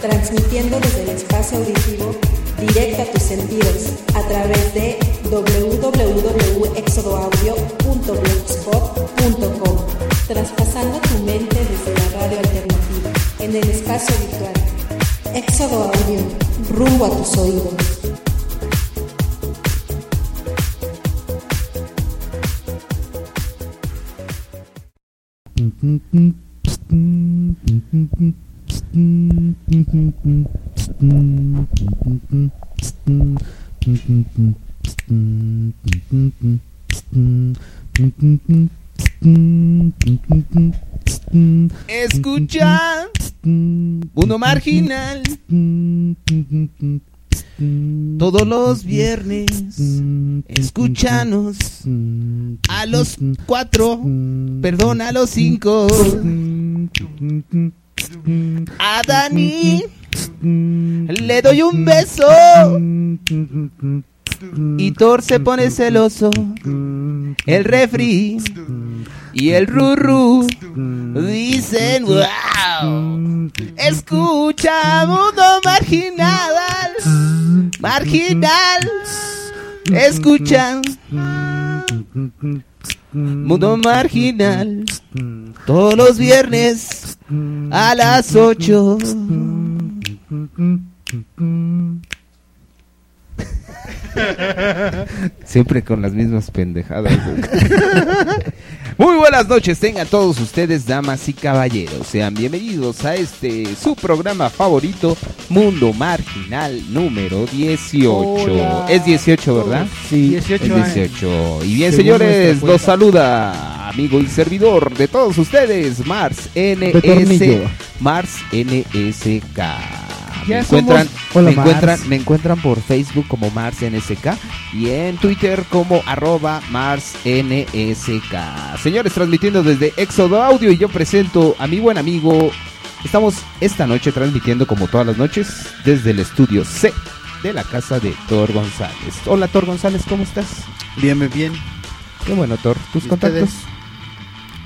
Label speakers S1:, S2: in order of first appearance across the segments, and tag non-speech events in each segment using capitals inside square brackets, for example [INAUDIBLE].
S1: transmitiendo desde el espacio auditivo directo a tus sentidos a través de www.exodoaudio.blogspot.com, traspasando tu mente desde la radio alternativa en el espacio virtual. Éxodo Audio, rumbo a tus oídos.
S2: Escucha, uno marginal. Todos los viernes, escúchanos a los cuatro, perdón, a los cinco. A Dani le doy un beso y Thor se pone celoso. El refri y el ruru dicen wow. Escucha mundo marginal, marginal. Escucha mundo marginal todos los viernes a las 8.
S3: [LAUGHS] Siempre con las mismas pendejadas. [LAUGHS] Muy buenas noches, tengan todos ustedes, damas y caballeros. Sean bienvenidos a este su programa favorito, Mundo Marginal número 18.
S4: Hola.
S3: Es 18, ¿verdad?
S4: Sí,
S3: es 18. Y
S4: Según
S3: bien,
S4: nuestra
S3: señores,
S4: cuenta.
S3: los saluda amigo y servidor de todos ustedes, Mars
S4: Betornillo.
S3: NS, Mars NSK. Me
S4: Ya
S3: encuentran,
S4: somos- Hola,
S3: me, encuentran,
S4: Mars.
S3: me encuentran por Facebook como Mars NSK y en Twitter como arroba Mars NSK. Señores, transmitiendo desde Éxodo Audio y yo presento a mi buen amigo. Estamos esta noche transmitiendo como todas las noches desde el estudio C de la casa de Thor González. Hola Thor González, ¿cómo estás?
S5: Bien, bien, bien.
S3: Qué bueno, Thor. Tus
S5: ¿Y
S3: contactos.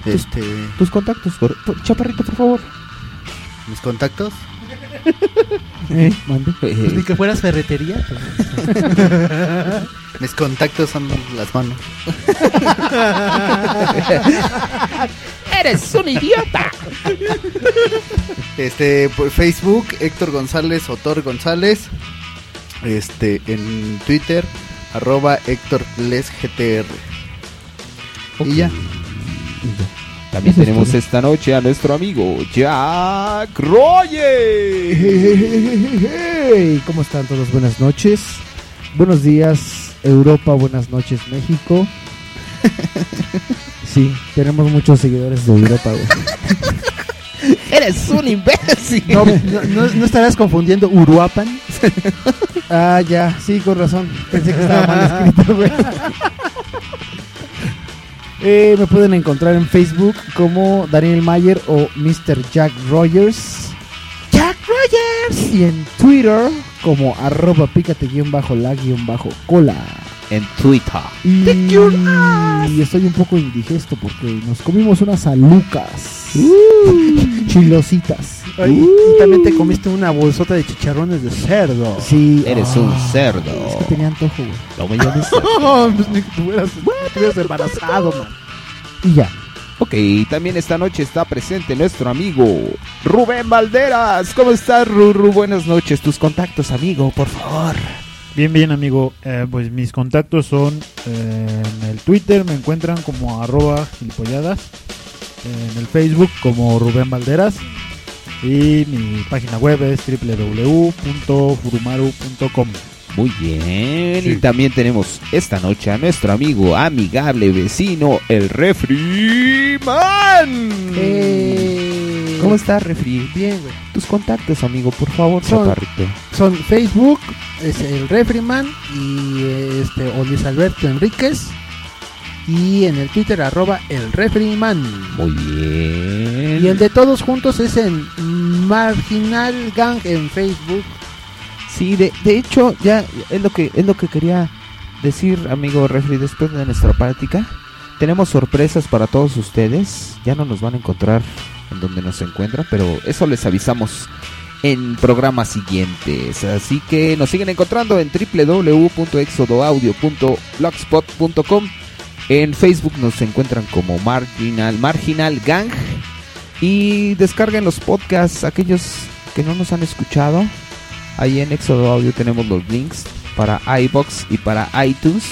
S5: Este,
S3: Tus contactos, Thor. Por- Chaparrito, por favor.
S5: mis contactos.
S3: Eh, mande.
S4: Pues ni que fueras ferretería. pues.
S5: Mis contactos son las manos.
S3: [LAUGHS] Eres un idiota.
S5: Este, por Facebook, Héctor González, Otor González. Este, en Twitter, arroba Héctor Les GTR. Y ya.
S3: [LAUGHS] También tenemos esta noche a nuestro amigo Jack Royer.
S4: Hey, ¿Cómo están todos? Buenas noches. Buenos días, Europa. Buenas noches, México.
S3: [LAUGHS]
S4: Sí, tenemos muchos seguidores de Europa. güey.
S3: [LAUGHS] Eres un imbécil.
S4: No, no, no- no estarás confundiendo
S3: [LAUGHS]
S4: Uruapan? Ah, ya, sí, con razón. Pensé que estaba mal escrito, güey. Eh, me pueden encontrar en Facebook como Daniel Mayer o Mr. Jack Rogers. ¡Jack Rogers! Y en Twitter como arroba pícate-la-cola.
S3: [LAUGHS] En Twitter.
S4: Y, y estoy un poco indigesto porque nos comimos unas alucas. Chilositas.
S6: Uh.
S4: Uh.
S6: Ay, y también te comiste una bolsota de chicharrones de cerdo.
S4: Sí.
S3: Eres
S4: ah,
S3: un cerdo.
S4: Es que tenía antojo, güey.
S3: La mayonesa.
S6: pues ni que tuvieras, estuvieras embarazado, man.
S4: Y ya.
S3: [LAUGHS] ok, también esta noche está presente nuestro amigo Rubén Valderas. ¿Cómo estás, Ruru? Buenas noches. Tus contactos, amigo, por favor.
S7: Bien, bien, amigo. Eh, pues mis contactos son eh, en el Twitter, me encuentran como arroba gilipolladas, eh, en el Facebook como Rubén Valderas y mi página web es www.furumaru.com.
S3: Muy bien. Y también tenemos esta noche a nuestro amigo amigable vecino, el Refri Man. Eh, ¿Cómo estás, Refri?
S6: Eh, Bien, güey.
S3: Tus contactos, amigo, por favor,
S6: Son-
S3: chaparrito.
S6: Son Facebook, es el Refriman y este o Luis Alberto Enríquez. Y en el Twitter arroba el Refriman.
S3: Muy bien.
S6: Y el de todos juntos es en Marginal Gang en Facebook.
S3: Sí, de, de hecho, ya es lo que es lo que quería decir, amigo Refri, después de nuestra práctica. Tenemos sorpresas para todos ustedes. Ya no nos van a encontrar en donde nos encuentran, pero eso les avisamos en programas siguientes. Así que nos siguen encontrando en www.exodoaudio.blogspot.com. En Facebook nos encuentran como Marginal, Marginal Gang. Y descarguen los podcasts, aquellos que no nos han escuchado. Ahí en Exodo Audio tenemos los links para iBox y para iTunes.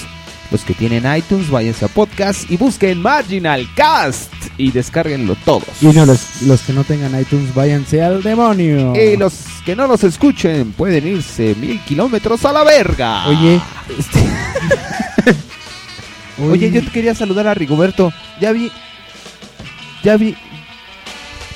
S3: Los que tienen iTunes, váyanse a podcast y busquen Marginal Cast y descarguenlo todos.
S4: Y no, los, los que no tengan iTunes, váyanse al demonio.
S3: Y los que no los escuchen pueden irse mil kilómetros a la verga.
S4: Oye, este-
S3: [LAUGHS] Oye, yo te quería saludar a Rigoberto. Ya vi. Ya vi.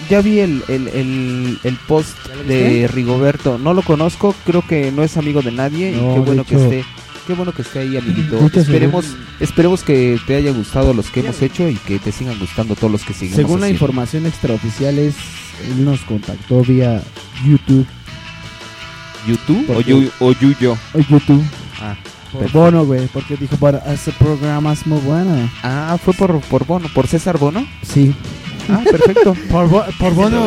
S3: Ya vi el, el, el- el post de Rigoberto. No lo conozco, creo que no es amigo de nadie.
S4: No,
S3: y qué
S4: de
S3: bueno que
S4: hecho-
S3: esté. Qué bueno que esté ahí, amiguito.
S4: De hecho,
S3: esperemos, esperemos que te haya gustado los que hemos hecho y que te sigan gustando todos los que siguen.
S4: Según la información extraoficial es, él nos contactó vía YouTube,
S3: YouTube o,
S4: Porque-
S3: Yu- o Yuyo.
S4: o YouTube,
S3: Ah,
S4: por
S3: perfecto.
S4: Bono, güey, porque dijo, para ese programa es muy bueno.
S3: Ah, fue por, por Bono, por César Bono.
S4: Sí,
S3: Ah, perfecto. [LAUGHS]
S8: Por, bo- por bono.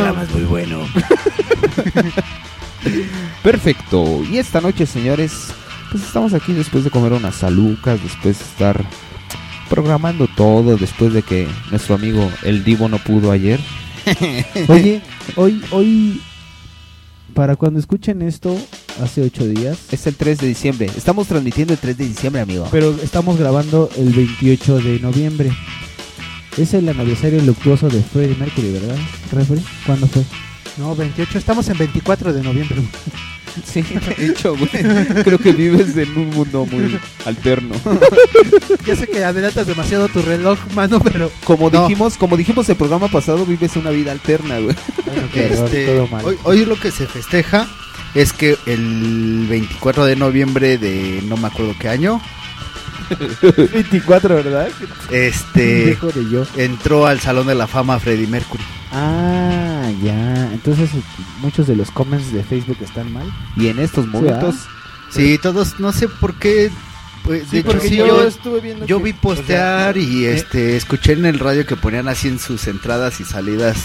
S3: Perfecto. Y esta noche, señores, pues estamos aquí después de comer unas salucas, después de estar programando todo, después de que nuestro amigo el Divo no pudo ayer.
S4: oye, hoy, hoy, para cuando escuchen esto, hace ocho días,
S3: Es el 3 de diciembre. Estamos transmitiendo el 3 de diciembre, amigo.
S4: pero estamos grabando el 28 de noviembre. Es el aniversario luctuoso de Freddie Mercury, ¿verdad? ¿Refri? ¿Cuándo fue?
S8: No, 28, estamos en 24 de noviembre.
S3: [LAUGHS]
S8: [LAUGHS]
S3: Sí, de hecho, güey. Creo que vives en un mundo muy alterno.
S8: Ya sé que adelantas demasiado tu reloj, mano, pero.
S3: Como
S5: No.
S3: dijimos, como dijimos el programa pasado, vives una vida alterna, güey.
S5: Este,
S4: todo mal.
S5: hoy, hoy lo que se festeja es que el 24 de noviembre de no me acuerdo qué año,
S4: 24, ¿verdad?
S8: [LAUGHS]
S5: este
S4: Dejo de yo.
S5: entró al Salón de la Fama Freddie Mercury.
S4: Ah, ya. Entonces muchos de los comments de Facebook están mal.
S3: Y en estos momentos,
S5: Sí, todos, no sé por qué. pues, de hecho, sí, yo,
S9: estuve viendo.
S5: yo vi postear y este escuché en el radio que ponían así en sus entradas y salidas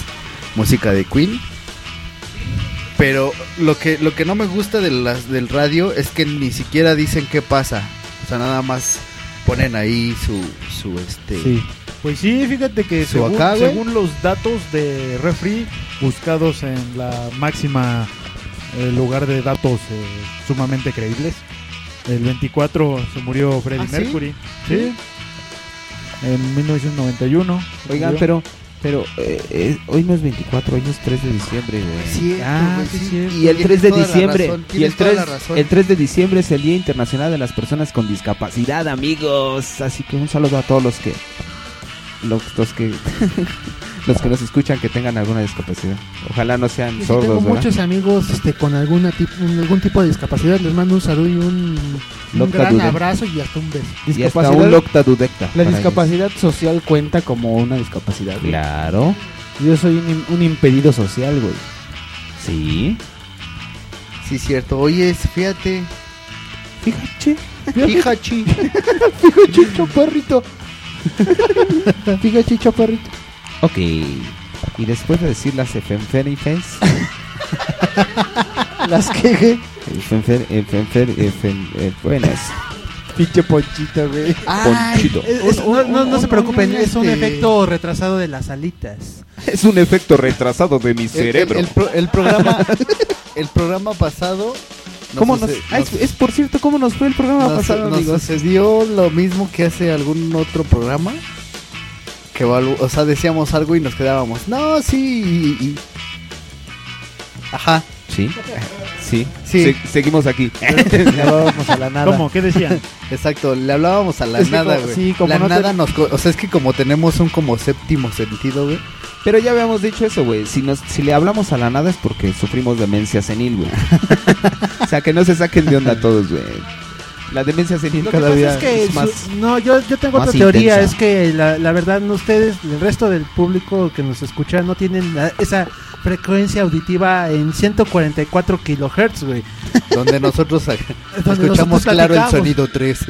S5: música de Queen. Pero lo que lo que no me gusta de las del radio es que ni siquiera dicen qué pasa. O sea, nada más ponen ahí su su este
S10: Pues sí, fíjate que
S5: Su
S10: según,
S5: acá, güey.
S10: según los datos de Refri buscados en la máxima eh, lugar de datos eh, sumamente creíbles, el 24 se murió Freddie
S5: ¿Ah, sí?
S10: Mercury. Sí. En 1991. se
S3: oigan,
S10: murió.
S3: pero pero eh, eh, hoy no es 24, hoy es 3 de diciembre, güey.
S10: Ah, sí, sí.
S3: Y el 3 de diciembre, y el 3, el
S5: el
S3: 3 de diciembre es el Día Internacional de las Personas con Discapacidad, amigos. Así que un saludo a todos los que los, los que [LAUGHS] los que nos escuchan que tengan alguna discapacidad. Ojalá no sean
S8: Yo sí tengo
S3: sordos, ¿verdad?
S8: muchos amigos este, con alguna tip- algún tipo de discapacidad. Les mando un saludo y un, un
S3: Nocta
S8: gran
S3: dude.
S8: abrazo y hasta un beso.
S3: Y hasta un loctadudecta.
S4: la
S3: para
S4: discapacidad social cuenta como una discapacidad.
S3: ellos.
S4: güey.
S3: Claro.
S4: Yo soy un, im- un impedido social, güey.
S3: Sí.
S5: Sí, cierto. Oye, es- fíjate.
S4: Fíjate,
S5: Hijachi.
S4: fíjate, [LAUGHS] chaparrito. fíjate, chaparrito.
S3: Ok. Y después de decir las efemérides,
S4: [LAUGHS] Las queje.
S3: efemfer, efemfer, efen- eh, buenas.
S4: Pinche ponchito, güey.
S3: Ponchito.
S8: Es- es- no, no- no se preocupen, es un
S5: este-
S8: efecto retrasado de las alitas.
S3: Es un efecto retrasado de mi
S5: El- el- El, pro- el programa el programa pasado nos
S3: ¿Cómo nos-
S5: suce-
S3: ah, es, es por cierto, ¿cómo nos fue el programa
S5: nos-
S3: pasado,
S5: nos
S3: amigos?
S5: sucedió lo mismo que hace algún otro programa que va al- o sea, decíamos algo y nos quedábamos. No, sí. y- y- Ajá.
S3: Sí, sí,
S5: Sí.
S3: Se- seguimos aquí.
S4: Vamos a la nada.
S10: ¿Cómo? ¿Qué decían?
S5: [LAUGHS] Exacto, le hablábamos a la
S4: Es que
S5: nada,
S4: como-
S5: güey.
S4: sí, como
S5: la
S4: no te-
S5: nada nos, co- o sea, es que como tenemos un como séptimo sentido, güey.
S3: [LAUGHS] Pero ya habíamos dicho eso, güey. Si, nos- si le hablamos a la nada es porque sufrimos demencia senil, güey. [LAUGHS] o sea, que no se saquen de onda todos, güey. La demencia senil
S8: Lo que
S3: cada
S8: pasa
S3: día
S8: es que
S3: es
S8: su-
S4: Ah,
S3: más...
S8: no, yo, yo tengo
S3: más
S8: otra teoría,
S3: intensa.
S8: es que la, la verdad no, ustedes, el resto del público que nos escucha no tienen la- esa frecuencia auditiva en 144 kilohertz, güey.
S5: Donde nosotros a-
S8: Donde
S5: escuchamos
S8: nosotros
S5: claro el
S8: platicamos.
S5: sonido 13.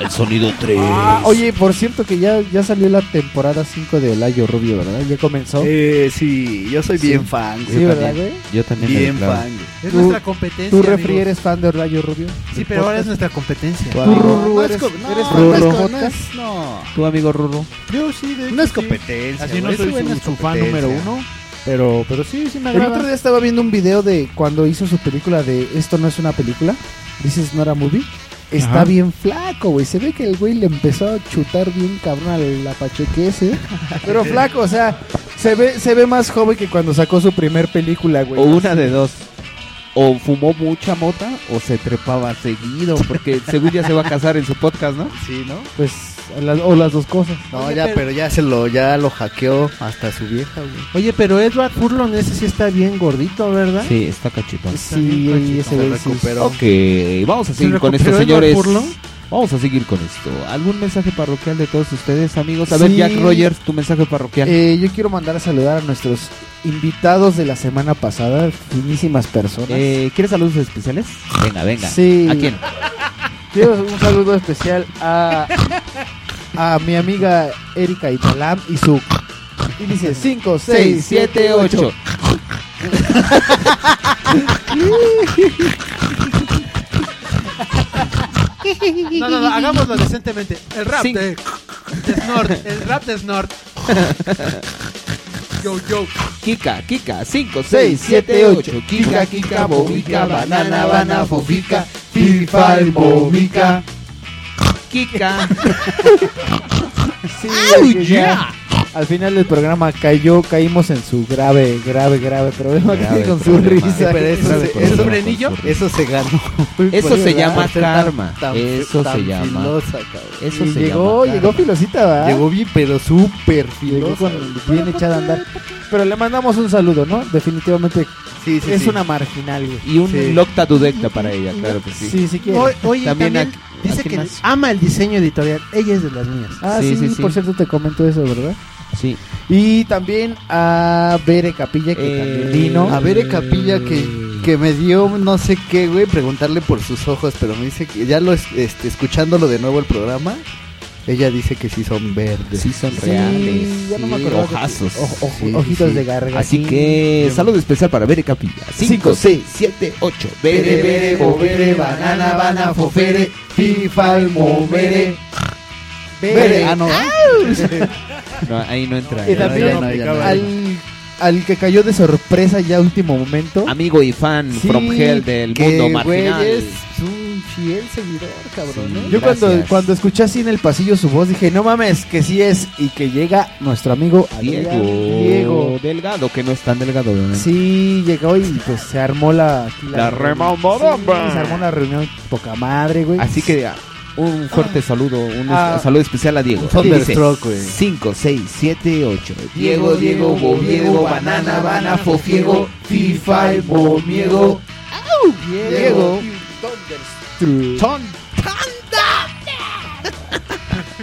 S3: El Sonido 3.
S4: Ah, oye, por cierto que ya, ya salió la temporada 5 de Layo Rubio, ¿verdad? Ya comenzó.
S5: Eh, sí, yo soy bien fan,
S4: sí,
S5: güey.
S4: ¿verdad, güey?
S3: Yo también.
S5: Bien
S3: claro.
S5: fan, güey.
S8: Es
S4: Tú-
S8: nuestra competencia.
S4: ¿Tú refri
S8: amigos.
S4: eres fan de Layo Rubio?
S8: Sí, pero ahora es nuestra competencia.
S4: ¿Tú, Rurru,
S5: No,
S4: eres,
S5: es co- no,
S4: eres
S5: no
S4: fan
S5: es
S4: del
S5: co- no
S4: podcast?
S5: es- No,
S3: Tu amigo Ruru.
S11: Yo sí, de
S5: no es
S11: hecho, sí.
S5: competencia.
S11: Así no
S5: güey,
S11: soy
S5: ese güey
S11: su,
S5: es
S11: su fan número
S5: competencia.
S11: uno, pero, pero sí, sí me
S4: El otro
S11: agrada.
S4: día estaba viendo un video de cuando hizo su película de Esto no es una película, dices no era movie. Está
S11: Ajá.
S4: bien flaco, güey. Se ve que el güey le empezó a chutar bien cabrón al apachequés, ¿eh? Pero flaco, o sea, se ve, se ve más joven que cuando sacó su primer película, güey.
S3: O una de dos. O fumó mucha mota o se trepaba seguido. Porque según ya se va a casar en su podcast, ¿no?
S5: Sí, ¿no?
S4: Pues, las- o las dos cosas.
S5: No,
S8: Oye,
S5: ya,
S8: pero-
S5: pero ya se lo, ya lo hackeó hasta su vieja, güey.
S8: Oye, pero Edward Furlong ese sí está bien gordito, ¿verdad?
S3: Sí, está
S4: Pues,
S3: cachetón.
S4: Sí, ese
S5: Se
S4: güey sí.
S5: recuperó.
S3: Oh, Ok, vamos a seguir con esto,
S8: recuperó
S3: señores.
S8: Edward Furlong?
S3: Vamos a seguir con esto. ¿Algún mensaje parroquial de todos ustedes, amigos? A ver,
S4: Sí.
S3: Jack Rogers, tu mensaje parroquial.
S4: Eh, yo quiero mandar a saludar a nuestros invitados de la semana pasada, finísimas personas.
S3: Eh, ¿Quieres saludos especiales? Venga, venga.
S4: Sí.
S3: ¿A quién?
S4: Quiero un saludo especial a, a mi amiga Erika Italam y su índice 5, 6, 7, 8.
S8: No, no, no, hagámoslo decentemente. El rap
S3: Sí.
S8: de, de Snort, el rap de Snort. Yo, yo.
S3: Kika, Kika, 5, 6, 7, 8. Kika, Kika, Bobica, Banana, Banana, Fofica, Fifa, el Bobica. Kika.
S4: Sí, es que ya Al final del programa cayó, caímos en su grave, grave, grave problema que
S3: Grave
S4: tiene con su
S3: problema.
S4: risa.
S5: Pero eso,
S3: Sabe
S5: se,
S3: por
S5: eso,
S3: dónde
S5: frenillo,
S3: va, por
S5: eso se ganó.
S3: Eso se llama
S5: Por ser tan-
S3: karma.
S5: tan-
S3: Eso
S5: tan
S3: se llama.
S5: filosa, cabrón.
S3: Eso
S4: Y
S3: se
S4: llegó,
S3: llama.
S4: llegó filosita, ¿verdad?
S5: Llegó bien, pero súper
S4: Llegó
S5: filosa.
S4: con- bien echada a andar. Pero le mandamos un saludo, ¿no? Definitivamente
S5: Sí, sí,
S4: es
S5: sí.
S4: una marginal, güey.
S3: Y un
S5: Sí.
S3: locta dudecta para ella, claro que sí.
S4: Sí, sí quiere.
S8: Oye, oye,
S3: También
S8: también,
S3: a- ¿a
S8: dice
S3: quién
S8: que
S3: más?
S8: ama el diseño editorial. Ella es de las mías.
S4: Ah,
S3: Sí,
S4: sí,
S3: sí, sí.
S4: por cierto te comento eso, ¿verdad?
S3: Sí.
S4: Y también a Bere Capilla, que
S3: Eh,
S4: también vino.
S5: A ver, eh, Capilla que, que me dio no sé qué, güey, preguntarle por sus ojos, pero me dice que ya lo es- este, escuchándolo de nuevo el programa, ella dice que sí son verdes.
S3: Sí, son
S4: Sí,
S3: reales.
S4: ya no me
S3: sí,
S4: acordaba de-
S3: Ojazos.
S4: o- o-
S5: Sí,
S4: ojitos
S5: sí.
S4: de garganta.
S3: Así que, saludo especial para Bere Capilla. 5, 6, 7, 8. Bere, Bere, Bobere, Banana, Banana, Fofere, FIFA, el Movere.
S5: Verde. Ah, no.
S3: No, ahí no entra.
S4: Y
S3: ¿eh?
S4: también
S5: no, ya no.
S4: al, al que cayó de sorpresa ya a último momento.
S3: Amigo y fan
S4: Sí,
S3: Ah, from hell del
S5: Que,
S3: mundo
S5: güey,
S3: marginal.
S5: es un fiel seguidor, cabrón.
S3: Sí.
S5: ¿eh?
S4: Yo cuando,
S3: gracias.
S4: cuando escuché así en el pasillo su voz dije, no mames, que sí es. Y que llega nuestro amigo
S3: Diego,
S4: Adrián Diego.
S3: Delgado, que no es tan delgado, obviamente.
S4: Sí, llegó y pues se armó la...
S3: La remamoramba.
S4: Sí, se armó una reunión poca madre, güey.
S3: Así que ah, un fuerte saludo, un
S4: Ah.
S3: es- saludo especial a Diego.
S5: Thunderstruck, güey.
S3: 5, 6, 7, 8.
S4: Diego, Diego, Bobiego, Banana, Bana, Fofiego, Fifa, Bomiego.
S5: Diego.
S3: Son.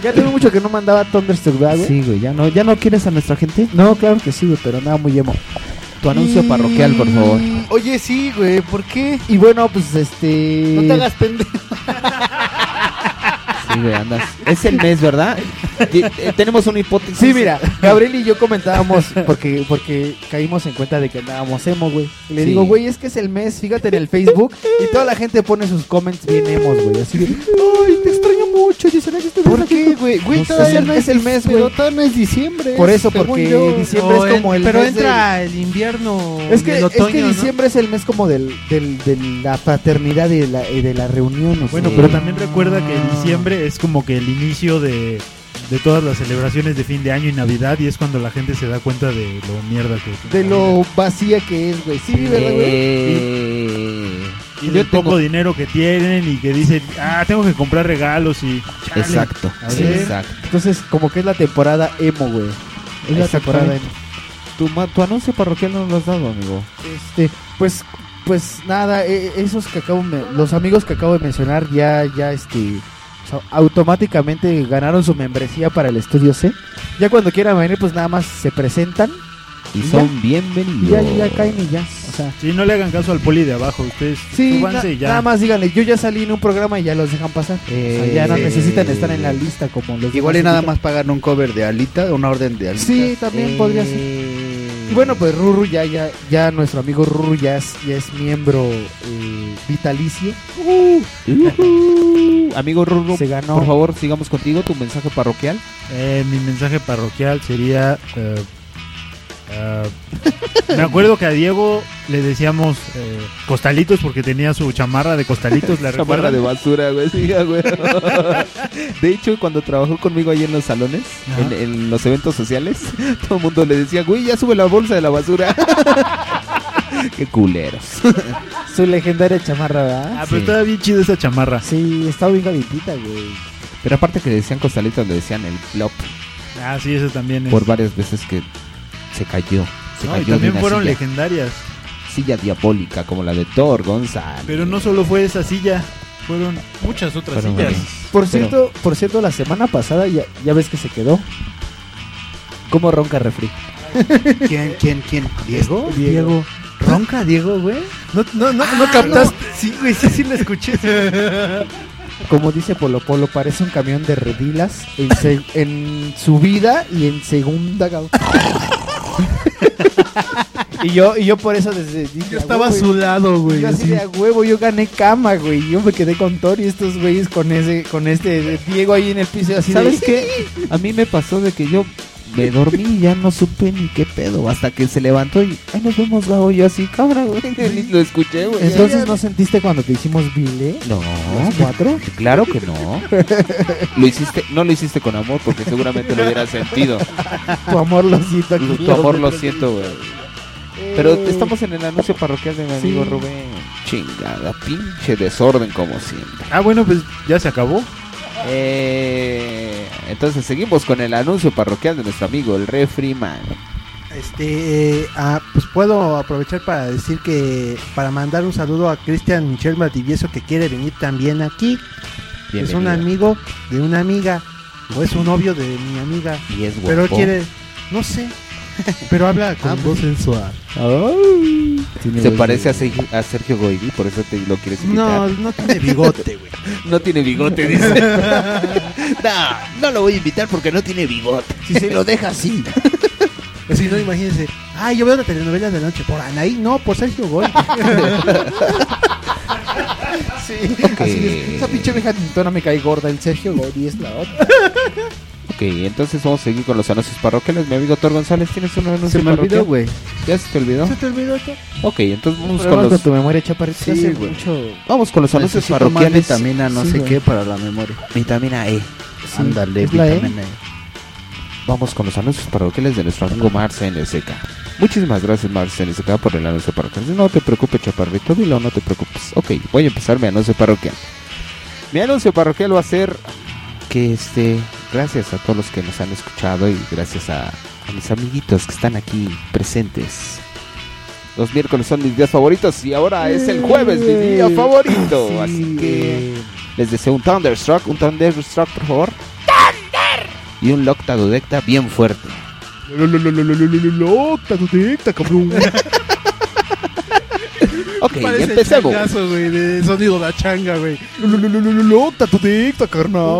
S4: Ya tengo mucho que no mandaba Thunderstruck, ¿verdad, güey?
S3: Sí, güey, ya no, ya no quieres a nuestra gente.
S4: No, claro que sí, güey, pero andaba muy emo.
S3: Tu anuncio
S5: Y-
S3: parroquial, por favor.
S5: Oye, sí, güey, ¿por qué?
S4: Y bueno, pues este...
S5: No te hagas pendejo.
S3: Sí, güey, andas. Es el mes, ¿verdad? Y- eh, tenemos una hipótesis.
S4: Sí, mira, [LAUGHS] Gabriel y yo comentábamos porque porque caímos en cuenta de que andábamos emo, güey. Y le
S3: Sí.
S4: digo, güey, es que es el mes, fíjate en el Facebook y toda la gente pone sus comments bien emos, güey, así de, "Ay, te extraño mucho, yo será que estoy
S5: ¿Por
S4: aquí".
S5: qué, güey? Güey,
S4: No sé.
S5: todavía no
S4: Es el mes,
S5: pero
S4: güey.
S5: todavía no es diciembre.
S4: Por eso,
S5: según
S4: porque
S5: yo.
S4: diciembre
S8: O
S4: es como el
S8: Pero
S4: mes
S8: entra el invierno.
S4: Es que,
S8: el
S4: es que
S8: otoño, ¿no?
S4: diciembre es el mes como del, del- de la fraternidad y de la, y de la reunión. o sea.
S11: Bueno, pero también recuerda que diciembre es como que el inicio de, de todas las celebraciones de fin de año y Navidad y es cuando la gente se da cuenta de lo mierda que es.
S4: De lo vacía que es, güey. Sí, ¿verdad, güey?
S3: Eh,
S11: Y
S3: yo
S11: del
S3: tengo-
S11: poco dinero que tienen y que dicen, ah, tengo que comprar regalos y... chale".
S3: Exacto,
S11: A
S3: sí,
S11: ver.
S3: exacto.
S4: Entonces, como que es la temporada emo, güey. Es la temporada emo.
S3: Tu, ma- tu anuncio parroquial no lo has dado, amigo.
S4: Este, pues, pues nada, eh, esos que acabo, me- los amigos que acabo de mencionar ya, ya, este, o sea, automáticamente ganaron su membresía para el estudio C. Ya cuando quieran venir, pues nada más se presentan
S3: y son bienvenidos.
S4: Ya, ya caen y ya. O sea,
S11: Si no le hagan caso al poli de abajo, ustedes
S4: sí,
S11: súbanse
S4: na-
S11: y ya.
S4: nada más díganle, yo ya salí en un programa y ya los dejan pasar. O sea, ya no
S3: Eh,
S4: necesitan estar en la lista como los
S5: Igual y
S4: demás
S5: nada
S4: invitados.
S5: más pagan un cover de Alita, una orden de Alita.
S4: Sí, también podría ser. Y bueno, pues Ruru ya, ya, ya nuestro amigo Ruru ya es, ya es miembro eh, vitalicio.
S3: Ujú. Uh, Amigo Rurro,
S4: Se ganó.
S3: por favor, sigamos contigo tu mensaje parroquial.
S11: Eh, mi mensaje parroquial sería... eh, eh, [LAUGHS] me acuerdo que a Diego le decíamos eh, costalitos porque tenía su chamarra de costalitos, la
S3: Chamarra
S11: recuerdan?
S3: de basura, güey. sí, ya, güey. [LAUGHS] De hecho, cuando trabajó conmigo ahí en los salones,
S11: Ajá.
S3: en, en los eventos sociales, [LAUGHS] todo el mundo le decía, güey, ya sube la bolsa de la basura. [LAUGHS] Qué culeros.
S4: Su legendaria chamarra, ¿verdad?
S11: Ah, pero
S3: Sí.
S11: estaba bien chida esa chamarra.
S4: Sí, está bien gaditita, güey.
S3: Pero aparte que le decían costalitos, le decían el plop
S11: Ah, sí, eso también es.
S3: por varias veces que se cayó. Se
S11: No, y
S3: cayó de
S11: también
S3: una
S11: fueron
S3: silla,
S11: legendarias.
S3: silla diabólica como la de Thor González.
S11: Pero no solo fue esa silla, fueron muchas otras
S3: Fueron
S11: sillas.
S3: varias.
S4: Por
S3: Pero-
S4: cierto, por cierto, la semana pasada ya, ya ves que se quedó. ¿Cómo ronca refri?
S5: ¿Quién, quién, quién? ¿Diego?
S4: Diego.
S5: ¿Ronca Diego, güey?
S4: No, no, no, no captaste.
S5: Sí, güey, sí, sí lo escuché.
S4: [LAUGHS] Como dice Polo Polo, parece un camión de redilas en, se- en subida y en segunda. cabrón. [LAUGHS] y yo, y yo por eso desde dije,
S8: Yo
S4: "A
S8: estaba a
S4: huevo".
S8: su lado, güey.
S4: Yo así
S8: así.
S4: de a huevo, yo gané cama, güey. Yo me quedé con Thor y estos güeyes con ese, con este de Diego ahí en el piso así
S3: ¿Sabes
S4: de,
S3: qué? A mí me pasó de que yo me dormí y ya no supe ni qué pedo. Hasta que se levantó y, ay, nos vemos, Gabo. Yo así, cabra, güey. Ni [LAUGHS] Lo escuché, güey.
S4: Entonces no sentiste cuando te hicimos vile
S3: No,
S4: los cuatro.
S3: claro que [LAUGHS] no. Lo hiciste, no lo hiciste con amor porque seguramente lo hubieras sentido.
S4: Tu amor lo siento aquí.
S3: Tu amor lo siento, Eh, güey. Pero estamos en el anuncio parroquial de mi amigo Rubén. Chingada, pinche desorden como siempre.
S11: Ah, bueno, pues ya se acabó.
S3: Eh, entonces seguimos con el anuncio parroquial de nuestro amigo, el Refri Man.
S8: Este, eh, ah, pues puedo aprovechar para decir que para mandar un saludo a Cristian Michel Mativieso que quiere venir también aquí. Es un
S3: Bienvenido.
S8: amigo de una amiga o es un novio de mi amiga,
S3: Y es
S8: pero
S3: guapo.
S8: quiere, no sé, pero habla con voz sensual.
S3: Se parece a, Sergio- a Sergio Goyri, por eso te lo quieres
S8: No,
S3: invitar.
S8: no tiene bigote, güey.
S3: No, tiene bigote, dice. [LAUGHS] no, no lo voy a invitar porque no tiene bigote.
S8: Si se lo deja así. O si no, imagínense. Ah, yo veo la telenovela de la noche. Por Anaí, no, por Sergio Goy.
S4: Sí, así es. Esa pinche vieja tintona me cae gorda. El Sergio Gori es la otra.
S3: Ok, entonces vamos a seguir con los anuncios parroquiales. Mi amigo Thor González, ¿tienes un anuncio
S5: Se me olvidó,
S3: parroquial?
S5: güey.
S3: ¿Ya se te olvidó?
S8: ¿Se te olvidó esto?
S3: Ok, entonces vamos con
S4: Problemas
S3: los,
S4: Pues tu memoria, chaparrito.
S5: Sí,
S4: hace
S5: güey.
S4: mucho-
S3: vamos con los anuncios
S5: Necesito más
S3: parroquiales.
S5: vitamina no
S4: Sí,
S5: sé
S4: güey.
S5: qué para la memoria.
S3: Vitamina E.
S4: sí.
S5: Ándale,
S4: ¿Es la E?
S5: vitamina E.
S3: Vamos con los anuncios parroquiales de nuestro amigo Mars NSK. Muchísimas gracias Mars NSK por el anuncio parroquial. No te preocupes, chaparrito, dilo, no te preocupes. Ok, voy a empezar mi anuncio parroquial. Mi anuncio parroquial va a ser que este, gracias a todos los que nos han escuchado y gracias a, a mis amiguitos que están aquí presentes. Los miércoles son mis días favoritos y ahora es el jueves mi día favorito. Así que les deseo un Thunderstruck, un Thunderstruck por favor. ¡Thunder! Y un Locta Dudecta bien fuerte. [LAUGHS] Ok, y empecemos.
S8: güey, de sonido de changa, güey.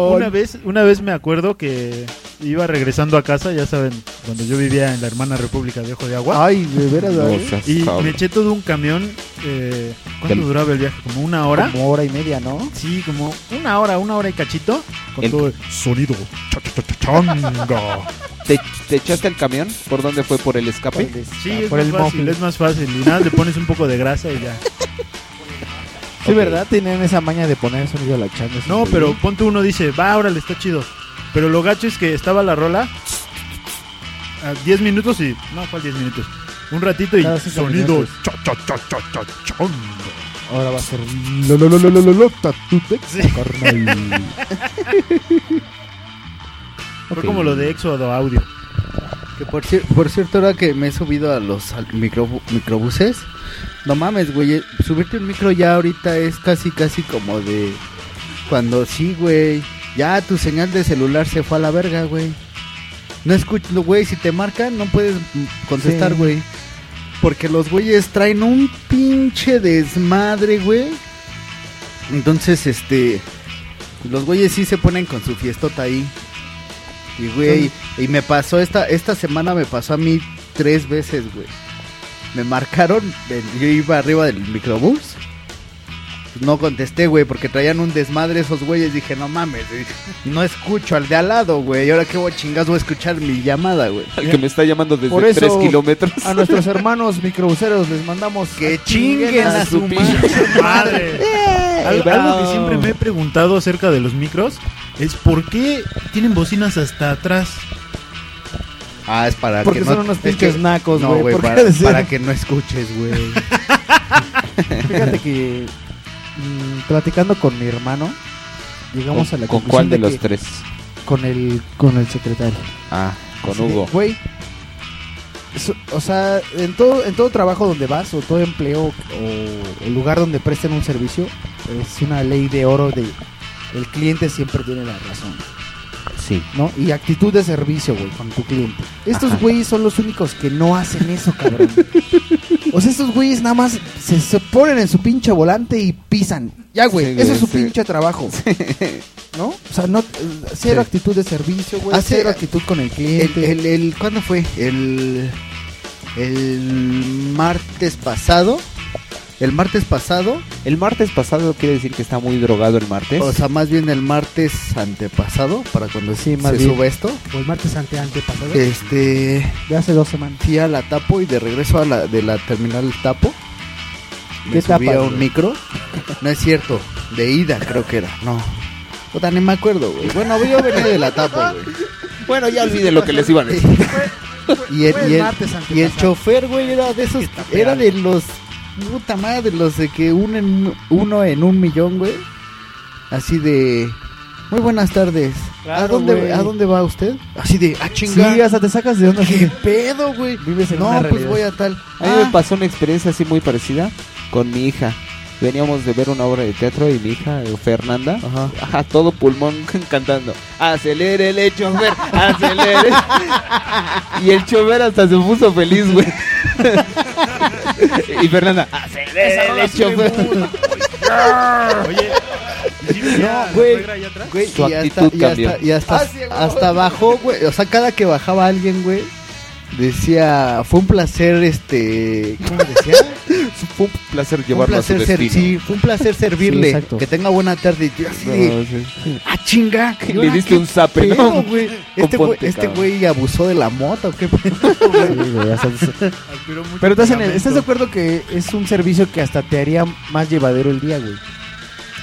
S11: Una vez, una vez me acuerdo que iba regresando a casa, ya saben, cuando yo vivía en la hermana República de Ojo de Agua.
S4: Ay, de veras,
S3: No
S4: ¿eh?
S3: seas
S11: y
S3: cabrón.
S11: me eché todo un camión. eh, ¿Cuánto
S3: Del-
S11: duraba el viaje? ¿Como una hora?
S4: Como hora y media, ¿no?
S11: Sí, como una hora, una hora y cachito. Con
S3: El-
S11: todo el sonido. Cha, cha, cha, cha, changa.
S3: ¿Te, te echaste el camión? ¿Por dónde fue? ¿Por el escape?
S11: Sí,
S4: Ah,
S11: es
S4: por
S11: más
S4: el
S11: fácil,
S4: mofle.
S11: es más fácil. Y nada, le pones un poco de grasa y ya.
S4: Sí,
S3: Ok.
S4: ¿verdad? Tenían esa maña de poner sonido a la changa.
S11: No, pero ponte uno dice, va, órale, está chido. Pero lo gacho es que estaba la rola a 10 minutos y. No, ¿cuál 10 minutos? Un ratito y
S4: Cada cinco
S11: sonido.
S4: minutos.
S11: Cha, cha, cha, cha, cha, chongo.
S4: Ahora va a ser. Lo, lo, lo, lo, lo, lo, lo, tatutec,
S11: [LAUGHS]
S4: carnal.
S11: Fue como lo de
S4: [LAUGHS]
S11: Éxodo Audio.
S5: Que por, cier- por cierto, ahora que me he subido a los al- microbu- microbuses, no mames, güey, eh, subirte un micro ya ahorita es casi, casi como de cuando sí, güey, ya tu señal de celular se fue a la verga, güey. No escuchas, güey, si te marcan no puedes mm, contestar,
S8: Sí.
S5: güey. Porque los güeyes traen un pinche desmadre, güey. Entonces, este... Los güeyes sí se ponen con su fiestota ahí. Y, güey, y me pasó esta, esta semana me pasó a mí tres veces, güey. Me marcaron, el- yo iba arriba del microbús. No contesté, güey, porque traían un desmadre esos güeyes. Dije, no mames, güey, no escucho al de al lado, güey. ¿Y ahora qué voy chingas voy a escuchar mi llamada, güey?
S3: Al que me está llamando
S4: Por
S3: desde
S4: eso-
S3: 3 kilómetros. [LAUGHS]
S4: A nuestros hermanos microbuseros les mandamos
S5: Que chinguen a su madre.
S11: Madre.
S3: Eh,
S11: Al- Algo, que siempre me he preguntado acerca de los micros es por qué tienen bocinas
S4: [LAUGHS]
S11: hasta atrás.
S5: Ah, es para
S4: Porque
S5: que
S4: son
S5: no...
S4: unos
S5: es que-
S4: pinches nacos,
S5: No,
S4: güey.
S5: güey,
S4: ¿por qué
S5: para,
S4: decir? [LAUGHS]
S5: para que no escuches, güey.
S4: Fíjate que mm, platicando con mi hermano, llegamos a la
S3: ¿Con
S4: conclusión
S3: cuál de los
S4: que-
S3: tres?
S4: Con el, con el secretario.
S3: Ah, con
S4: Sí,
S3: Hugo.
S4: Güey. so- O sea, en todo, en todo trabajo donde vas, o todo empleo, o el lugar donde presten un servicio, es una ley de oro de el cliente siempre tiene la razón,
S3: Sí.
S4: ¿no? Y actitud de servicio, güey, con tu cliente. Estos güeyes son los únicos que no hacen eso, cabrón. O sea, estos güeyes nada más se, se ponen en su pinche volante y pisan. Ya, güey,
S3: Sí,
S4: eso es su
S3: sí.
S4: pinche trabajo.
S3: [LAUGHS]
S4: ¿No? O sea, no, eh, cero
S5: Sí.
S4: actitud de servicio, güey,
S3: Ah,
S5: Hace-
S3: eh,
S4: cero actitud con el
S5: El,
S4: cliente.
S5: el, el- ¿Cuándo fue? El, el martes pasado. El martes pasado.
S3: El martes pasado quiere decir que está muy drogado el martes.
S5: O sea, más bien el martes antepasado. Para cuando
S4: Sí, más
S5: se
S4: bien.
S5: sube esto.
S8: O el martes ante antepasado.
S5: Este.
S4: de hace dos semanas.
S5: Fui a la Tapo y de regreso a la, de la terminal Tapo.
S4: ¿Qué
S5: Me subí
S4: tapas,
S5: a un
S4: güey?
S5: micro. No es cierto. De ida, creo que era. No. Puta, ni me acuerdo, güey. Bueno, yo venía de la Tapo, güey.
S4: [LAUGHS]
S3: bueno, ya olvide lo que les iban a decir.
S5: Y el,
S4: Fue el
S5: y el-
S4: martes antepasado.
S5: y el chofer, güey, era de esos. Era de los. Puta madre, de los de que unen uno en un millón, güey. Así de. Muy buenas tardes. ¿A, dónde, ¿A dónde va usted? Así de. ¡Ah, chinga!
S4: Sí, hasta te sacas de onda.
S5: ¿Qué pedo, güey?
S4: Vives en
S5: No,
S4: una
S5: pues
S4: realidad.
S5: voy a tal.
S3: A mí me
S5: Ah,
S3: pasó una experiencia así muy parecida con mi hija. Veníamos de ver una obra de teatro y mi hija, eh, Fernanda, ajá. todo pulmón [LAUGHS] cantando. Acelere el chofer,
S5: [LAUGHS]
S3: acelere. y el chofer hasta se puso feliz, güey. [LAUGHS] y Fernanda,
S5: [LAUGHS]
S3: acelere el chofer.
S11: Oye, ¿sí venía
S5: No, güey.
S11: la suegra allá atrás?
S5: güey,
S3: Su
S5: y
S3: actitud
S5: hasta, y hasta-
S3: cambió. Ah,
S5: y hasta, hasta bajó, güey. O sea, cada que bajaba alguien, güey, decía, fue un placer, este... ¿Cómo decía?
S3: Fue un placer
S5: Fue un
S3: llevarlo a
S5: placer
S3: su
S5: ser-
S3: destino.
S5: sí, fue un placer servirle.
S4: exacto.
S5: que tenga buena tarde. Y yo así
S3: No,
S5: de,
S3: sí.
S5: ¡ah, chinga! ¿qué
S3: Le
S5: hora?
S3: diste un zape,
S5: ¿Qué
S3: ¿no?
S5: pedo, güey? Este güey
S3: Componte,
S5: este
S3: cabrón.
S5: güey abusó de la mota, ¿o qué pedo?
S8: [LAUGHS]
S4: Sí, güey, hasta te-
S11: Aspiró mucho
S4: Pero estás, en el-
S11: pegamento.
S4: ¿estás de acuerdo que es un servicio que hasta te haría más llevadero el día, güey?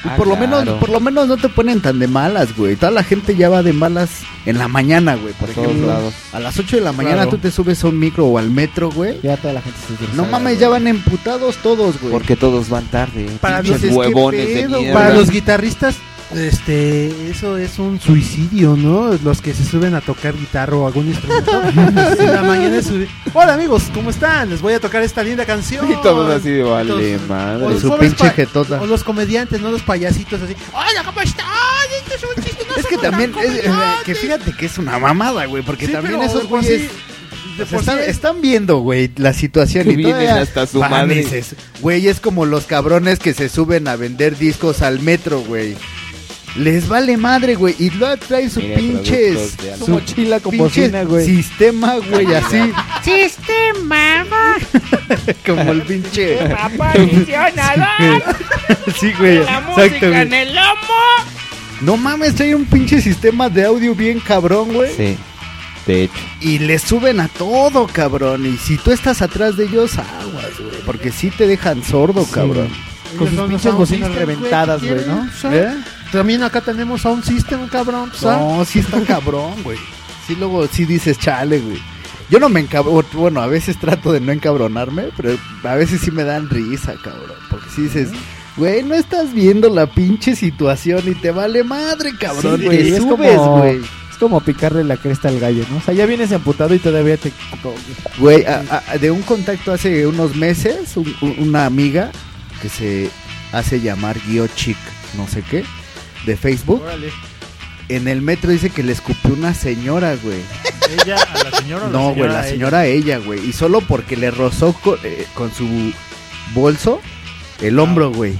S5: Y [LAUGHS] por lo menos,
S3: Ah, claro.
S5: por lo menos no te ponen tan de malas, güey. Toda la gente ya va de malas en la mañana, güey. Por
S3: A todos
S5: ejemplo,
S3: lados.
S5: a las 8 de la mañana
S11: Claro.
S5: tú te subes a un micro o al metro, güey.
S4: [LAUGHS] Ya toda la gente se
S5: No mames, ya van emputados todos, güey.
S3: Porque todos van tarde.
S5: Para
S3: pinches
S5: los- es que
S3: huevones de
S5: pedo, güey.
S3: mierda.
S8: Para los guitarristas, este, eso es un suicidio, ¿no? Los que se suben a tocar guitarra o
S4: [LAUGHS]
S8: algún instrumento. En la mañana subi- Hola amigos, ¿cómo están? Les voy a tocar esta linda canción.
S3: [LAUGHS] Y
S5: [LAUGHS]
S3: todos así de vale,
S8: Entonces,
S3: madre.
S5: Con
S8: Pues
S5: su
S8: solo es
S5: pinche
S8: pa-
S5: jetota.
S8: O los comediantes, no los payasitos así. Hola, ¿cómo están? Este es un chiste, no
S5: Es que
S8: somos
S5: también,
S8: tan
S5: es- eh,
S8: comediantes".
S5: que fíjate que es una mamada, güey. Porque
S8: Sí,
S5: también
S8: pero
S5: esos
S8: de por sí-
S5: güeyes
S8: de
S5: pues,
S8: por
S5: están,
S8: sí es-
S5: están viendo, güey, la situación.
S3: Que
S5: y
S3: vienen
S5: todavía
S3: hasta su
S5: van
S3: madre.
S5: y dices, Güey, es como los cabrones que se suben a vender discos al metro, güey. Les vale madre, güey. Y lo traen su
S3: Mira,
S5: pinches.
S3: productos de alta-
S5: Su mochila con bocina, güey. Sistema, güey, así. ¡Sistema! [LAUGHS] como el pinche.
S8: [LAUGHS]
S5: [LAUGHS] sí, güey. Exacto, güey. No mames, trae un pinche sistema de audio bien cabrón, güey.
S3: Sí, de hecho.
S5: Y le suben a todo, cabrón. Y si tú estás atrás de ellos, aguas, güey. Porque sí te dejan sordo, cabrón.
S4: Con
S8: Ellos
S4: sus
S8: son los
S4: pinches
S8: sound
S4: bocinas
S8: system,
S4: reventadas,
S8: ¿qué
S4: güey, ¿no?
S8: quieren? Son-
S5: ¿Eh?
S8: También acá tenemos Sound System, cabrón. pues, ah.
S5: No,
S4: [LAUGHS]
S5: sí está cabrón, güey. Sí, luego sí dices, chale, güey. Yo no me encabro, bueno, a veces trato de no encabronarme, pero a veces sí me dan risa, cabrón. Porque sí dices, güey, no estás viendo la pinche situación y te vale madre, cabrón.
S4: Sí,
S5: te
S4: güey, es
S5: subes,
S4: como-
S5: güey.
S4: Es como picarle la cresta al gallo, ¿no? O sea, ya vienes amputado y todavía te...
S5: Güey, a- a- de un contacto hace unos meses, un- un- una amiga que se hace llamar Guio Chic, no sé qué, de Facebook. En el metro dice que le escupió una señora, güey.
S11: ¿Ella a la señora o la
S5: No, güey,
S11: señora
S5: la
S11: a ella?
S5: señora ella, güey. Y solo porque le rozó co- eh, con, su bolso el hombro, güey.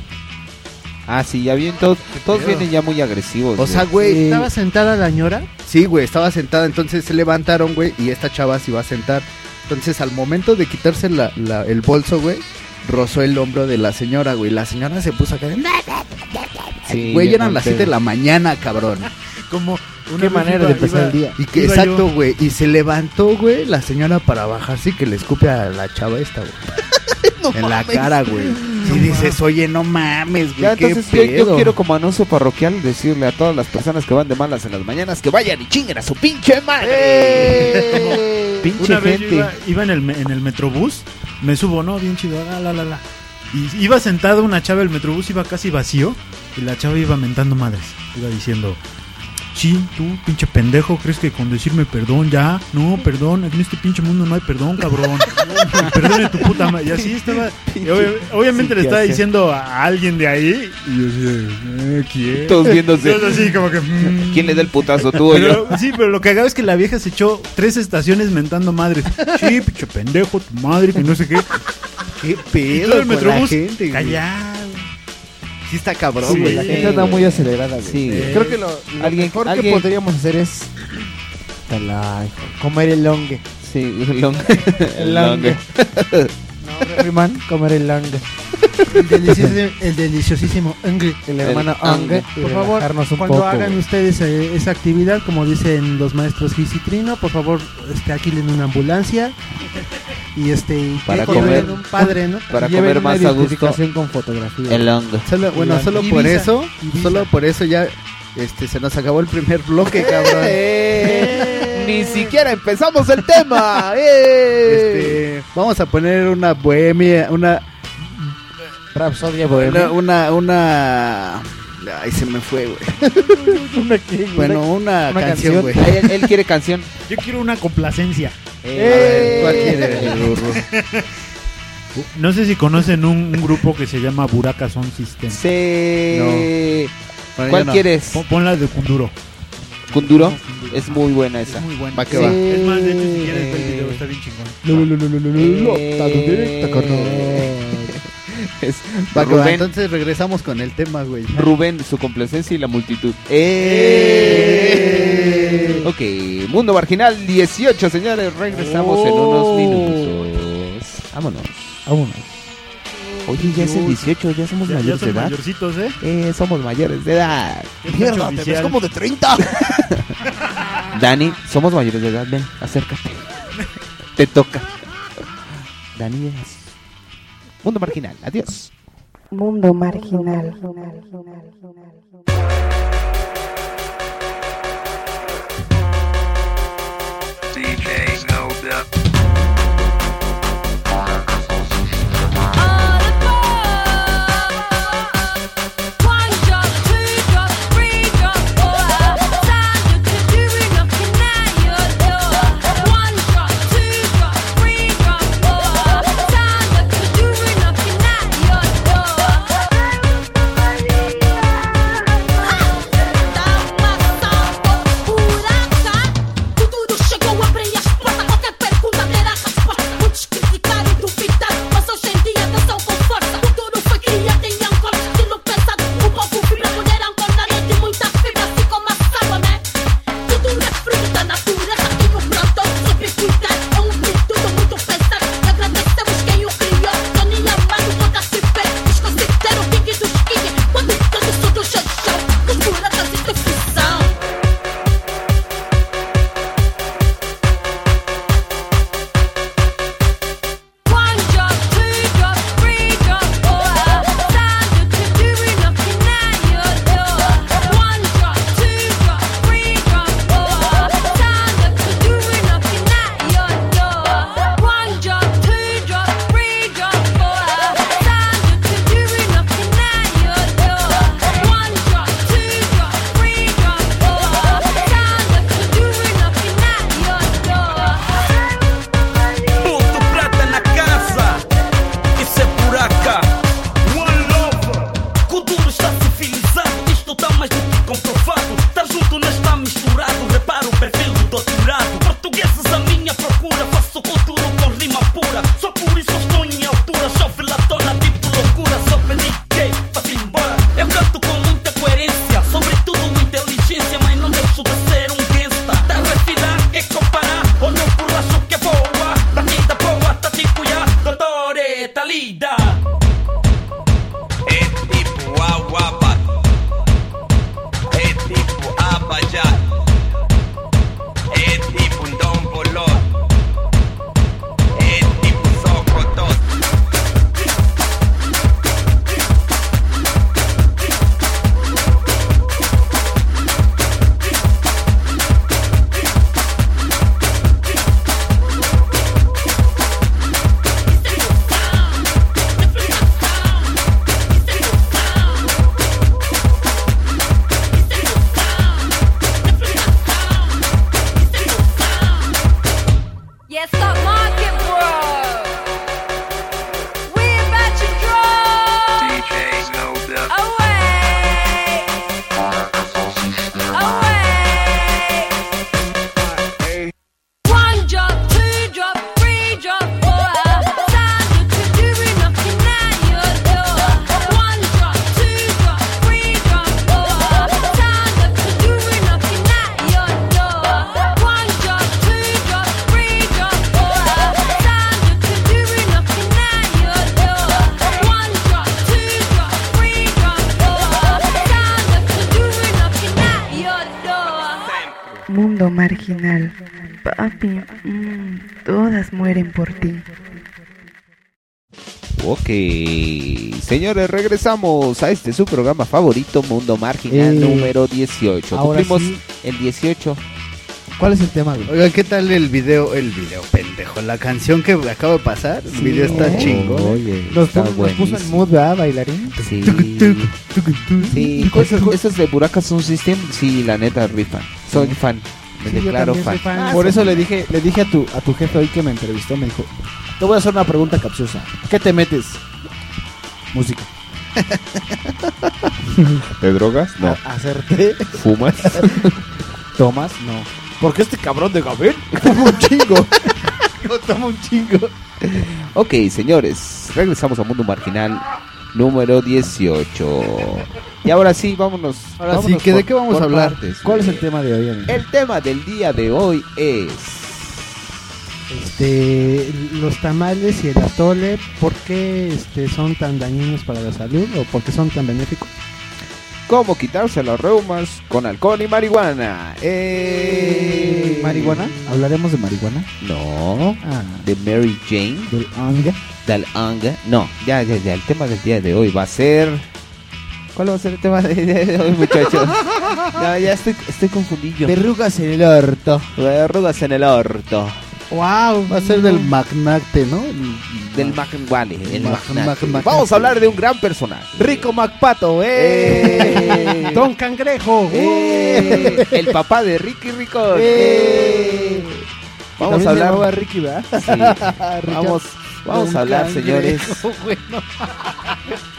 S3: Ah, sí, ya bien, todos, todos vienen ya muy agresivos.
S5: O sea,
S3: güey.
S5: güey.
S12: ¿Estaba sentada la ñora?
S5: Sí, güey, estaba sentada. Entonces se levantaron, güey, y esta chava se iba a sentar. Entonces al momento de quitarse la- la- el bolso, güey, rozó el hombro de la señora, güey. La señora se puso acá. de-
S3: Sí,
S5: Güey,
S3: bien
S5: eran
S3: mal
S5: las
S3: pedo.
S5: 7 de la mañana, cabrón.
S8: Como una
S12: Qué
S8: vez
S12: manera
S8: iba-
S12: de empezar
S8: iba-
S12: el día.
S5: Y que,
S8: Iba
S5: exacto,
S8: yo.
S5: güey. Y se levantó, güey, la señora para bajarse y que le escupe a la chava esta, güey. en la cara, güey. Y dices, oye, no mames,
S3: Ya,
S5: güey. ¿Qué
S3: entonces yo, yo
S5: pedo?
S3: quiero como anuncio parroquial decirle a todas las personas que van de malas en las mañanas que vayan y chinguen a su pinche
S5: ¡Eh!
S3: madre. pinche
S11: Una vez yo
S3: gente.
S11: iba, iba en, el, me- en el metrobús, me subo, ¿no? Bien chido, ah, la, la, la, la. Y iba sentada una chava, el metrobús iba casi vacío, y la chava iba mentando madres. Iba diciendo, sí, tú, pinche pendejo, ¿crees que con decirme perdón ya? No, perdón, en este pinche mundo no hay perdón,
S3: [LAUGHS]
S11: cabrón. perdón en tu puta madre. Y así estaba. y obvia- obviamente le estaba diciendo a alguien de ahí, y yo así, de, "Eh, ¿quién?
S3: Todos viéndose.
S11: Entonces, así como que, mm.
S3: [LAUGHS] ¿Quién le da el putazo, tú o yo?
S11: Pero- sí, pero lo que cagado es que la vieja se echó tres estaciones mentando madres. Sí, pinche pendejo, tu madre, que no sé qué.
S5: ¿Qué
S11: Y
S5: pedo
S11: todo el
S5: con la
S11: metrobús.
S5: gente, güey?
S11: Callado.
S5: Sí está cabrón,
S11: Sí,
S5: güey.
S12: La
S11: Sí,
S12: gente anda
S3: güey.
S12: muy acelerada, güey.
S3: Sí.
S11: Eh,
S12: Creo que lo, lo
S3: Alguien-
S12: mejor
S3: alguien-
S12: que podríamos hacer es... Talay, comer el longue.
S3: Sí, el long. [LAUGHS] el long.
S12: No, Riman, comer el longue.
S8: El deliciosísimo, el deliciosísimo Angry.
S12: El
S3: El
S12: hermano longue.
S3: longue.
S8: Por favor, cuando hagan ustedes eh, esa actividad, como dicen los maestros Gis y Trino, por favor, este, alquilen una ambulancia y este y
S3: Para
S8: que lleven
S3: comer.
S8: un padre, ¿no?
S3: Para comer más a gusto,
S12: con fotografía.
S3: el long.
S5: Solo- bueno,
S8: Ibiza,
S5: solo por
S8: Ibiza,
S5: eso,
S8: Ibiza.
S5: solo por eso ya este se nos acabó el primer bloque, cabrón. Eh.
S3: Ni siquiera empezamos el
S5: [LAUGHS]
S3: tema. ¡Eh!
S5: Este, vamos a poner una bohemia, una
S12: Rapsodia
S5: una
S12: bohemia.
S5: una, una- ay se me fue, [LAUGHS] güey. Bueno, una,
S12: una
S5: canción,
S12: canción.
S5: güey.
S3: Ay, Él, él quiere canción. Eh,
S11: Yo quiero una complacencia.
S5: A ver, Eh, ¿Cuál quieres, [LAUGHS] Rurro?
S11: No sé si conocen un, un grupo que se llama Buraka Sound System.
S3: Sí.
S5: Bueno,
S3: ¿Cuál
S5: yo no.
S3: quieres?
S11: Pon- Ponla de Kunduro.
S3: ¿Kunduro? Es muy buena esa.
S11: Es muy buena.
S5: Va que
S11: Sí.
S5: va.
S11: Es más, de hecho, si quieres ver el video, está bien chingón.
S3: Eh, [LAUGHS] Es
S5: Va que va,
S3: Rubén,
S5: Entonces regresamos con el tema, güey.
S3: Rubén, su complacencia y la multitud.
S5: ¡Eh!
S3: Ok, Mundo Marginal 18, señores. Regresamos
S5: Oh.
S3: en unos minutos. Vámonos.
S12: Vámonos.
S3: Oye, ya es el 18, ya somos
S11: Ya, ya
S3: mayores de
S11: son
S3: edad.
S11: mayorcitos, ¿eh?
S3: Eh, somos mayores de edad.
S11: Ya es fecha oficial.
S3: de 30. [LAUGHS] Dani, somos mayores de edad, ven, acércate. Te toca. Dani, es- Mundo Marginal, adiós.
S13: Mundo marginal.
S4: Yeah.
S13: né? é É um
S14: Tá tipo é um Tá é tá tipo,
S13: Mundo marginal. Papi, mm, todas mueren por ti.
S3: Ok. Señores, regresamos a este su programa favorito, Mundo Marginal
S12: Eh,
S3: número 18.
S12: ahora
S3: Cumplimos
S12: sí.
S3: el 18.
S12: ¿Cuál es el tema, güey?
S5: Oiga, ¿qué tal el video? El video, pendejo. La canción que acaba de pasar. El video está
S12: ¿no?
S5: chingón.
S3: Oye,
S12: Nos, pu-
S3: está
S12: nos puso en
S3: buenísimo.
S12: mood, ¿verdad, bailarín?
S3: Sí. Sí, esas, esas de Buraka Sound System, sí, la neta, rifan. Soy fan. Me
S12: Sí, yo
S3: declaro
S12: también
S3: fan.
S12: soy fan.
S4: Por eso le dije, le dije a tu, a tu jefe hoy que me entrevistó, me dijo, te voy a hacer una pregunta capciosa. ¿Qué te metes?
S3: [LAUGHS]
S4: Música.
S3: ¿Te drogas? No.
S4: ¿Hacerte?
S3: ¿Fumas?
S4: ¿Tomas? No. Porque este cabrón de Gabriel toma un chingo. toma un chingo.
S3: [LAUGHS] Ok, señores, regresamos a Mundo Marginal número 18. Y ahora sí, vámonos.
S5: Ahora sí,
S3: vámonos
S5: ¿que de
S3: por-
S5: qué vamos
S3: por
S5: a hablar?
S3: partes,
S4: ¿Cuál es
S3: güey.
S4: el tema de hoy, amigo?
S3: El tema del día de hoy es...
S8: Este, los tamales y el atole, ¿por qué este, son tan dañinos para la salud o por qué son tan benéficos?
S3: ¿Cómo quitarse las reumas con alcohol y marihuana? Eh...
S4: ¿Marihuana? ¿Hablaremos de marihuana?
S3: No.
S4: Ah,
S3: De Mary Jane.
S4: del anga.
S3: Del Anga. No, ya, ya, ya. El tema del día de hoy va a ser. ¿Cuál va a ser el tema del día de hoy, [LAUGHS] muchachos? no, ya estoy, estoy confundido.
S4: Verrugas en el orto.
S3: Verrugas en el orto.
S4: ¡Wow!
S5: Va a ser del magnate, ¿no?
S3: Del Mac Valley, el
S5: Mac-
S3: magnate.
S5: Mac- Mac-
S3: Vamos a hablar de un gran personaje.
S4: Rico Macpato,
S3: ¡Eh!
S8: ¡Don Cangrejo!
S3: ¡Eh! El papá de Ricky Rico.
S4: ¡Eh!
S3: Vamos a
S4: También se llamaba
S3: hablar.
S4: Ricky, ¿verdad? [LAUGHS]
S3: sí. Vamos, vamos a hablar, señores,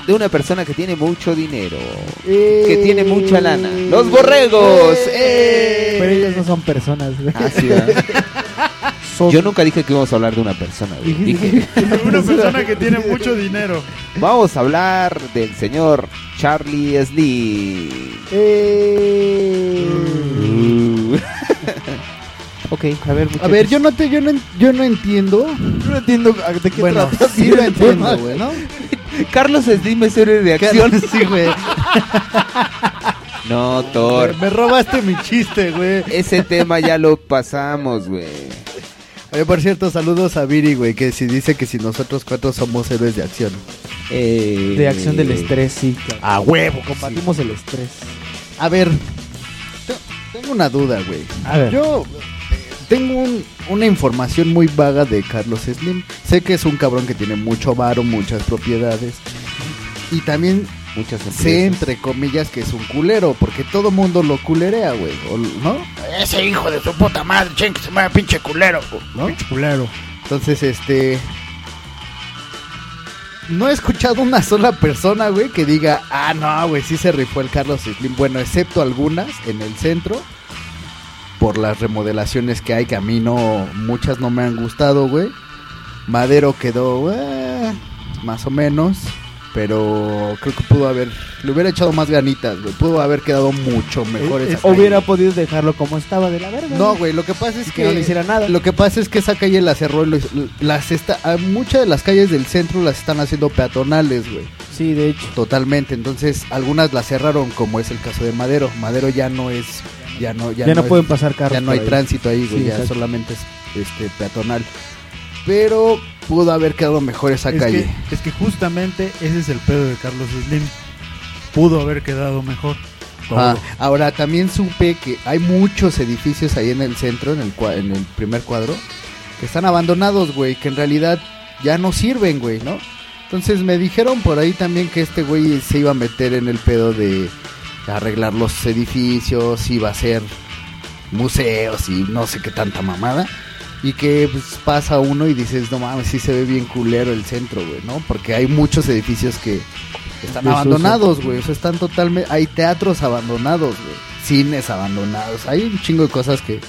S3: de una persona que tiene mucho dinero.
S4: Eh.
S3: que tiene mucha lana. ¡Los borregos! ¡Eh!
S12: Pero ellos no son personas, güey.
S3: Ah, sí,
S4: [LAUGHS]
S3: ¿verdad? Yo nunca dije que íbamos a hablar de una persona.
S4: [LAUGHS]
S3: güey. Dije,
S11: Una persona que tiene mucho dinero.
S3: vamos a hablar del señor Charlie Slee.
S5: Eh.
S3: Uh. ok, a ver,
S5: A ver, yo no te, yo no, en- yo no entiendo.
S4: No entiendo de qué
S5: Bueno,
S4: trata.
S5: sí lo entiendo, güey, ¿no?
S3: [LAUGHS] Carlos Slim es héroe de acción.
S5: [LAUGHS] Sí, güey.
S3: No, Thor.
S5: Me robaste mi chiste, güey.
S3: Ese tema ya lo pasamos, güey.
S5: Oye, por cierto, saludos a Viri, güey, que si dice que si nosotros cuatro somos héroes de acción.
S3: Eh,
S4: De acción del estrés, sí. claro.
S5: A huevo,
S4: Combatimos el estrés.
S5: A ver, te- tengo una duda, güey.
S8: A ver.
S5: Yo eh, tengo un- una información muy vaga de Carlos Slim. Sé que es un cabrón que tiene mucho varo, muchas propiedades. Y también
S3: Muchas
S5: sé,
S3: empresas.
S5: entre comillas, que es un culero, porque todo mundo lo culerea, güey, o- ¿no? Ese hijo de su puta madre, ching, que se muera pinche culero, ¿no?
S11: Claro.
S5: Entonces, este... No he escuchado una sola persona, güey, que diga, ah, no, güey, sí se rifó el Carlos Slim. Bueno, excepto algunas en el centro, por las remodelaciones que hay, que a mí no, muchas no me han gustado, güey. Madero quedó, eh, más o menos, pero creo que pudo haber, le hubiera echado más ganitas, güey, pudo haber quedado mucho mejor. esa calle.
S4: Eh, Hubiera podido dejarlo como estaba de la verga.
S5: No, güey, lo que pasa es
S4: que no le hiciera nada.
S5: lo que pasa es que esa calle la cerró y lo- las está, a muchas de las calles del centro las están haciendo peatonales, güey.
S4: Sí, de hecho.
S5: Totalmente. Entonces, algunas las cerraron, como es el caso de Madero. Madero ya no es, ya no, ya,
S4: Ya, no,
S5: es-
S4: pueden pasar carros.
S5: ya no hay
S4: por ahí.
S5: tránsito ahí, güey.
S4: Sí,
S5: ya
S4: exacto.
S5: solamente es este peatonal. Pero pudo haber quedado mejor esa
S11: Es
S5: calle.
S11: que, es que justamente ese es el pedo de Carlos Slim. Pudo haber quedado mejor.
S5: Ah, ahora también supe que hay muchos edificios ahí en el centro, en el cua- en el primer cuadro, que están abandonados, güey, que en realidad ya no sirven, güey, ¿no? Entonces me dijeron por ahí también que este güey se iba a meter en el pedo de arreglar los edificios, iba a hacer museos y no sé qué tanta mamada. Y que pues, pasa uno y dices, no mames, sí se ve bien culero el centro, güey, ¿no? Porque hay muchos edificios que están
S4: Desuso.
S5: abandonados, güey. O sea, están totalmente... Hay teatros abandonados, güey. Cines abandonados. Hay un chingo de cosas que...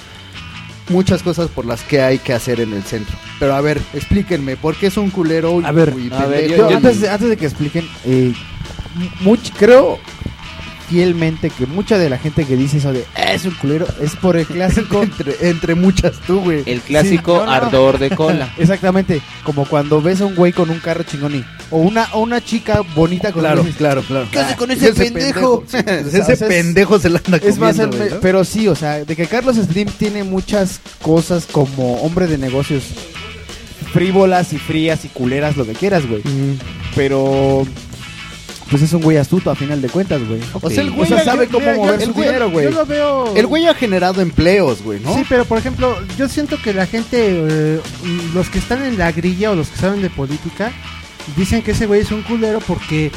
S5: Muchas cosas por las que hay que hacer en el centro. Pero a ver, explíquenme, ¿por qué es un culero? y-
S4: A ver,
S5: y
S4: a
S5: pendejo
S12: ah,
S4: ver,
S5: y-
S4: yo- antes, de, antes de que expliquen, eh, much- creo
S12: fielmente que mucha de la gente que dice eso de "Ah, es un culero es por
S5: [LAUGHS]
S12: el clásico
S5: entre, entre muchas tú, güey.
S3: El clásico
S12: no, no.
S3: ardor de
S5: [LAUGHS]
S3: cola.
S12: Exactamente, como cuando ves a un güey con un carro chingón y- o una o una chica bonita con
S11: [LAUGHS]
S5: Claro,
S12: dices,
S5: claro, claro.
S2: ¿Qué hace con ese pendejo?
S5: Sí, pues,
S12: O sea,
S5: ese
S12: es-
S5: pendejo se la anda comiendo,
S12: Es más, el-
S5: güey, ¿no?
S12: pero sí, o sea, de que Carlos Slim tiene muchas cosas como hombre de negocios frívolas y frías y culeras, lo que quieras, güey. Pero pues es un güey astuto a final de cuentas, güey.
S5: O sea, el güey
S12: O sea,
S5: ya-
S12: sabe
S5: ya-
S12: cómo
S5: ya-
S12: mover
S5: el
S12: su
S5: güey-
S12: dinero, güey.
S8: Yo lo veo.
S5: El güey ha generado empleos, güey, ¿no?
S8: Sí, pero por ejemplo, yo siento que la gente, eh, los que están en la grilla o los que saben de política, dicen que ese güey es un culero porque.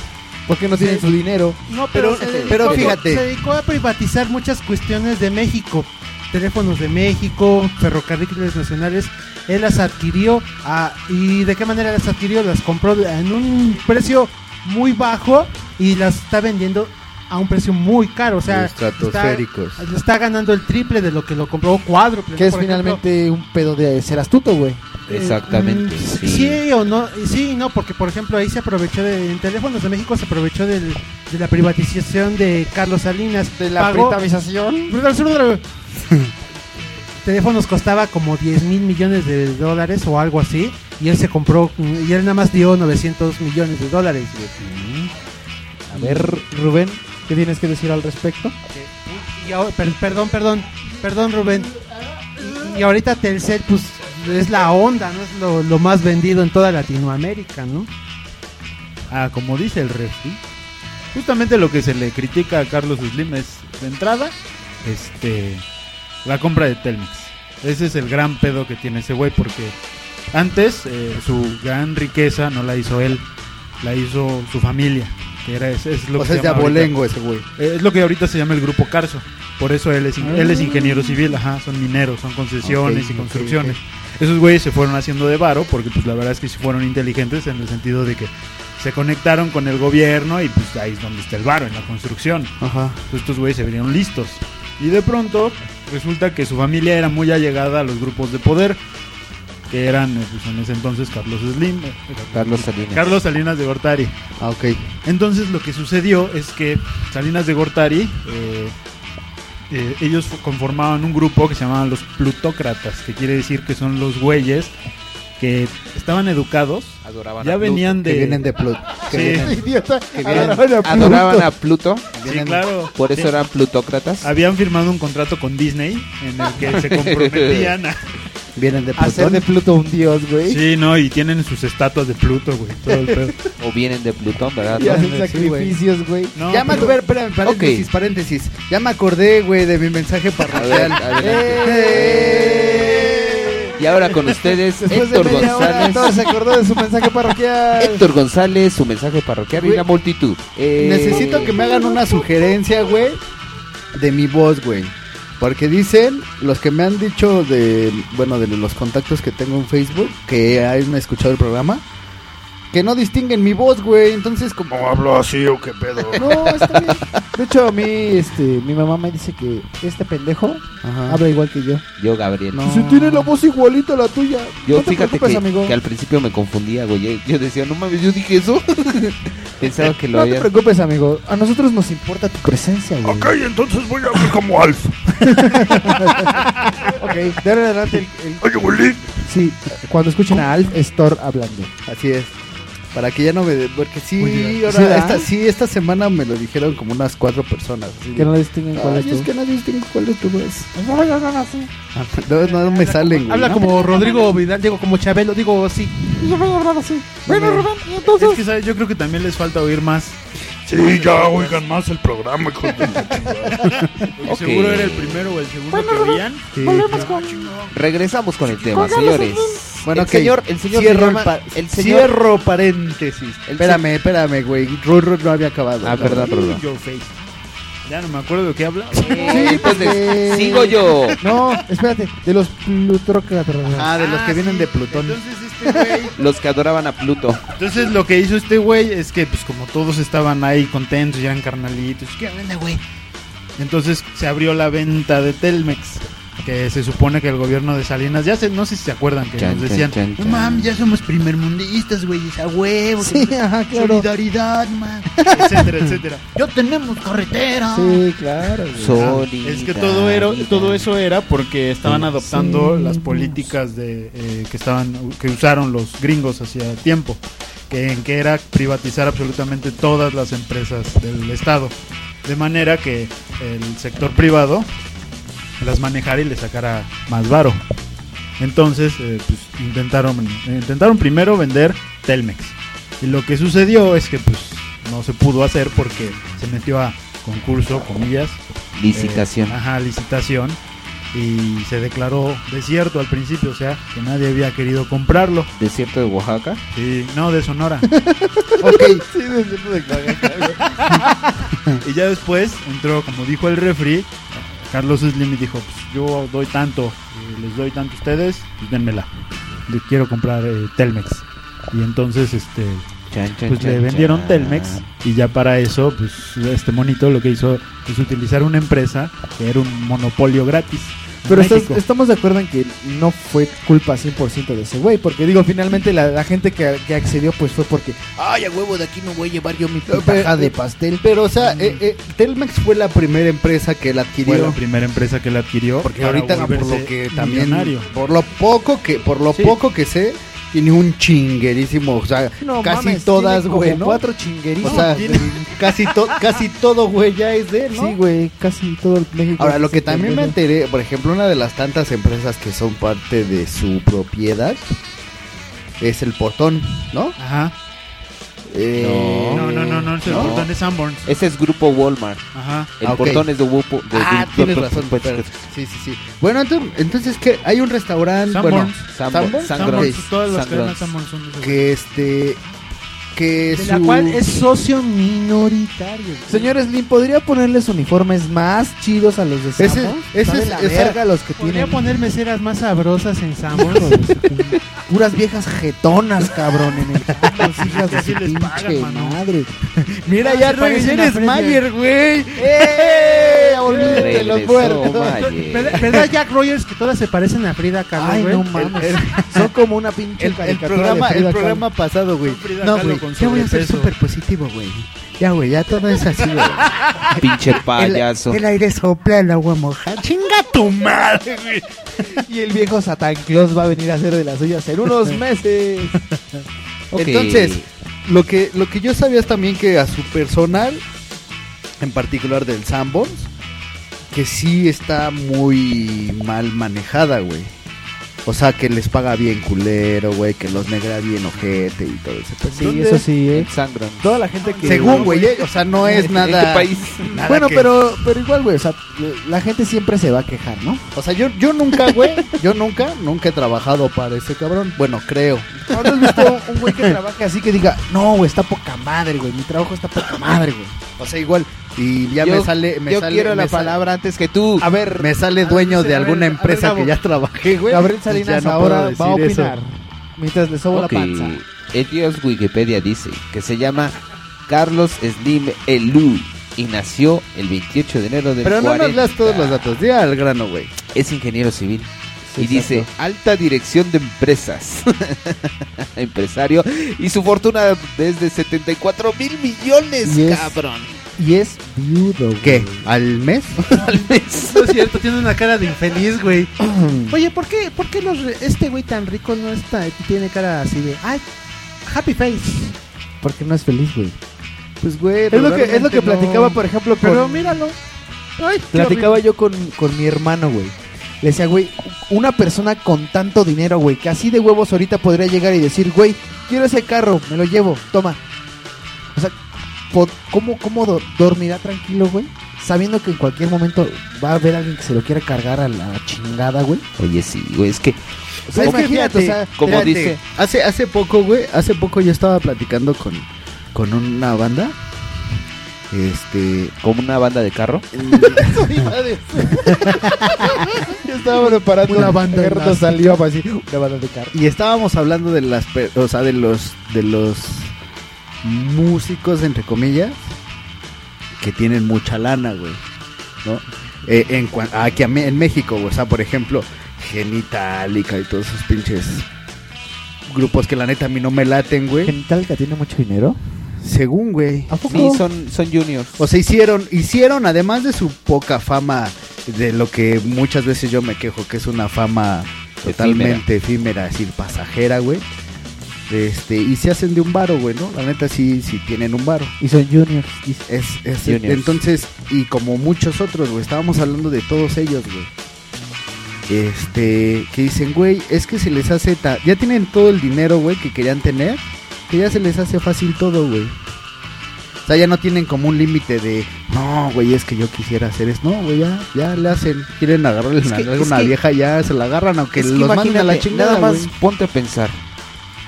S12: Porque no tienen
S8: Sí.
S12: su dinero.
S8: No,
S5: Pero- pero fíjate.
S8: Se dedicó a privatizar muchas cuestiones de México. Teléfonos de México, ferrocarriles nacionales. Él las adquirió. ah, ¿Y de qué manera las adquirió? Las compró en un precio muy bajo y las está vendiendo a un precio muy caro. O sea,
S5: Estratosféricos.
S8: Está, está ganando el triple de lo que lo compró, cuádruple.
S12: Que
S8: ¿no?
S12: es
S8: Por ejemplo,
S12: finalmente un pedo de ser astuto, güey.
S8: eh,
S3: Exactamente,
S8: mm,
S3: sí.
S8: sí. o no, sí y no, porque por ejemplo ahí se aprovechó de, en Teléfonos de México se aprovechó del- de la privatización de Carlos Salinas. Pagó-
S12: privatización.
S8: [LAUGHS] Teléfonos costaba como 10 mil millones de dólares o algo así. Y él se compró, mm, y él nada más dio 900 millones de dólares. güey.
S12: A ver, Rubén, ¿qué tienes que decir al respecto?
S8: Y ahora- per- perdón, perdón, perdón Rubén. Y, y ahorita Telcel, pues es la onda, ¿no? Es lo, lo más vendido en toda Latinoamérica, ¿no?
S11: Ah, como dice el refri, justamente lo que se le critica a Carlos Slim es de entrada, este, la compra de Telmex. Ese es el gran pedo que tiene ese güey porque antes eh, su gran riqueza no la hizo él, la hizo su familia. Que era, es, es lo
S5: O
S11: que
S5: sea,
S11: se
S5: es de
S11: llama ahorita-
S5: abolengo ese güey.
S11: eh, Es lo que ahorita se llama el grupo Carso. Por eso él es, in- él es ingeniero civil, ajá, son mineros, son
S5: Ah.
S11: concesiones
S5: Ok,
S11: y
S5: ok,
S11: construcciones. Esos güeyes se fueron haciendo de varo porque pues la verdad es que sí fueron inteligentes en el sentido de que se conectaron con el gobierno y pues ahí es donde está el varo, en la construcción.
S5: Ajá.
S11: Entonces estos güeyes se venían listos. Y de pronto resulta que su familia era muy allegada a los grupos de poder, que eran eh, pues, en ese entonces Carlos Slim, eh,
S3: Carlos Salinas.
S11: Carlos Salinas de Gortari.
S5: Ah, ok.
S11: Entonces lo que sucedió es que Salinas de Gortari, eh, eh, ellos fu- conformaban un grupo que se llamaban los plutócratas, que quiere decir que son los güeyes que estaban educados,
S3: Adoraban
S11: ya
S3: a Pluto.
S11: venían
S5: Que
S11: de...
S5: vienen de Pluto. Que
S11: Sí.
S5: vienen-
S12: Idiota.
S5: que vienen-
S12: Adoraban a Pluto.
S3: Adoraban a Pluto,
S11: Sí, Ah.
S5: vienen-
S11: claro.
S3: por eso
S11: Sí.
S3: eran plutócratas.
S11: Habían firmado un contrato con Disney en el que se comprometían a...
S5: Vienen
S4: Pues
S5: de
S12: Hacer
S5: Plutón.
S12: de Pluto un dios, güey.
S11: Sí, no, y tienen sus estatuas de Pluto, güey. Todo el pedo.
S3: O vienen de Plutón,
S12: [LAUGHS]
S3: ¿verdad?
S12: Y hacen
S5: Sí,
S12: sacrificios, güey.
S11: No,
S5: ya me
S11: pero-
S5: acordé, espérame, paréntesis,
S3: Ok.
S5: paréntesis. Ya me acordé, güey, de mi mensaje parroquial. Eh.
S3: Adel- adelante. Y ahora con ustedes,
S12: Después de
S3: Héctor
S12: media hora,
S3: González.
S12: todo se acordó de su mensaje parroquial.
S3: Héctor González, su mensaje parroquial y
S5: Güey,
S3: una multitud. Eh,
S5: Necesito que me hagan una sugerencia, güey, de mi voz, güey. Porque dicen, los que me han dicho de, bueno, de los contactos que tengo en Facebook, que han escuchado el programa, que no distinguen mi voz, güey. Entonces, como hablo así o qué [LAUGHS] pedo.
S12: No, está bien. De hecho, a mí, este, mi mamá me dice que este pendejo
S5: Ajá.
S12: habla igual que yo.
S3: Yo, Gabriel.
S5: No.
S12: Si tiene la voz igualita a la tuya.
S3: Yo,
S12: no te
S3: fíjate
S12: preocupes,
S3: que,
S12: amigo.
S3: que al principio me confundía, güey. Yo- Yo decía, no mames, yo dije eso. [LAUGHS] Pensaba que lo
S12: No te
S3: había.
S12: preocupes, amigo. A nosotros nos importa tu presencia, güey. Ok, entonces voy a hablar como Alf. ok, de ahora en adelante. El, el- Sí, cuando escuchen a Alf Store hablando.
S5: Así es. Para que ya no me... de- Porque sí,
S12: bien.
S5: ahora,
S12: ¿Sí, verdad?
S5: esta, sí, esta semana me lo dijeron como unas cuatro personas. así de,
S12: Que no distinguen cuál
S5: "Ay,
S12: es
S5: es
S12: tu.
S5: que no distingo cuál es tu
S8: Pues,
S5: voz. No, no, me salen, güey.
S8: Habla
S5: ¿no?
S8: como Rodrigo Vidal, digo como Chabelo, digo así.
S12: Bueno, Rubén, entonces.
S11: Es que, ¿sabes? Yo creo que también les falta oír más.
S15: Sí, ya oigan más el programa. hijos de la
S11: [LAUGHS]
S15: chingada.
S11: Porque
S3: Ok.
S11: Seguro era el primero o el segundo que oían.
S12: Volvemos con.
S3: Regresamos con el tema, señores.
S5: Bueno,
S3: el
S5: ok.
S3: señor, el señor,
S5: Cierro
S3: se
S5: el
S3: llama-
S5: pa-
S3: el señor
S5: Cierro paréntesis.
S3: El
S5: espérame, espérame, güey. Rurro no había acabado.
S3: Ah,
S5: No,
S3: perdón,
S5: no.
S3: perdón.
S11: Yo, Face. Ya no me acuerdo de qué habla.
S3: Eh, entonces,
S12: porque-
S3: sigo yo.
S12: No, espérate, de los plutócratas.
S5: [LAUGHS] Ah, de los que vienen de Plutón.
S11: Entonces, este güey.
S3: Los que adoraban a Pluto.
S11: Entonces, lo que hizo este güey es que, pues, como todos estaban ahí contentos, ya eran carnalitos. ¿Qué onda, güey? Entonces, se abrió la venta de Telmex. que se supone que el gobierno de Salinas, ya se, no sé si se acuerdan que
S3: Chan,
S11: nos decían,
S3: chan,
S11: "No
S3: chan,
S11: mames, ya somos primermundistas, güey, a huevo,
S12: Sí, ajá, claro.
S11: solidaridad, man", etcétera, etcétera. Yo tenemos carretera.
S12: Sí, claro. güey.
S3: Solidaridad.
S11: Es que todo era, todo eso era porque estaban adoptando las políticas de eh, que estaban que usaron los gringos hacía tiempo, que en que era privatizar absolutamente todas las empresas del estado, de manera que el sector privado las manejara y le sacara más varo. Entonces, eh, pues, intentaron intentaron primero vender Telmex. Y lo que sucedió es que pues no se pudo hacer porque se metió a concurso, comillas,
S3: Licitación.
S11: eh, ajá, licitación. Y se declaró desierto al principio, o sea, que nadie había querido comprarlo.
S3: Desierto de Oaxaca.
S11: Y no, de
S4: [LAUGHS]
S11: Sonora.
S12: Sí, desde de
S11: y ya después entró, como dijo el refri, Carlos Slim y dijo, pues yo doy tanto, eh, les doy tanto a ustedes, pues denmela. Le quiero comprar eh, Telmex. Y entonces, este,
S3: Chan, chan,
S11: pues le
S3: chan,
S11: vendieron
S3: chan.
S11: Telmex y ya para eso, pues este monito lo que hizo es utilizar una empresa que era un monopolio gratis. en
S4: Pero estás-
S11: México.
S4: estamos de acuerdo en que no fue culpa 100% de ese güey, porque digo, finalmente la, la gente que, que accedió pues fue porque...
S12: Ay, a huevo, de aquí me voy a llevar yo mi
S5: pero-
S12: taja de pastel.
S5: Pero, o sea, eh, eh, Telmex fue la primera empresa que la adquirió.
S11: fue la primera empresa que la adquirió.
S5: porque
S11: para
S5: ahorita, por lo
S11: volverse
S5: que también.
S11: millonario.
S5: Por lo poco que, por lo
S11: Sí.
S5: poco que sé, tiene un chinguerísimo. O sea, casi todas, güey. ¿no?
S4: cuatro chinguerías.
S5: O sea,
S11: tiene-
S5: casi, to- casi todo, güey, ya es de él, ¿no?
S4: Sí, güey, casi todo el México.
S5: Ahora, lo
S4: se
S5: que también me
S4: perdió.
S5: enteré, por ejemplo, una de las tantas empresas que son parte de su propiedad es el portón, ¿no?
S11: Ajá.
S5: Eh,
S11: No, no, no, no, es el
S5: ¿No?
S11: portón de Sanborns.
S3: Ese es Grupo Walmart.
S11: Ajá.
S3: El
S5: Ah, ok.
S3: portón es de Grupo. de-
S5: Ah,
S3: de-
S5: tienes
S3: de-
S5: razón.
S3: pues,
S5: espera. Sí, sí, sí. Bueno, entonces, entonces ¿qué? Hay un restaurante,
S11: Sanborns.
S5: bueno,
S3: Sanborns.
S5: Sanborns,
S3: Sanborns.
S5: ok,
S11: Todas las
S3: Sanborns.
S11: cadenas Sanborns son de ese-
S5: que este que
S8: De
S5: su
S8: la cual es socio minoritario. güey.
S4: Señor Slim, ¿podría ponerles uniformes más chidos a los de
S5: Ese-
S4: Samo?
S5: ese
S4: Está de
S5: es-
S4: la
S5: esa-
S4: verga los que
S8: Podría
S4: tienen
S8: poner meseras más sabrosas en Sanborns. [LAUGHS]
S4: puras viejas jetonas, cabrón, [LAUGHS] en el campus, hijas de
S11: Así
S4: su
S11: les
S4: pinche
S11: pagan, mano.
S4: madre.
S5: Mira,
S8: ya revisé el Smayer,
S5: güey.
S4: ¡Eh!
S5: [LAUGHS]
S3: Regresó, Mayer.
S8: ¿Verdad, verdad, Jack Rogers que todas se parecen a Frida Kahlo,
S4: Ay,
S8: güey?
S4: no mames. Son como una pinche
S5: El, el
S4: caricatura de
S5: programa,
S4: Frida
S5: el
S4: Kahlo.
S5: programa pasado, güey.
S11: Frida
S5: No,
S11: Kahlo
S5: güey.
S11: con
S5: Ya voy a ser
S11: sobrepeso.
S5: súper positivo, güey. Ya, güey, ya todo es así, güey.
S3: Pinche payaso.
S5: aire sopla, el agua moja. Chinga tu madre, güey.
S4: Y el viejo Satan Claus va a venir a hacer de las suyas en unos meses.
S3: Ok.
S5: Entonces, lo que, lo que yo sabía es también que a su personal, en particular del Sanborns, que sí está muy mal manejada, güey. O sea, que les paga bien culero, güey, que los negra bien ojete y todo eso.
S4: Sí, eso sí, eh.
S3: El Sangron.
S4: Toda la gente que...
S5: Según, güey, eh, o sea, no es
S3: ¿En qué
S5: nada...
S3: país?
S5: nada
S4: Bueno,
S5: que-
S4: pero, pero igual, güey, o sea, la gente siempre se va a quejar, ¿no?
S5: O sea, yo, yo
S4: [LAUGHS]
S5: nunca, güey, yo nunca, nunca he trabajado para ese cabrón. Bueno, creo.
S4: ¿No te has visto un güey que trabaja así que diga, no, güey, está poca madre, güey, mi trabajo está poca madre, güey?
S5: O sea, igual. Y ya
S3: Yo-
S5: me sale... Me
S3: Yo
S5: sale-
S3: quiero la
S5: me sale-
S3: palabra antes que tú.
S5: A ver, me sale dueño de alguna empresa que ya trabajé, güey.
S4: Gabriel
S5: pues Ya
S4: Salinas
S5: no
S4: ahora
S5: puedo
S4: va a
S5: decir eso.
S4: opinar mientras le sobo
S3: Ok,
S4: la panza.
S3: El dios Wikipedia dice que se llama Carlos Slim Elú y nació el 28 de enero del
S5: Pero no nos
S3: 40.
S5: das todos los datos. Dí al grano, güey.
S3: Es ingeniero civil.
S4: Sí,
S3: y dice,
S4: exacto.
S3: alta dirección de empresas. [LAUGHS] Empresario. Y su fortuna desde 74 mil millones,
S4: Yes.
S3: cabrón.
S4: Y es viudo, güey.
S5: ¿Qué? ¿Al mes?
S3: Tal vez.
S8: No es cierto, tiene una cara de infeliz, güey. Oye, ¿por qué, por qué los re- este güey tan rico no está, tiene cara así de... Ay, happy face.
S4: Porque no es feliz, güey.
S5: Pues, güey.
S4: Es lo que, es lo que platicaba, por ejemplo, con...
S8: Pero míralo. Ay, qué
S4: Platicaba yo con, con mi hermano, güey. Le decía, güey, una persona con tanto dinero, güey, que así de huevos ahorita podría llegar y decir, güey, quiero ese carro, me lo llevo, toma. O sea, po- ¿cómo, cómo do- dormirá tranquilo, güey? Sabiendo que en cualquier momento va a haber alguien que se lo quiera cargar a la chingada, güey.
S3: Oye, sí, güey, es que
S4: O sea, imagínate, o sea,
S3: como
S5: Espérate,
S3: dice,
S5: Hace, hace poco, güey, hace poco yo estaba platicando con, con una banda. Este.
S3: como una banda de
S5: [LAUGHS]
S3: carro.
S4: yo estaba preparando una banda.
S5: de
S4: Gerardo
S5: más.
S4: salió así, una banda de carro.
S5: Y estábamos hablando de las, per- o sea, de los, de los músicos entre comillas que tienen mucha lana, güey, ¿no? eh, en, cuan- aquí a Me- en México, güey. o sea, por ejemplo, Genitalica y todos esos pinches grupos que la neta a mí no me laten, güey.
S4: ¿Genitalica tiene mucho dinero?
S5: Según, güey.
S3: Sí, son, son juniors.
S5: O sea, hicieron, hicieron, además de su poca fama, de lo que muchas veces yo me quejo, que es una fama totalmente efímera, es decir, pasajera, güey. Este, y se hacen de un varo, güey, ¿no? La neta sí, sí tienen un varo.
S4: Y son juniors. dice.
S5: Es, es-
S3: Juniors.
S5: entonces, y como muchos otros, güey, estábamos hablando de todos ellos, güey. Este, que dicen, güey, es que se les hace, ta- ya tienen todo el dinero, güey, que querían tener, que ya se les hace fácil todo, güey. O sea, ya no tienen como un límite de, no, güey, es que yo quisiera hacer eso. No, güey, ya, ya le hacen, quieren agarrarle
S3: Es
S5: una,
S3: que-
S5: alguna
S3: es que-
S5: vieja, ya se la agarran, aunque
S3: Es que
S5: los manden a la
S3: imagínate,
S5: chingada,
S3: Nada más
S5: güey.
S3: ponte a pensar.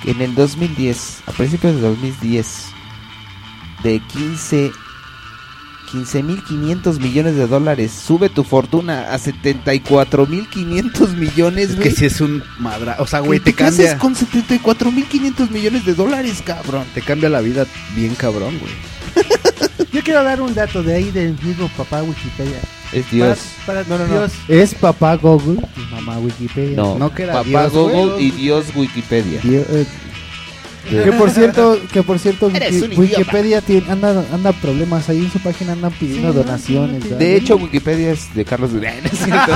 S3: que En el 2010, a principios del 2010, de 15 15.500 millones de dólares, sube tu fortuna a 74.500 millones.
S5: Es que
S3: güey.
S5: si es un madra, o sea,
S3: ¿Qué-
S5: güey,
S3: qué
S5: te
S3: haces
S5: cambia,
S3: con 74.500 millones de dólares, cabrón?
S5: te cambia la vida bien cabrón, güey.
S8: Yo quiero dar un dato de ahí del mismo papá Wikipedia.
S3: Es Dios.
S8: Para, para Dios.
S4: Es papá Google y mamá Wikipedia.
S3: No,
S5: No, que era
S3: papá
S5: Dios, güey.
S3: Google y Dios Wikipedia.
S4: Tío, eh,
S5: Eh.
S4: que por cierto, que por cierto,
S2: Eres un
S4: Wiki- Wikipedia tiene, anda, anda problemas ahí en su página andan pidiendo donaciones. ¿verdad?
S3: De hecho, Wikipedia es de Carlos Durán. [LAUGHS] ¿no es cierto?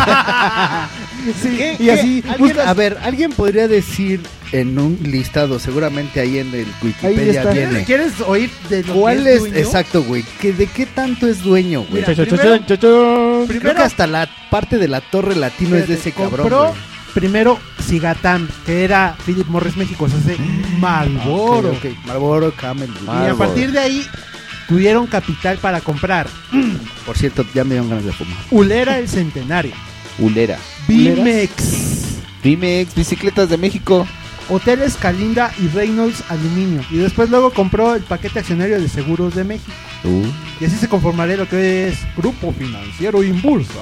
S4: Sí,
S5: ¿Qué-
S4: y
S5: qué?
S4: así
S5: ¿Alguien-
S4: buscas-
S5: a ver, alguien podría decir en un listado, seguramente ahí en el
S4: Ahí
S5: Wikipedia
S4: está.
S5: viene.
S8: ¿Quieres oír de lo
S5: ¿Cuál
S8: que
S5: es?
S8: dueño?
S5: Exacto, güey. que ¿De qué tanto es dueño, güey?
S8: Mira,
S11: Cha, cha, cha,
S8: primero-
S11: cha, cha.
S5: Creo que
S8: Primero,
S5: hasta la parte de la torre latino es de ese cabrón.
S8: compró
S5: güey.
S8: primero Cigatam, que era Philip Morris México, o sea, ese Malboro.
S5: Ok, ok. Marlboro Camel. güey.
S8: Y a partir de ahí tuvieron capital para comprar
S5: Por cierto, ya me dieron ganas de fumar.
S8: Ulera el
S4: [LAUGHS]
S8: Centenario,
S3: Ulera.
S8: Bimex,
S3: Vimex, Bicicletas de México.
S8: Hoteles Calinda y Reynolds Aluminio. Y después luego compró el paquete accionario de seguros de México.
S4: Uh.
S8: Y así se conformaré lo que hoy es Grupo Financiero Impulsa,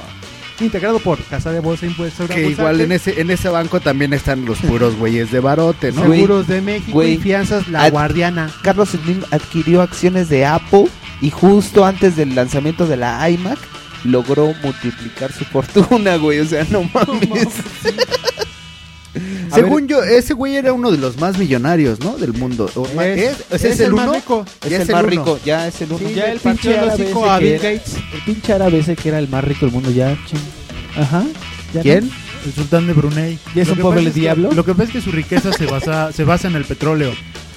S8: integrado por Casa de Bolsa Impuesto
S5: Que igual
S4: este,
S5: en ese, en ese banco también están los puros güeyes de barote, ¿no?
S3: Güey,
S8: Seguros de México
S3: güey,
S8: y fianzas La
S3: ad-
S8: Guardiana.
S3: Carlos Slim adquirió acciones de Apple y justo antes del lanzamiento de la iMac logró multiplicar su [LAUGHS] fortuna, güey. O sea, no mames.
S5: Según yo, ese güey era uno de los más millonarios, ¿no? Del mundo. O ma- es, es, el,
S8: más
S5: uno.
S8: rico.
S3: Es
S5: Ya
S3: el,
S5: el
S3: más
S5: uno.
S3: rico, ya es el uno.
S8: Ya el
S4: pinche
S8: partió el
S4: árabe
S8: hocico
S4: ese
S8: a
S4: que
S8: Bill
S4: era-
S8: Gates.
S4: el pinche árabe ese que era el más rico del mundo ya. ching. Ajá. ya
S5: ¿Quién?
S11: El sultán de Brunei.
S4: ¿Y es
S11: Lo
S4: un
S11: que
S4: pobre
S11: pasa es que-
S4: diablo?
S11: Lo que pasa es que su riqueza se basa, se basa en el petróleo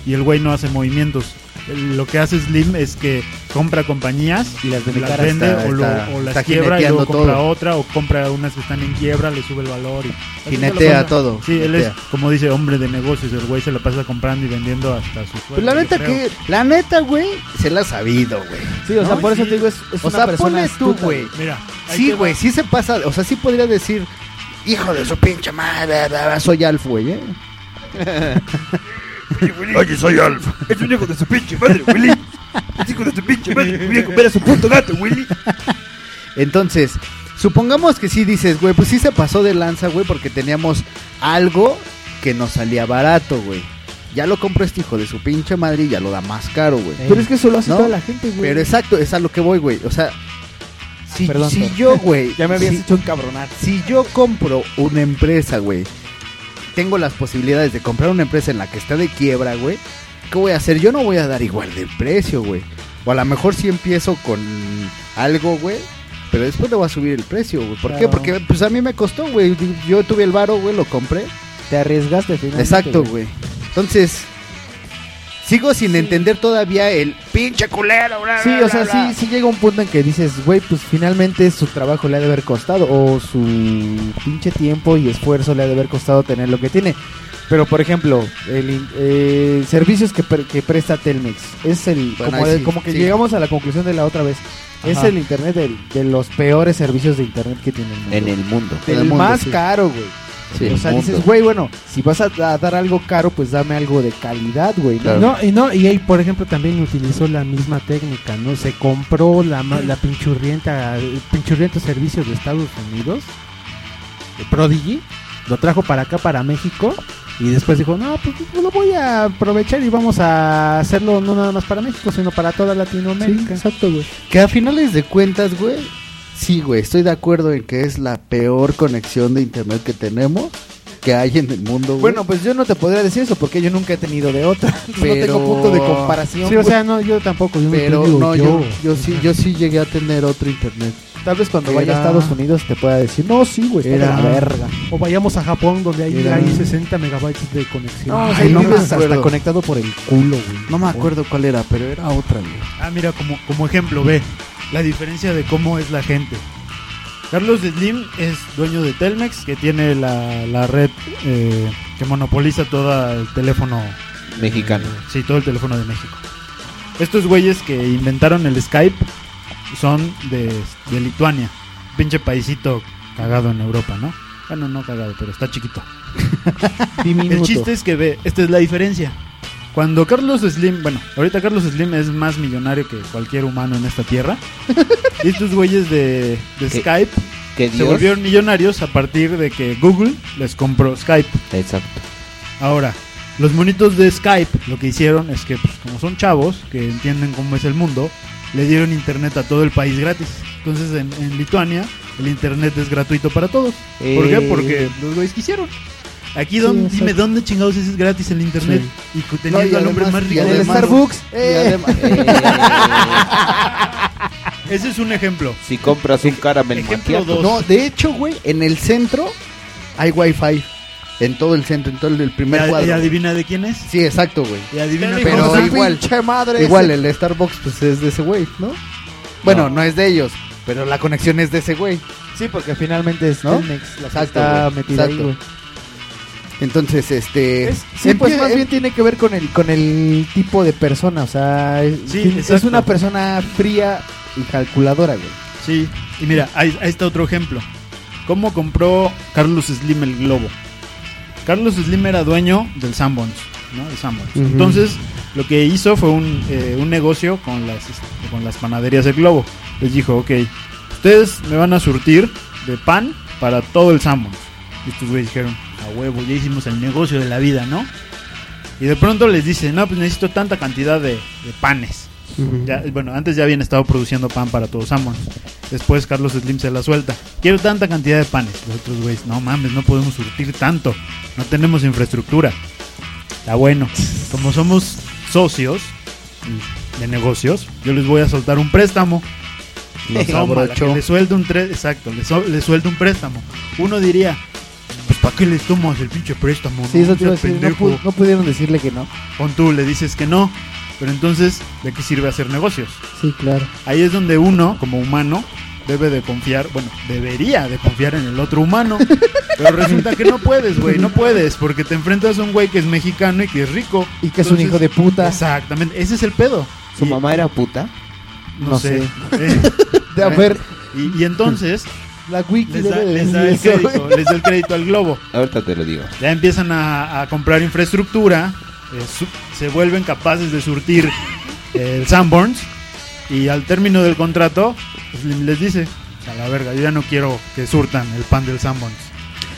S11: y el güey no hace movimientos. El- Lo que hace Slim es que compra compañías
S4: Y las vende
S11: las
S4: caras.
S11: vende
S5: está-
S11: o, lo-
S5: está-
S11: o las
S5: está
S11: quiebra y luego
S5: jineteando
S11: compra
S5: todo.
S11: otra o compra unas que están en quiebra, le sube el valor y Así se la
S5: Jinetea
S11: pasa.
S5: todo,
S11: Sí, él es
S5: jinetea.
S11: como dice hombre de negocios, el güey se la pasa comprando y vendiendo hasta su
S5: Pues
S11: sueldo,
S5: la
S11: yo
S5: neta
S11: creo.
S5: que, la neta, güey, se la ha sabido, güey.
S4: Sí, o sea,
S11: No,
S4: por eso
S11: sí.
S4: te digo, es, es
S5: O
S4: una
S5: sea,
S4: persona
S5: pones tú,
S4: astuta,
S5: güey.
S11: Mira, ahí
S5: Sí,
S11: te va.
S5: güey, sí se pasa, o sea, sí podría decir, hijo de su pinche madre, bla, bla, soy alf,
S15: [LAUGHS]
S5: güey, ¿eh?
S15: Oye, soy Alf. Es un hijo de su pinche madre, Willy. Es hijo de su pinche madre. Voy a comer a su puto gato, Willy.
S5: Entonces, supongamos que sí dices, güey, pues sí se pasó de lanza, güey, porque teníamos algo que nos salía barato, güey. Ya lo compró este hijo de su pinche madre y ya lo da más caro, güey.
S4: Pero es que eso lo hace
S5: No,
S4: toda la gente, güey.
S5: Pero exacto, es a lo que voy, güey. O sea, si,
S4: perdón,
S5: si
S4: perdón.
S5: yo, güey,
S4: [LAUGHS] Ya me habías
S5: si-
S4: hecho encabronar.
S5: Si yo compro una empresa, güey, tengo las posibilidades de comprar una empresa en la que está de quiebra, güey, ¿qué voy a hacer? Yo no voy a dar igual del precio, güey. O a lo mejor si empiezo con algo, güey, pero después le voy a subir el precio, güey. ¿Por qué?
S4: Claro.
S5: Porque pues a mí me costó, güey. Yo tuve el varo, güey, lo compré.
S4: Te arriesgaste finalmente.
S5: Exacto, güey. Entonces, sigo sin entender todavía el pinche culero, bla,
S4: Sí,
S5: bla,
S4: o sea,
S5: bla, bla.
S4: sí, sí llega un punto en que dices, güey, pues finalmente su trabajo le ha de haber costado, o su pinche tiempo y esfuerzo le ha de haber costado tener lo que tiene. Pero, por ejemplo, el in- eh, servicios que, pre- que presta Telmex, es el,
S5: Bueno,
S4: como,
S5: ahí
S4: de-
S5: sí,
S4: como que
S5: sí.
S4: llegamos a la conclusión de la otra vez, es
S11: Ajá.
S4: el internet del- de, los peores servicios de internet que tiene el mundo.
S3: En el mundo.
S4: Del
S5: del mundo,
S4: más
S5: sí.
S4: caro, güey.
S3: Sí,
S4: o sea,
S3: el
S4: dices,
S3: mundo.
S4: güey, bueno, si vas a, da- dar algo caro, pues dame algo de calidad, güey. ¿no?
S3: Claro.
S8: No, y no, y ahí, por ejemplo, también utilizó la misma técnica, ¿no? Se compró la, ma- la pinchurrienta, el pinchurriento servicio de Estados Unidos, de Prodigy, lo trajo para acá, para México, y después dijo, no, pues lo voy a aprovechar y vamos a hacerlo no nada más para México, sino para toda
S4: Sí,
S8: Latinoamérica.
S4: exacto, güey.
S5: Que a finales de cuentas, güey, Sí, güey, estoy de acuerdo en que es la peor conexión de internet que tenemos, que hay en el mundo, güey.
S4: Bueno, pues yo no te podría decir eso porque yo nunca he tenido de otra.
S8: Pues
S4: Pero... No
S5: Pero-
S4: tengo punto de comparación.
S8: Sí, o
S4: güey.
S8: sea, no, yo tampoco. Yo
S5: pero
S8: digo
S5: no, yo,
S8: yo.
S5: yo sí, yo sí llegué a tener otro internet.
S4: Tal vez cuando
S5: Era-
S4: vaya a Estados Unidos te pueda decir, no, sí, güey, está de la
S5: Era-
S4: verga.
S8: O vayamos a Japón donde hay,
S5: Era-
S8: hay 60 megabytes de conexión.
S5: No,
S4: Ahí
S5: no me
S4: vives hasta
S5: acuerdo.
S4: conectado por el culo, güey.
S5: No me acuerdo cuál era, pero era otra, güey.
S11: Ah, mira, como, como ejemplo, ve la diferencia de cómo es la gente. Carlos Slim es dueño de Telmex, que tiene la, la red eh, que monopoliza todo el teléfono
S3: Mexicano.
S11: eh, sí, todo el teléfono de México. Estos güeyes que inventaron el Skype son de, de Lituania, pinche paisito cagado en Europa, ¿no? Bueno, no cagado, pero está chiquito. El chiste es que ve, esta es la diferencia. Cuando Carlos Slim, bueno, ahorita Carlos Slim es más millonario que cualquier humano en
S3: [LAUGHS]
S11: esta tierra. y estos güeyes de, de
S3: Que-
S11: Skype
S3: Que
S11: se
S3: Dios-
S11: volvieron millonarios a partir de que Google les compró Skype.
S3: Exacto.
S11: Ahora, los monitos de Skype lo que hicieron es que, pues, como son chavos que entienden cómo es el mundo, le dieron internet a todo el país gratis. Entonces, en, en Lituania, el internet es gratuito para todos. ¿Por qué?
S3: Eh.
S11: Porque los güeyes quisieron. Aquí, don- dime, ¿dónde chingados es gratis el internet? Y cu-
S5: No, y
S11: teniendo al hombre
S5: además-
S11: más
S5: y
S11: rico
S5: además-
S11: del mundo.
S4: Starbucks,
S5: Y
S4: eh.
S5: además- [LAUGHS]
S11: Ese es un ejemplo.
S3: Si compras un caramel
S11: Ejemplo
S3: macchiato,
S11: dos.
S5: No, de hecho, güey, en el centro hay wifi. En todo el centro, en todo el
S11: Y,
S5: primer
S11: a- y
S5: cuadro. güey.
S11: adivina de quién es.
S5: Sí, exacto, güey.
S11: Y adivina
S5: Pero
S11: cómo se-
S5: igual,
S4: madre.
S5: Igual el Starbucks pues es de ese güey, ¿no? Bueno, no. es de ellos, pero la conexión es de ese güey.
S4: Sí, porque finalmente es
S5: ¿No?
S4: Telmex la que
S5: Exacto,
S4: está
S5: güey,
S4: metida ahí,
S5: exacto.
S4: güey.
S5: Entonces, este
S4: Es- sí, pues
S5: empie-
S4: más bien tiene que ver con el con el tipo de persona, o sea, es-
S11: Sí,
S4: es
S11: exacto.
S4: una persona fría y calculadora, güey.
S11: Sí, y mira, ahí, ahí está otro ejemplo. ¿Cómo compró Carlos Slim el globo? Carlos Slim era dueño del Sanborns, ¿no? El Sanborns.
S4: Ujú.
S11: Entonces, lo que hizo fue un, eh, un negocio con las, este, con las panaderías del globo. Les dijo, ok, ustedes me van a surtir de pan para todo el Sanborns. Y estos güeyes dijeron, a huevo, ya hicimos el negocio de la vida, ¿no? Y de pronto les dice, no, pues necesito tanta cantidad de, de panes. Ya, bueno, antes ya habían estado produciendo pan para todos Sanborns. Después Carlos Slim se la suelta. Quiero tanta cantidad de panes. Los otros güeyes, no mames, no podemos surtir tanto. No tenemos infraestructura. Está bueno. Como somos socios de negocios, yo les voy a soltar un préstamo.
S5: Nos
S11: Tómala,
S5: abrochó.
S11: que les suelto un tre- exacto, les, so- les suelto un préstamo. Uno diría, pues ¿para qué les tomas el pinche préstamo?
S4: Sí,
S11: no?
S4: eso te iba a
S11: Seas
S4: decir, no,
S11: pendejo".
S4: pu- no pudieron decirle que no.
S11: Pon tú, le dices que no. Pero entonces, ¿de qué sirve hacer negocios?
S4: Sí, claro.
S11: Ahí es donde uno, como humano, debe de confiar, bueno, debería de confiar en el otro
S4: [LAUGHS]
S11: humano. Pero resulta que no puedes, güey, no puedes, porque te enfrentas a un güey que es mexicano y que es rico.
S4: Y que es un
S11: Entonces,
S4: hijo de puta.
S11: Exactamente, ese es el pedo.
S3: su
S11: Y-
S3: mamá era puta.
S11: No,
S4: no
S11: sé.
S4: sé.
S11: [LAUGHS] Eh,
S4: De- A ver,
S11: y, y entonces
S4: la wiki
S11: les da,
S4: debe de
S11: les da
S4: decir
S11: el
S4: eso, güey.
S11: crédito, les da el crédito al globo.
S3: Ahorita te lo digo.
S11: Ya empiezan a, a comprar infraestructura, eh, su- se vuelven capaces de surtir eh, el Sanborns y al término del contrato pues, le- les dice, a la verga, yo ya no quiero que surtan el pan del Sanborns.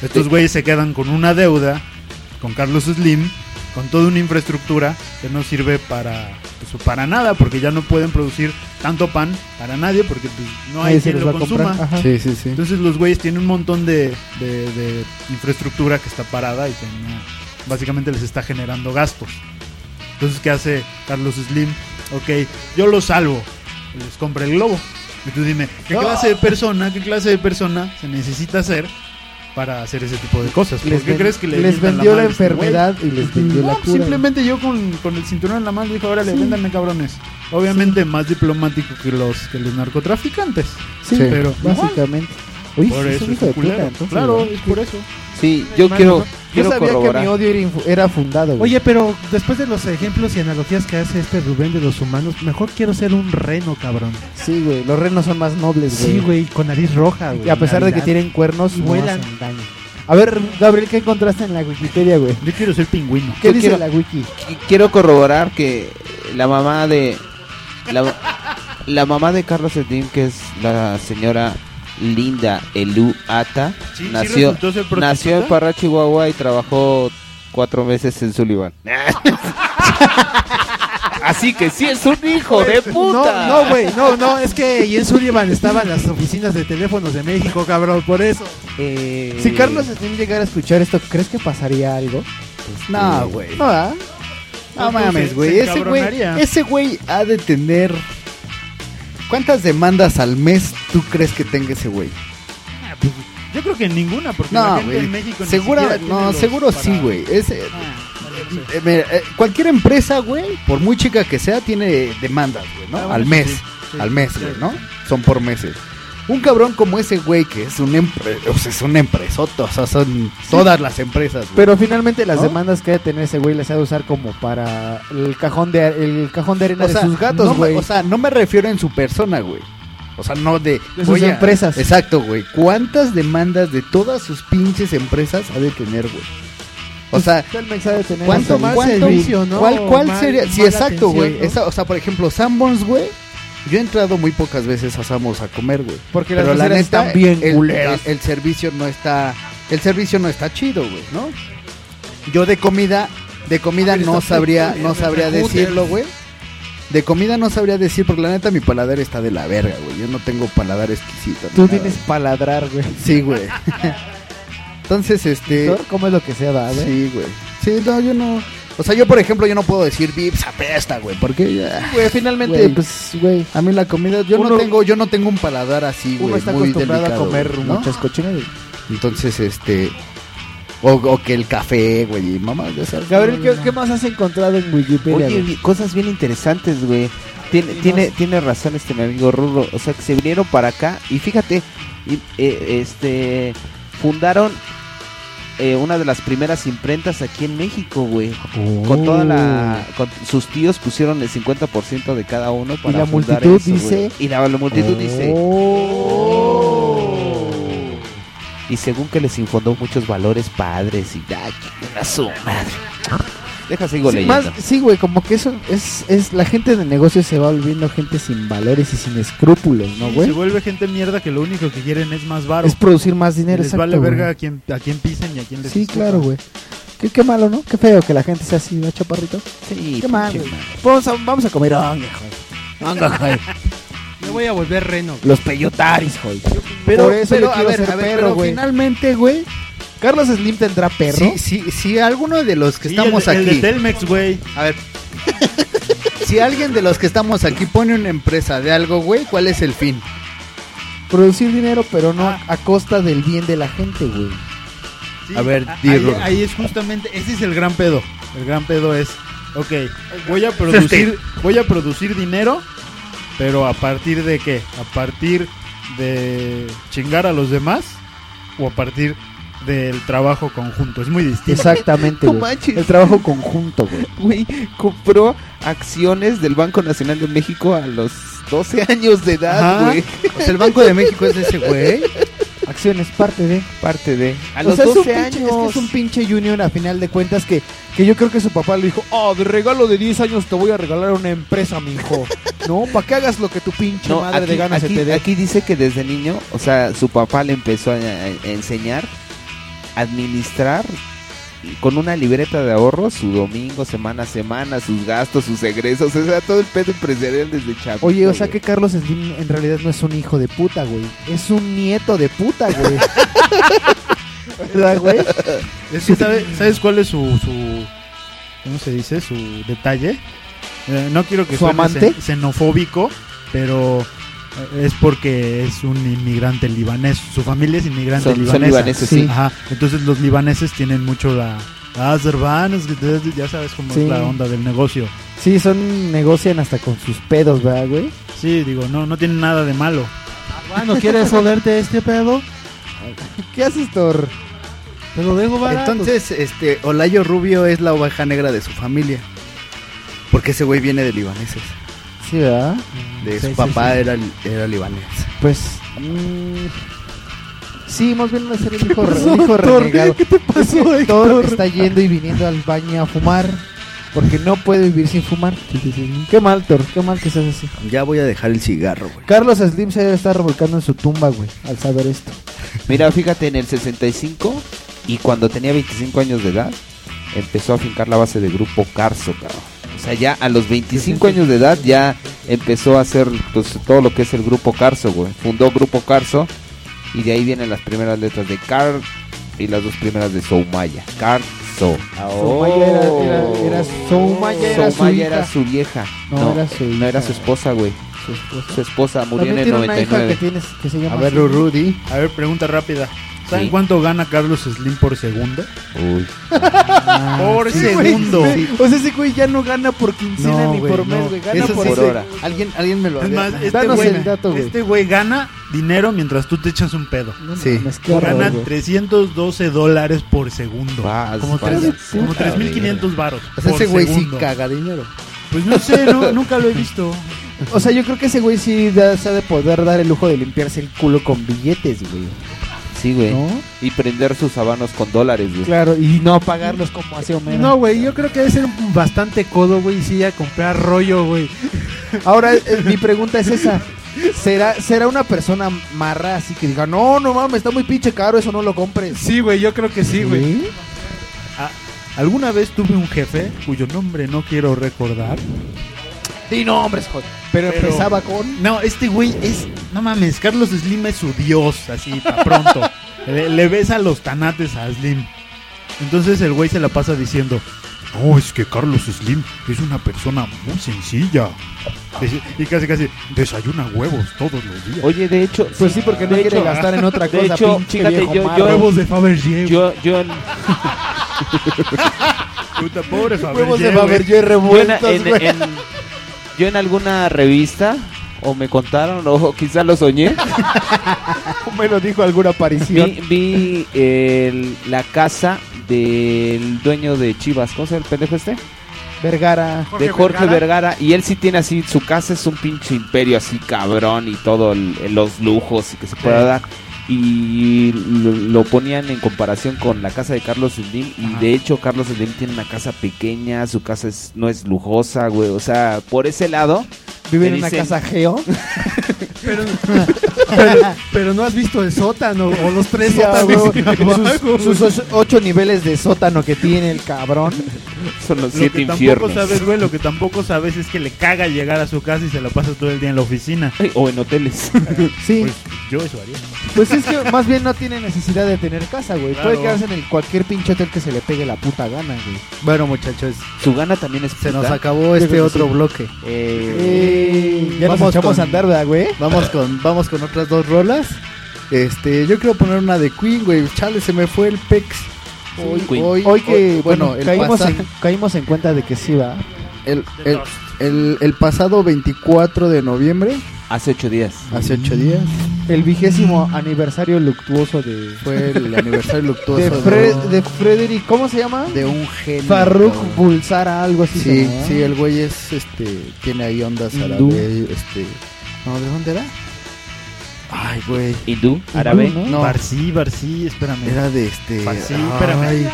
S11: Estos
S3: Sí.
S11: güeyes se quedan con una deuda, con Carlos Slim, con toda una infraestructura que no sirve para, pues, para nada, porque ya no pueden producir tanto pan para nadie, porque pues, no hay
S4: Nadie se
S11: quien
S4: los
S11: lo
S4: va a comprar.
S11: consuma.
S4: Ajá.
S5: Sí, sí, sí.
S11: Entonces los güeyes tienen un montón de, de- de infraestructura que está parada y que no- básicamente les está generando gastos. Entonces, ¿qué hace Carlos Slim? Ok, yo los salvo, les compra el globo. Y tú dime, ¿qué clase de persona, qué clase de persona se necesita ser para hacer ese tipo de cosas? ¿Por
S4: Les
S11: qué
S4: ven-
S11: crees que le
S4: les
S11: mientan
S4: vendió la
S11: madre a este güey?
S4: enfermedad y les vendió la
S11: No,
S4: cura.
S11: simplemente yo con, con el cinturón en la mano dije, órale, véndanme cabrones. Obviamente más diplomático que los, que los narcotraficantes.
S4: Sí,
S5: Sí.
S11: pero-
S4: básicamente. Oye,
S11: Por
S4: sí, es
S11: eso
S4: un
S11: es
S4: hijo
S11: un
S4: de
S11: culero.
S4: puta, entonces,
S11: claro,
S4: güey.
S11: es por eso.
S3: Sí, yo
S8: Hermano,
S3: quiero,
S8: no.
S4: Yo
S3: quiero
S4: sabía que
S3: corroborar.
S4: mi odio era, infu- era fundado, güey.
S8: Oye, pero después de los ejemplos y analogías que hace este Rubén de los humanos, mejor quiero ser un reno, cabrón.
S4: Sí, güey, los renos son más nobles, güey.
S8: Sí, güey, con nariz roja, güey.
S4: Y a pesar de que
S8: Navidad.
S4: tienen cuernos,
S8: Y
S4: no
S8: vuelan.
S4: hacen daño. A ver, Gabriel, ¿qué encontraste en la Wikipedia, güey?
S11: Yo quiero ser pingüino.
S4: ¿Qué
S3: Yo
S4: dice
S3: quiero-
S4: la wiki?
S3: Qu- Quiero corroborar que la mamá de la, la mamá de Carlos Slim, que es la señora Linda Elu Ata,
S11: Sí, sí
S3: nació
S11: resultó ser prostituta.
S3: nació en Parra, Chihuahua y trabajó cuatro meses en Sullivan. sí que sí es un hijo de puta.
S4: Ah.
S8: No, no, güey, no, no, es que y en Sullivan estaban las oficinas de teléfonos de México, cabrón, por eso.
S5: Eh,
S4: Si Carlos Slim llegara a escuchar esto, ¿crees que pasaría algo?
S5: eh, No, güey.
S4: No, ¿verdad?
S5: No
S8: Pues,
S5: mames,
S8: se-
S5: güey.
S8: se
S5: Ese güey,
S8: encabronaría.
S5: ese güey ha de tener. ¿Cuántas demandas al mes tú crees que tenga ese güey?
S11: Ah, pues, Yo creo que ninguna, porque la
S5: No,
S11: gente en
S5: güey.
S11: México ni
S5: Segura,
S11: siquiera tiene
S5: no,
S11: los
S5: seguro
S11: para-
S5: sí, güey. Ese-
S11: no
S5: eh, mira, eh, cualquier empresa, güey, por muy chica que sea, tiene demandas, güey, ¿no?
S11: Ah, bueno,
S5: al
S11: sí,
S5: mes,
S11: sí, sí,
S5: al mes,
S11: sí,
S5: güey,
S11: sí.
S5: ¿no? Son por meses. Un cabrón como ese güey que es un empre o sea, es un empresoto, o sea, son todas las empresas, güey.
S4: Pero finalmente las
S5: ¿No?
S4: demandas que ha de tener ese güey las ha de usar como para el cajón de, el cajón de arena
S5: o sea,
S4: de sus
S5: no
S4: gatos,
S5: me-
S4: güey.
S5: o sea, no me refiero en su persona, güey. O sea, no de,
S4: De sus
S5: voy a-
S4: empresas.
S5: Exacto, güey. ¿Cuántas demandas de todas sus pinches empresas ha de tener, güey? O sea,
S4: ¿Cuánto más ha de tener
S5: ¿cuánto
S4: ese
S5: más
S4: güey?
S8: servicio, no?
S5: ¿Cuál, cuál
S8: Mal-
S5: sería? Sí,
S8: mala
S5: exacto, güey.
S8: atención, ¿no?
S5: Esa- O sea, por ejemplo, Sanborns, güey. Yo he entrado muy pocas veces a Sanborns a comer, güey.
S4: Porque las
S5: Pero la
S4: meseras
S5: neta,
S4: están bien
S5: el,
S4: culeras.
S5: el- el servicio no está, el servicio no está chido, güey, ¿no? Yo de comida, de comida no sabría, no sabría decirlo, güey. De comida no sabría decir, porque la neta mi paladar está de la verga, güey. Yo no tengo paladar exquisito. ni
S4: Tú
S5: nada,
S4: tienes
S5: güey.
S4: paladrar, güey.
S5: Sí, güey. [LAUGHS] Entonces, este...
S4: ¿No? ¿Cómo es lo que sea, va, güey?
S5: Sí, güey. Sí, no, yo no. O sea, yo por ejemplo, yo no puedo decir Vips apesta, güey, porque ya-
S4: Güey, finalmente,
S5: Güey.
S4: pues, güey,
S5: a mí la comida yo no
S4: Uno-
S5: tengo yo no tengo un paladar así,
S4: uno
S5: güey,
S4: está
S5: muy
S4: acostumbrado
S5: delicado,
S4: a comer
S5: güey, ¿no?
S4: muchas cochinadas.
S5: Entonces, este o, o que el café, güey, y mamá, ya sabes.
S4: Gabriel, ¿qué, qué más has encontrado en Wikipedia?
S3: Oye,
S4: güey?
S3: vi- cosas bien interesantes, güey. Tiene, tiene, tiene razón este mi amigo Rulo. O sea, que se vinieron para acá y fíjate, y, eh, este, fundaron eh, una de las primeras imprentas aquí en México, güey. Con toda la,
S4: Oh.
S3: con sus tíos pusieron el 50% de cada uno para
S4: la
S3: fundar
S4: multitud
S3: eso, güey.
S4: dice-
S3: Y la, la multitud dice.
S4: Oh.
S3: Y según que les infundó muchos valores padres y da una su madre. Deja sigo
S4: Sí,
S3: leyendo.
S4: más, sí, güey, como que eso es, es la gente de negocio se va volviendo gente sin valores y sin escrúpulos, ¿no,
S11: Se
S4: güey?
S11: vuelve gente mierda que lo único que quieren es más varo.
S4: Es producir más
S11: Y les
S4: dinero, exacto,
S11: vale
S4: güey.
S11: verga a quien, a quien pisen y a quien les
S4: Sí,
S11: escupan.
S4: claro, güey. Qué, qué malo, ¿no? Qué feo que la gente sea así, ¿no, chaparrito?
S3: Sí,
S4: qué mal,
S3: pinche
S4: güey.
S3: madre.
S4: Vamos a, vamos a comer ah, honga, güey.
S8: Me voy a volver reno.
S4: Los peyotaris, güey.
S5: Pero,
S4: Por eso
S5: pero,
S4: yo
S5: a
S4: quiero
S5: ver,
S4: ser
S5: a ver,
S4: perro,
S5: pero
S4: güey.
S5: finalmente, güey,
S4: Carlos Slim tendrá perro.
S5: sí, sí, sí, alguno de los que
S11: Sí,
S5: estamos
S11: el,
S5: aquí.
S11: El de Telmex, güey.
S5: A ver. si alguien de los que estamos aquí pone una empresa de algo, güey, ¿cuál es el fin?
S4: Producir dinero, pero no a costa del bien de la gente, güey.
S11: Sí,
S5: A ver, di,
S11: ahí,
S5: Rulo.
S11: ahí es justamente, ese es el gran pedo. El gran pedo es, ok, voy a producir, voy a producir dinero, pero a partir de qué? A partir de chingar a los demás o a partir del trabajo conjunto. Es muy
S5: [LAUGHS]
S11: distinto.
S4: Exactamente,
S3: No
S4: güey.
S3: manches.
S4: El trabajo conjunto, güey.
S3: güey, compró acciones del Banco Nacional de México a los 12 años de edad,
S11: Ajá.
S3: güey.
S5: O sea, Pues el Banco de México es de
S4: [LAUGHS]
S5: ese güey.
S4: Acciones, parte de...
S3: Parte de. A
S4: O
S3: los
S4: sea, es un
S3: 12
S4: pinche- es que
S3: años.
S4: es un pinche junior a final de cuentas que, que yo creo que su papá le dijo, oh, de regalo de 10 años te voy a regalar una empresa, mijo. no, para que hagas lo que tu pinche
S3: No,
S4: madre de
S3: aquí,
S4: ganas se
S3: aquí-
S4: te dé.
S3: aquí dice que desde niño, o sea, su papá le empezó a, a- a enseñar a administrar y con una libreta de ahorro su domingo, semana a semana, sus gastos, sus egresos, o sea, todo el pedo empresarial desde chavo.
S4: Oye, o sea que Carlos Slim en realidad no es un hijo de puta, güey. Es un nieto de puta, güey. [LAUGHS] ¿Verdad, güey?
S11: Es que sabe- ¿Sabes cuál es su, su- ¿Cómo se dice? Su detalle. Eh, no quiero que
S4: ¿Su
S11: suene
S4: amante?
S11: xen- xenofóbico, pero eh, es porque es un inmigrante libanés. Su familia es inmigrante
S3: Son- son
S11: libanesa.
S3: libaneses, sí.
S11: Ajá. Entonces los libaneses tienen mucho la. Ah, Azerbaiyán, es que te- ya sabes cómo
S4: Sí.
S11: es la onda del negocio.
S4: Sí, son, negocian hasta con sus pedos, ¿verdad, güey?
S11: Sí, digo, no, no tiene nada de malo.
S8: Bueno, ¿quieres solerte este pedo?
S4: ¿Qué haces, Thor?
S8: Te lo dejo barato.
S5: Entonces, este, Olayo Rubio es la oveja negra de su familia. Porque ese güey viene de libaneses.
S4: Sí, ¿verdad?
S5: De
S8: Sí,
S5: su
S8: sí,
S5: papá
S8: sí.
S5: Era, era libanés.
S4: Pues... mm, Sí, más bien va a ser el hijo, el hijo renegado.
S8: ¿Qué te pasó,
S4: Thor está yendo y viniendo al baño a fumar porque no puede vivir sin fumar. Qué mal, Thor, qué mal que seas así.
S5: Ya voy a dejar el cigarro, güey.
S4: Carlos Slim se debe estar revolcando en su tumba, güey, al saber esto.
S3: Mira, fíjate, en el 65 y cuando tenía 25 años de edad, empezó a fincar la base de grupo Carso, cabrón. O sea, ya a los 25 años de edad ya empezó a hacer pues, todo lo que es el grupo Carso, güey. Fundó Grupo Carso y de ahí vienen las primeras letras de Car y las dos primeras de Soumaya. Carso.
S4: Soumaya era- era- era- Soumaya era su
S3: Oh. Soumaya
S4: hija.
S3: era su vieja.
S4: No, era su
S3: no era
S4: hija.
S3: su esposa, güey.
S4: Su esposa.
S3: Su esposa murió
S4: También
S3: en el
S4: tiene una hija
S3: 99.
S4: que tienes que se llama
S3: A ver,
S4: así.
S5: Rudy.
S11: A ver, pregunta rápida. ¿Saben
S3: Sí.
S11: cuánto gana Carlos Slim por segundo? Ah,
S3: Uy.
S11: por
S4: Ah, sí, güey,
S11: segundo.
S4: güey. O sea, ese güey ya no gana por quincena
S11: No,
S4: ni
S11: güey,
S4: por mes,
S11: no.
S4: güey. Gana
S11: Eso
S4: por
S11: sí
S4: por
S11: sé.
S4: hora.
S5: Alguien, alguien me lo
S11: Es
S5: había.
S11: más, este
S4: Danos
S11: güey,
S4: el dato, güey.
S11: este güey gana dinero mientras tú te echas un pedo.
S5: Sí.
S4: Mames, qué horror,
S11: gana
S4: güey.
S11: 312 dólares por segundo.
S3: Vas,
S11: como
S3: vas,
S11: tres-
S3: puta
S11: como 3.500 varos.
S5: O sea,
S11: por
S5: ese güey sí
S11: segundo.
S5: caga dinero.
S11: Pues no sé, no- nunca lo he visto.
S4: O sea, yo creo que ese güey sí da- se ha de poder dar el lujo de limpiarse el culo con billetes, güey.
S3: Sí, güey.
S4: ¿No?
S3: Y prender sus sabanos con dólares, güey.
S4: Claro, y no pagarlos como hace Homero.
S8: No, güey, yo creo que debe ser bastante codo, güey, si ya comprar rollo, güey.
S4: Ahora, eh, mi pregunta es esa. ¿Será, ¿Será una persona marra así que diga, no, no mames, está muy pinche caro, eso no lo compres?
S8: Sí, güey, yo creo que sí, güey.
S4: ¿Sí?
S11: Alguna vez tuve un jefe cuyo nombre no quiero recordar.
S4: Sí, no, hombre, joder. Pero,
S11: Pero-
S4: empezaba con...
S11: No, este güey es. No mames, Carlos Slim es su dios, así, pa' pronto.
S4: [LAUGHS]
S11: le, le besa los tanates a Slim. Entonces el güey se la pasa diciendo: No, es que Carlos Slim es una persona muy sencilla. Deci- Y casi, casi, desayuna huevos todos los días.
S3: Oye, de hecho,
S4: Pues sí, porque no
S3: de
S4: quiere
S3: hecho-
S4: gastar en otra
S3: de
S4: cosa,
S3: hecho,
S4: pinche
S3: fíjate,
S4: viejo
S3: yo-
S4: marro.
S3: yo-
S11: Huevos de Fabergé.
S3: yo, yo, en,
S11: [LAUGHS] Puta, pobre eh. Fabergé.
S4: Huevos de
S11: güey.
S4: Fabergé
S3: yo en-
S5: eh,
S4: revueltos,
S3: en-
S4: güey.
S3: en- yo en alguna revista, o me contaron, o quizá lo soñé,
S4: Me lo dijo alguna aparición.
S3: vi, vi el- la casa del dueño de Chivas. ¿Cómo se llama el pendejo este?
S4: Vergara.
S3: de Jorge Vergara. Y él sí tiene así, su casa es un pinche imperio así cabrón y todos los lujos que se pueda dar. Y lo, lo ponían en comparación con la casa de Carlos Slim. Y de hecho, Carlos Slim tiene una casa pequeña, su casa es, no es lujosa, güey. O sea, por ese lado,
S4: Vive en
S3: le
S4: una
S3: dicen-
S4: casa
S8: [LAUGHS]
S4: geo.
S8: Pero, pero, pero no has visto el sótano o los tres
S4: Sí, ah,
S8: sótanos.
S4: güey. Sus, sus ocho- ocho niveles de sótano que tiene el cabrón.
S3: [LAUGHS] son los
S11: Lo
S3: siete
S11: que tampoco
S3: infiernos.
S11: sabes, güey, lo que tampoco sabes es que le caga llegar a su casa y se la pasa todo el día en la oficina.
S3: Ay, [LAUGHS] O en hoteles. [LAUGHS]
S4: Sí,
S11: Pues yo eso haría.
S4: pues es que más bien no tiene necesidad de tener casa, güey.
S11: Claro.
S4: Puede quedarse en el cualquier pinche hotel que se le pegue la puta gana, güey.
S5: Bueno, muchachos,
S3: Su gana también es
S5: se nos
S3: puta.
S5: acabó este otro bloque.
S4: Eh, ya nos
S5: Vamos
S4: echamos
S5: con-
S4: a andar, ¿verdad, güey?
S5: Vamos con, vamos con otras dos rolas. Este, yo quiero poner una de Queen, güey. Chale, se me fue el pex. Hoy,
S3: Queen.
S5: hoy,
S4: Hoy que,
S5: hoy-
S4: bueno,
S5: bueno, el,
S4: caímos,
S5: pasa-
S4: en, caímos en cuenta de que sí va.
S5: el, el- el- el pasado 24 de noviembre,
S3: Hace ocho días.
S5: hace
S4: Mm.
S5: ocho días,
S4: El vigésimo aniversario luctuoso de...
S5: fue
S4: [LAUGHS]
S5: el aniversario
S4: De,
S5: luctuoso
S4: Fred, de Frederick, ¿cómo se llama?
S5: de un genio.
S4: Farruk
S5: cabrón.
S4: Bulsara, algo así.
S5: Sí,
S4: ¿no?
S5: sí, el güey es, este, tiene ahí ondas
S4: Hindú.
S5: árabe, este. No, ¿de dónde era? Ay, güey.
S3: Hindú, árabe.
S4: ¿no?
S5: No,
S11: Barcí, Barcí, espérame.
S5: era de este.
S11: Sí,
S5: ay,
S11: espérame.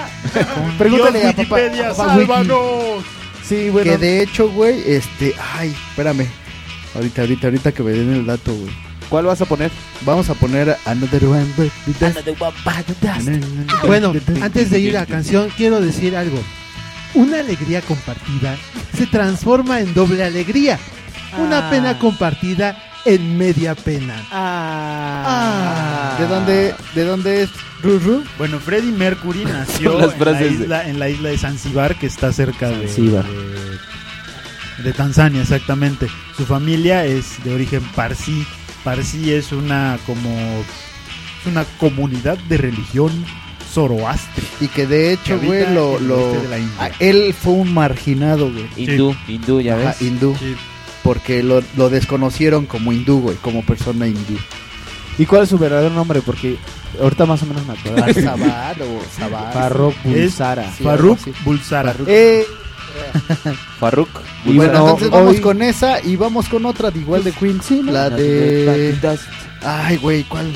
S4: Pregúntale a papá.
S11: Wikipedia,
S4: a papá Wiki.
S11: sálvanos.
S4: Sí, bueno.
S5: Que de hecho, güey, este. Ay, espérame. Ahorita, ahorita, ahorita que me den el dato, güey.
S3: ¿Cuál vas a poner?
S5: Vamos a poner Another One. Bite the Dust.
S4: Ah, [LAUGHS]
S8: Bueno, antes de ir a la canción, quiero decir algo. Una alegría compartida se transforma en doble alegría. Una
S4: Ah.
S8: pena compartida en media pena.
S4: Ah.
S5: ¿De dónde, ¿De dónde es Ruru?
S11: Bueno, Freddie Mercury nació
S3: Son las
S11: en, la
S3: frases de-
S11: isla, en la isla de Zanzíbar, que está cerca de,
S3: Zanzíbar.
S11: de- de Tanzania, exactamente. Su familia es de origen parsi. Parsi es una como es una comunidad de religión zoroastre.
S5: Y que de
S11: que
S5: hecho,
S11: habita
S5: güey, lo.
S11: en el
S5: lo
S11: oeste de la India.
S5: ah, él fue un marginado, güey.
S3: Hindú, hindú, ya
S5: Ajá,
S3: ves.
S5: hindú.
S11: Sí.
S5: Porque lo, lo desconocieron como hindú, güey, como persona hindú.
S4: ¿Y cuál es su verdadero nombre? Porque ahorita más o menos me acuerdo.
S11: [LAUGHS]
S5: Sabad o Sabad.
S4: Farrok Bulsara.
S5: Sí, algo
S11: Farruk
S5: así.
S11: Bulsara.
S4: Eh,
S3: Farruk.
S5: Bueno,
S4: Bueno,
S5: entonces vamos
S4: hoy-
S5: con esa y vamos con otra de igual de
S4: Pues,
S5: Queen. La de. Ay, güey, ¿cuál?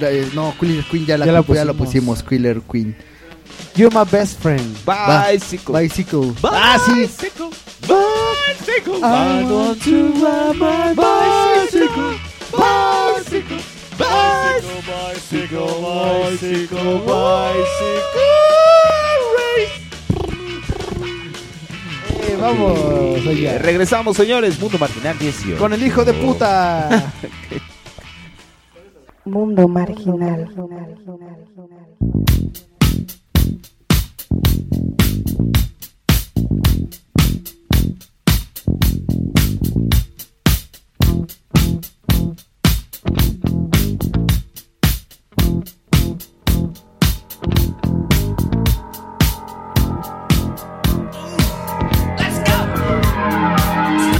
S5: La- eh, No, Killer Queen ya la,
S4: Ya la
S5: ya la
S4: pusimos.
S5: pusimos. Killer Queen.
S4: You're my best friend.
S3: Bicycle.
S5: Bicycle.
S3: Ah, sí.
S4: I want to ride my bicycle. Bicycle. Eh, Vamos allá.
S3: Regresamos, señores. Mundo Marginal 18.
S4: Con el hijo de puta.
S13: Mundo marginal.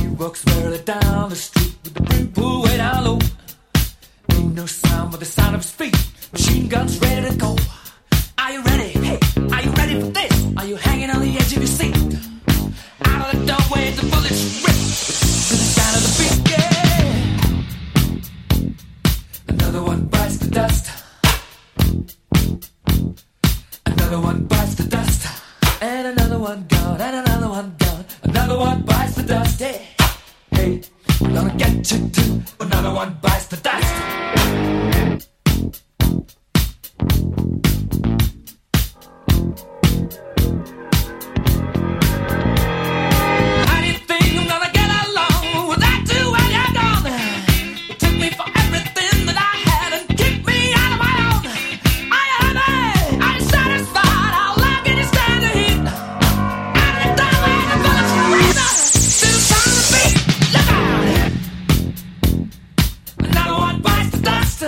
S14: He walks barely down the street with the brim pulled way down low. Ain't no sound but the sound of his feet. Machine guns ready to go. Are you ready? Hey, are you ready for this? Are you hanging on the edge of your seat? Out of the doorway, the bullets rip to the sound of the beat. Yeah. Another one bites the dust. Another one bites the dust. And another one gone, and another one gone. Another one bites the dust, hey. Hey, I'm gonna get you too. Another one bites the dust. How do you think I'm gonna get along without you when you're gone? You took me for everything that I had and kicked me out of my own. Are you happy? Are you satisfied? How long can you stand the heat? Out of the dark and the bullets razor. Still trying to beat. Look out! Another one bites the dust.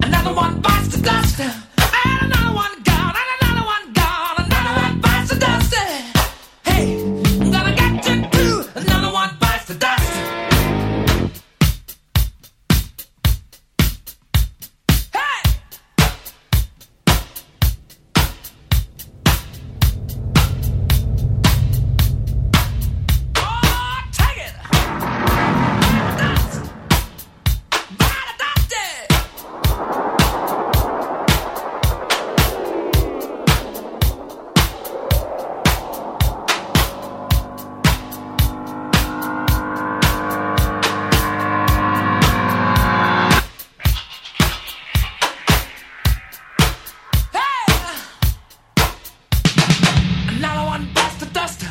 S14: Another one bites the dust. And another one gone. And another one gone. Another one bites the dust. Hey, I'm gonna get you too. Another one bites the dust. Oh, Another one bites the dust.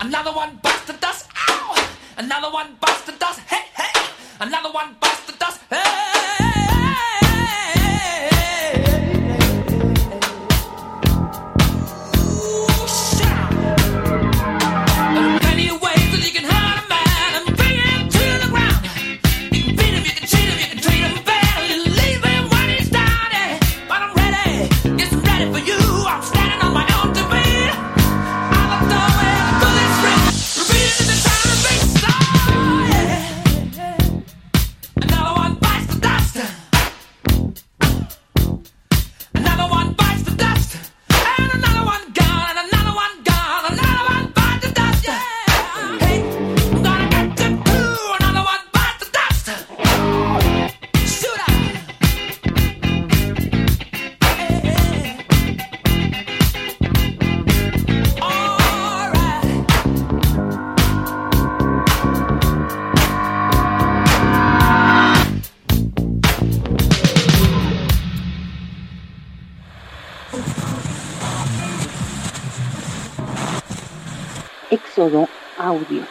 S14: Another one bites the dust. Ow! Another one bites the dust. Hey, hey! Another one bites the dust. Hey! Ooh, shout. There are many ways that you can hurt a man and bring him to the ground. You can beat him, you can cheat him, you can treat him bad, and you leave him when he's down. eh. But I'm ready, yes, I'm ready for you. I'm standing on my own to beat. Another one bites the dust. Another one bites the dust. And another one gone. And another one gone. Another one bites the dust. Hey, I'm gonna get you too. Another one bites the dust. Shoot up.
S16: Éxodo Audio.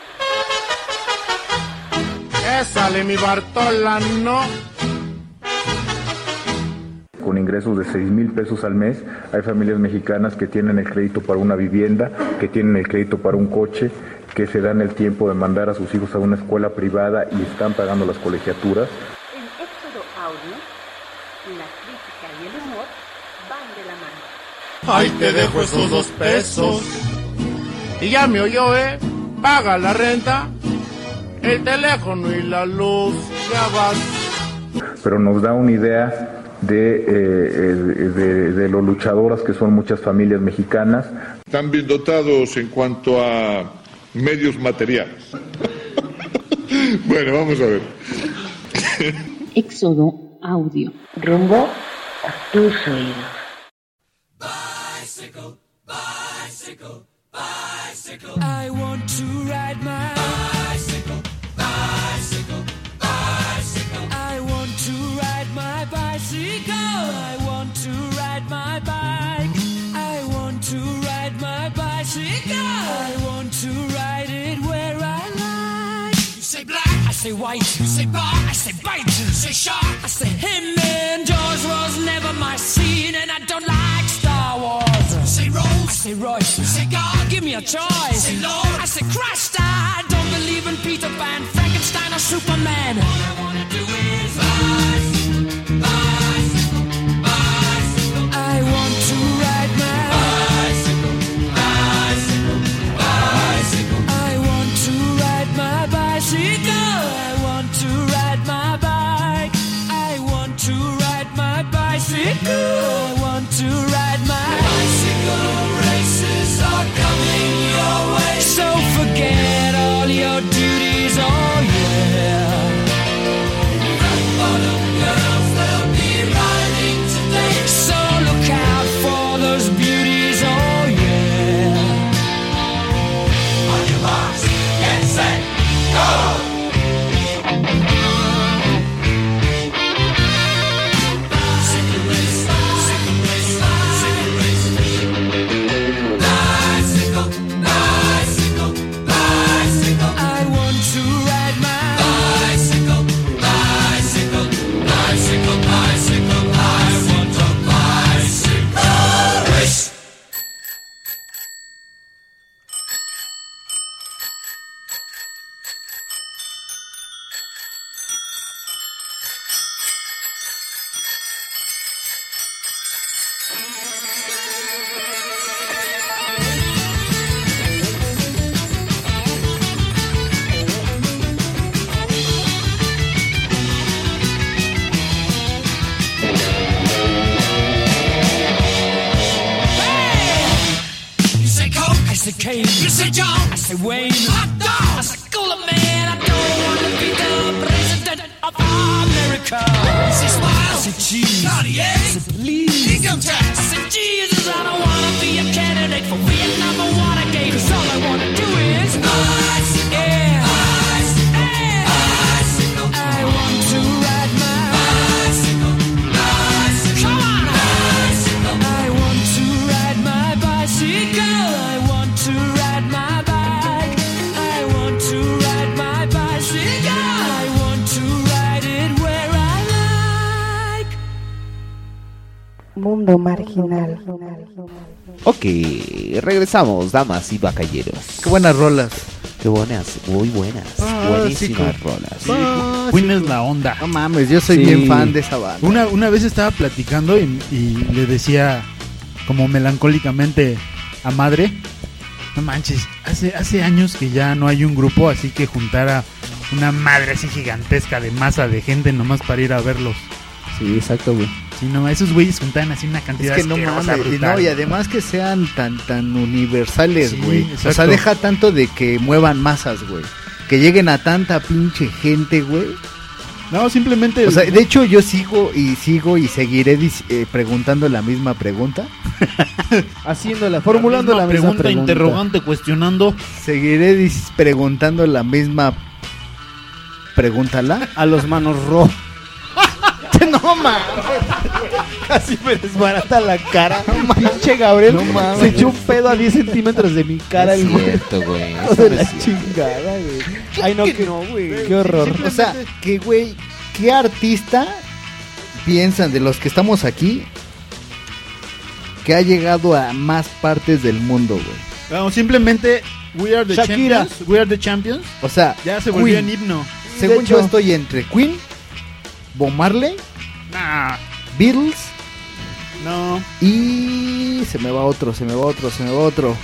S17: ¿Qué sale mi Bartola? No.
S18: Con ingresos de 6 mil pesos al mes, hay familias mexicanas que tienen el crédito para una vivienda, que tienen el crédito para un coche, que se dan el tiempo de mandar a sus hijos a una escuela privada y están pagando las colegiaturas.
S16: En Éxodo Audio, la crítica y el humor van de la mano.
S17: Ahí te dejo esos dos pesos. Y ya me oyó, ¿eh? Paga la renta, el teléfono y la luz. Ya vas.
S18: pero nos da una idea de, eh, eh, de- de lo luchadoras que son muchas familias mexicanas.
S19: Están bien dotados en cuanto a medios materiales. bueno, vamos a ver.
S16: Éxodo Audio. Rumbo a tus oídos.
S14: Bicycle, bicycle, bicycle. I want to ride my bicycle, bicycle, bicycle. I want to ride my bicycle. I want to ride my bike. I want to ride my bicycle. say white, say bar, I say bite, say shark, I say him. And Jaws was never my scene, and I don't like Star Wars. Say Rose, I say Royce, say God, give me a choice. Say Lord, I say Christ, I don't believe in Peter Pan, Frankenstein or Superman. All I wanna do is rise, rise, rise. I want to ride my bicycle, bicycle, bicycle. I want to ride my bicycle. I want to ride my bike. I want to ride my bicycle. I want to ride my bicycle. Races are coming your way. So forget all your duties. Oh yeah. Rock bottom girls, they'll be riding today. So look out for those beauties. Oh yeah. On your marks, get set, go! Second race, second race, second race. Bicycle, bicycle, bicycle. I want to ride my bicycle, bicycle, bicycle, bicycle. I want a bicycle race. You say Coke, I say Kane. You say John, I say Wayne. Hot dog, I say Cooler Man. I don't wanna be the president of America. You say smile, I say cheese. Cartier, I say please. Income tax, I say Jesus. I don't wanna be a candidate for Vietnam or Watergate. 'Cause all I wanna do is bicycle, yeah. bicycle, bicycle. I want to ride my bicycle, bicycle. Come on, bicycle. I want to ride my bicycle. I want to ride my bike. I want to ride my bicycle. I want to ride it where I like.
S13: Mundo marginal.
S3: Ok, regresamos, damas y caballeros. Qué
S5: buenas rolas.
S3: Qué buenas, muy buenas.
S5: Ah,
S3: Buenísimas
S5: sí,
S3: rolas.
S5: sí. Ah,
S11: Queen es la onda.
S5: No mames, yo soy bien fan de esa banda.
S11: Una, una vez estaba platicando y, y le decía como melancólicamente a madre, no manches, hace, hace años que ya no hay un grupo así que juntara una madre así gigantesca de masa de gente nomás para ir a verlos.
S4: Sí, exacto, güey.
S11: Sí, no, esos güeyes juntaban así una cantidad
S5: Es que no
S11: asquerosa,
S5: mames, y,
S11: brutal.
S5: no, y además que sean tan tan universales,
S11: Sí,
S5: güey. o sea,
S11: exacto.
S5: deja tanto de que muevan masas, güey. Que lleguen a tanta pinche gente, güey.
S11: No, simplemente.
S5: O sea, de hecho, yo sigo y sigo y seguiré dis- eh, preguntando la misma pregunta.
S4: Haciendo la, formulando la, misma pregunta,
S11: cuestionando.
S5: Seguiré dis- preguntando la misma. Pregúntala.
S4: A los manos [LAUGHS] ro.
S5: no mames.
S4: Casi me desbarata la cara. Pinche Gabriel se echó un pedo a 10 centímetros de mi cara. el güey.
S3: Cierto, güey.
S4: Hijo de la chingada, güey. Ay, no, que no, güey. Qué horror.
S5: O sea, que güey, ¿qué artista piensan de los que estamos aquí que ha llegado a más partes del mundo, güey?
S11: Vamos, simplemente We Are the
S5: Shakira.
S11: Champions. We Are the Champions.
S5: O sea,
S11: Ya se volvió
S5: Queen.
S11: en himno.
S5: Según yo estoy entre Queen, Bob Marley,
S11: Nah,
S5: Beatles
S11: no.
S5: y se me va otro, se me va otro, se me va otro.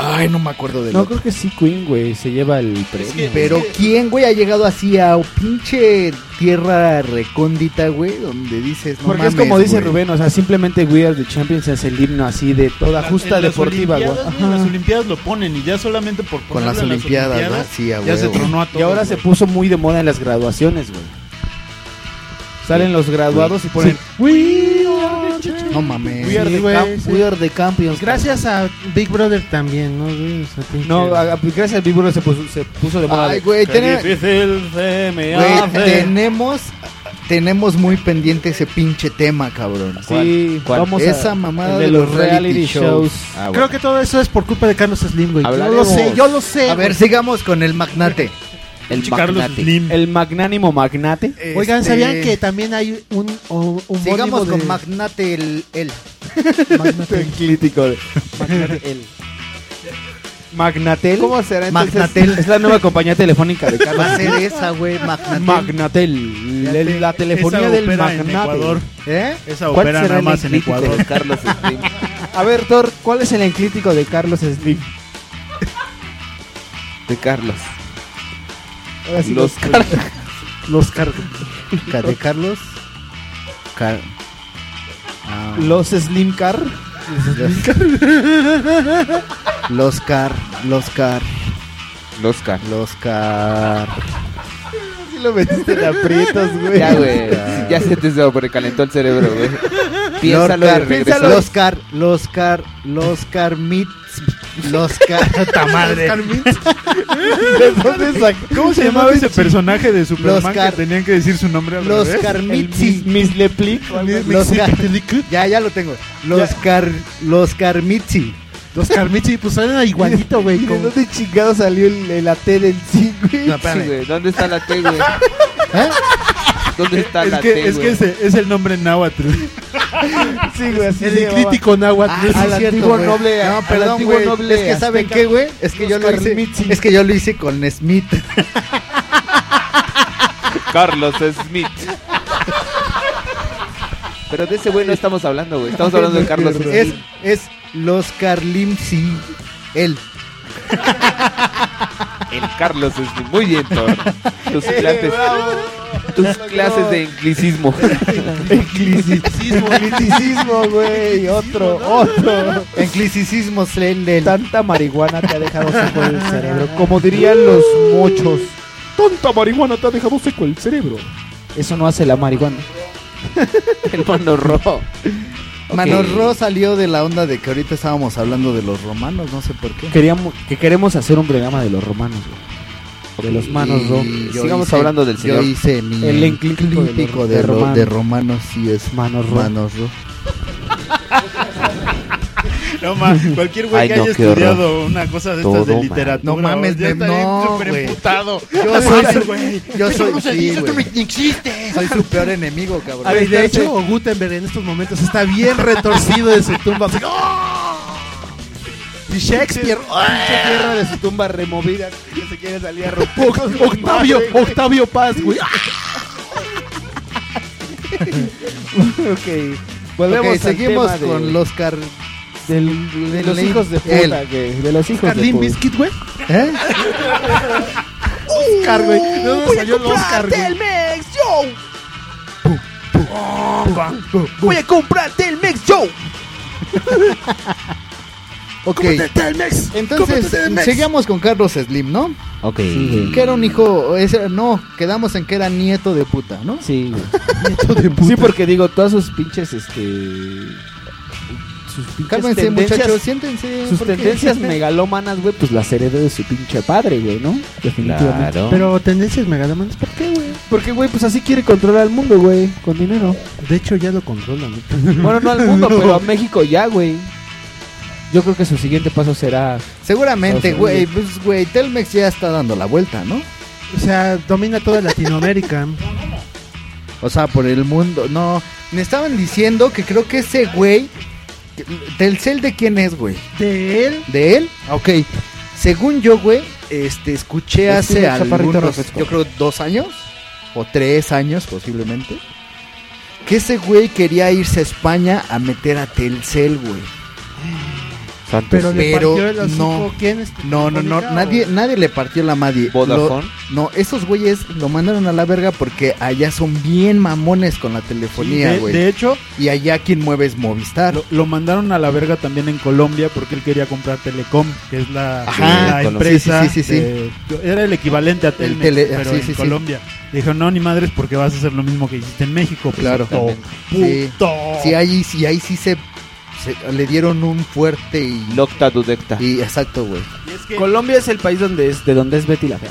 S5: Ay, no me acuerdo del
S4: No,
S5: otro.
S4: creo que sí, Queen, güey. Se lleva el premio. güey.
S5: Pero quién, güey, ha llegado así a pinche tierra recóndita, güey, donde dices, no
S4: Porque es
S5: mames,
S4: como dice
S5: güey.
S4: Rubén, o sea, simplemente We Are the Champions es el himno así de toda justa
S11: En las
S4: deportiva, güey.
S11: Olimpiadas, güey, Las Olimpiadas lo ponen y ya solamente por
S5: Con las
S11: ponerlo en
S5: Olimpiadas, ¿no? Sí, a
S11: ya se
S5: huevo.
S11: tronó a
S4: Y ahora se puso muy de moda en las graduaciones, güey. Salen los graduados y ponen We are the champions.
S5: No mames.
S4: We are
S8: Sí,
S4: the
S8: güey,
S4: champ-
S8: sí.
S4: we are the champions.
S8: Gracias a Big Brother también, ¿no? güey? O sea, pinche-
S4: No, a- a- gracias al Big Brother se puso, se puso de moda.
S5: Ay, güey,
S4: Qué
S5: tiene-
S4: difícil se me
S5: Güey,
S4: hace.
S5: tenemos tenemos muy pendiente ese pinche tema, cabrón.
S4: Sí,
S5: ¿Cuál? Ah,
S4: vamos a-
S5: esa mamada
S4: el
S5: de, los reality, shows.
S8: Creo que todo eso es por culpa de Carlos Slim, güey. Yo
S5: Hablaremos.
S8: lo sé, yo lo sé.
S5: A ver,
S3: [LAUGHS]
S8: güey.
S5: sigamos con el magnate.
S3: El
S8: Pinche Carlos
S3: magnate.
S8: Slim.
S3: El magnánimo magnate.
S4: Ah,
S8: Oigan,
S3: Este-
S8: ¿sabían que también hay un, o- un
S5: Sigamos
S8: homónimo
S5: con
S8: de-
S5: Magnate el. el.
S11: [LAUGHS]
S3: El crítico de- Magnatel. Magnatel. ¿Cómo será
S5: entonces?
S3: Magnatel. Es la nueva compañía telefónica de Carlos.
S5: Va a ser esa, güey, Magnatel.
S3: Magnatel. La- La telefonía
S5: Esa
S3: del
S5: opera en
S3: magnate.
S5: Ecuador.
S3: ¿Eh?
S11: Esa
S3: ¿Cuál
S11: opera
S3: será
S11: nada
S3: el
S11: más en
S3: enclítico de [LAUGHS]
S11: Ecuador.
S3: Carlos Slim.
S4: A ver, Thor, ¿cuál es el enclítico de Carlos Slim?
S3: De Carlos.
S4: Ahora sí
S3: Los
S4: los-
S3: Carlos.
S8: Los Carlos.
S5: Ca- de Carlos. Car- Ah.
S4: Los Slim Car.
S5: [LAUGHS] Los Car. Los Car.
S3: Los Car.
S5: Los Car.
S4: Sí lo metiste en aprietos, güey.
S3: Ya, güey. Ya se te sobrecalentó el cerebro, güey. Piénsalo y
S5: Lorcar,
S3: regresa.
S5: Los Car. Los Car. Los Car Mitz. Los Car.
S11: [LAUGHS] madre.
S5: ¿De dónde sac-
S11: ¿Cómo [LAUGHS] se llamaba ese personaje de
S5: Los
S11: Superman que
S5: Car-
S11: tenían que decir su nombre al
S5: Los
S11: revés?
S5: Carmitzi.
S4: Mis Leplic.
S5: Los Car- Ya, ya lo tengo. Los Car. Los Carmitzi.
S8: Los Carmichi, pues
S11: [LAUGHS]
S8: suena igualito,
S5: [LAUGHS]
S8: güey.
S4: ¿De dónde chingado salió el, el AT del sí, güey?
S3: No, espérame. Sí, güey. ¿Dónde está la
S11: [LAUGHS]
S3: T, güey? ¿Dónde está
S11: ¿Eh? Es
S3: la
S11: que,
S3: T,
S11: es, que
S3: güey?
S11: ese es el nombre náhuatl. [LAUGHS]
S4: Sí, güey, así
S11: El
S4: se llamaba.
S11: crítico náhuatl.
S5: Ah, sí,
S4: Al
S5: cierto,
S4: antiguo
S5: güey.
S4: noble.
S5: No,
S4: al
S5: perdón,
S4: antiguo
S5: güey.
S4: noble
S5: Es que saben
S4: azteca.
S5: qué, güey. Es que yo lo
S4: Oscar
S5: hice.
S4: Mitzi.
S5: Es que yo lo hice con
S4: [LAUGHS]
S5: Smith.
S3: Carlos Smith. Pero de ese güey no estamos hablando, güey. Estamos hablando de Carlos Smith.
S5: Es, es los Carlimsi. Él.
S3: El Carlos Slim. Muy bien, Thor.
S11: [LAUGHS]
S3: Tus
S11: Eh,
S3: clases. Tus clases de
S11: [LAUGHS]
S3: anglicismo.
S4: Enclisicismo, [LAUGHS] enclisicismo, güey. Otro, otro.
S5: Enclisicismo, Slendel.
S4: Tanta marihuana te ha dejado seco el cerebro. Como
S5: Uh.
S4: dirían los mochos,
S3: Tanta marihuana te ha dejado seco el cerebro.
S4: eso no hace la marihuana.
S3: El mano rojo.
S5: Manorro salió de la onda de que ahorita estábamos hablando de los romanos, no sé por qué.
S4: Queríamos, que queremos hacer un programa de los romanos, güey. De los manos
S5: Y
S4: ro-
S5: yo
S4: Sigamos
S5: hice-
S4: hablando del señor.
S5: Yo hice mi
S4: El enclítico de
S5: enclítico
S4: los-
S5: de,
S4: de
S5: ro-
S4: romanos.
S5: de romanos y es manos
S4: ro. [LAUGHS]
S11: No mames, cualquier güey
S5: Ay,
S11: que
S5: no,
S11: haya
S5: qué horror.
S11: estudiado una cosa de
S5: Todo
S11: estas de
S5: mal.
S11: literatura.
S5: No mames,
S11: ya
S5: Mem,
S11: estaría
S5: no,
S11: súper
S5: güey.
S11: emputado.
S5: Yo
S11: No
S5: soy-
S11: mames, güey.
S5: yo soy-
S11: ¿Cómo se
S5: sí,
S11: dice?
S5: güey.
S11: Tú ni existes.
S5: Soy su peor enemigo, cabrón.
S8: Güey, de hecho, Gutenberg en estos momentos está bien retorcido de su tumba. así, ¡ah! Y Shakespeare,
S4: Pinche tierra de su tumba removida que se quiere salir a romper.
S8: Ah. Oc- Octavio, Octavio Paz,
S4: [LAUGHS]
S8: güey.
S4: ok. Volvemos
S5: Ok, seguimos
S4: al tema
S5: con
S4: de,
S5: los car...
S4: del- de los
S5: del-
S4: hijos de
S5: él.
S4: puta, güey. De los hijos de
S8: Carlin
S4: puta.
S8: Biscuit, güey.
S5: ¿Eh?
S8: Oscar, güey. ¿De dónde salió el
S12: Ah,
S8: Oscar, güey?
S14: Voy a comprarte el Mex Joe.
S5: Ok.
S14: Cómprate el Mex.
S5: Entonces,
S14: Cómprate el Mex.
S5: seguíamos con Carlos Slim, ¿no?
S3: Ok.
S5: Que era un hijo... ese- no, quedamos en que era nieto de puta, ¿no?
S4: Sí,
S8: [LAUGHS]
S4: güey. Sí, porque digo, todas sus pinches, este... Sus pinches
S5: Cálmense,
S4: tendencias-
S5: muchachos, siéntense.
S4: Sus
S5: ¿por
S4: [LAUGHS]
S5: qué?
S4: tendencias megalómanas, güey, pues las heredó de su pinche padre, güey, ¿no? Definitivamente.
S3: Claro.
S8: Pero tendencias megalomanas, ¿por qué, güey?
S4: Porque, güey, pues así quiere controlar al mundo, güey, con dinero.
S8: De hecho, ya lo controlan.
S4: Bueno, no al [LAUGHS] mundo, pero a México ya, güey. Yo creo que su siguiente paso será...
S5: Seguramente,
S4: Estados
S5: güey,
S4: Unidos.
S5: pues, güey, Telmex ya está dando la vuelta, ¿no?
S8: [LAUGHS] O sea, domina toda Latinoamérica.
S5: O sea, por el mundo. No, me estaban diciendo que creo que ese güey. ¿Telcel de quién es, güey?
S8: De él.
S5: ¿De él? Ah, Ok. Según yo, güey, este, escuché
S4: Es
S5: hace
S4: el chaparrito
S5: algunos,
S4: refresco.
S5: yo creo dos años, o tres años posiblemente, que ese güey quería irse a España a meter a Telcel, güey.
S8: Pero le
S5: Pero
S8: partió el hocico,
S5: no.
S8: ¿quién? Este,
S5: No, no, no,
S8: Telefónica,
S5: nadie,
S8: o-
S5: nadie le partió la madre.
S3: Eh, ¿Vodafone?
S5: Lo- no, esos güeyes lo mandaron a la verga porque allá son bien mamones con la telefonía,
S11: de,
S5: güey.
S11: de hecho,
S5: Y allá quien mueve es Movistar.
S11: lo, lo mandaron a la verga también en Colombia porque él quería comprar Telecom, que es la,
S5: Ajá,
S11: la
S5: sí,
S11: empresa.
S5: sí, sí, sí, sí.
S11: de- era el equivalente a Telmex,
S5: tele-
S11: pero
S5: sí,
S11: en
S5: sí, sí.
S11: Colombia. Dijo, no, ni madres, porque vas a hacer lo mismo que hiciste en México. pues,
S5: Claro.
S11: puto,
S5: Sí.
S11: puto.
S5: Sí, ahí, sí, ahí sí se, se- le dieron un fuerte y,
S3: Locta dudecta.
S5: y exacto, güey.
S11: Y es que-
S4: Colombia es el país donde es, de donde es Betty la Fea.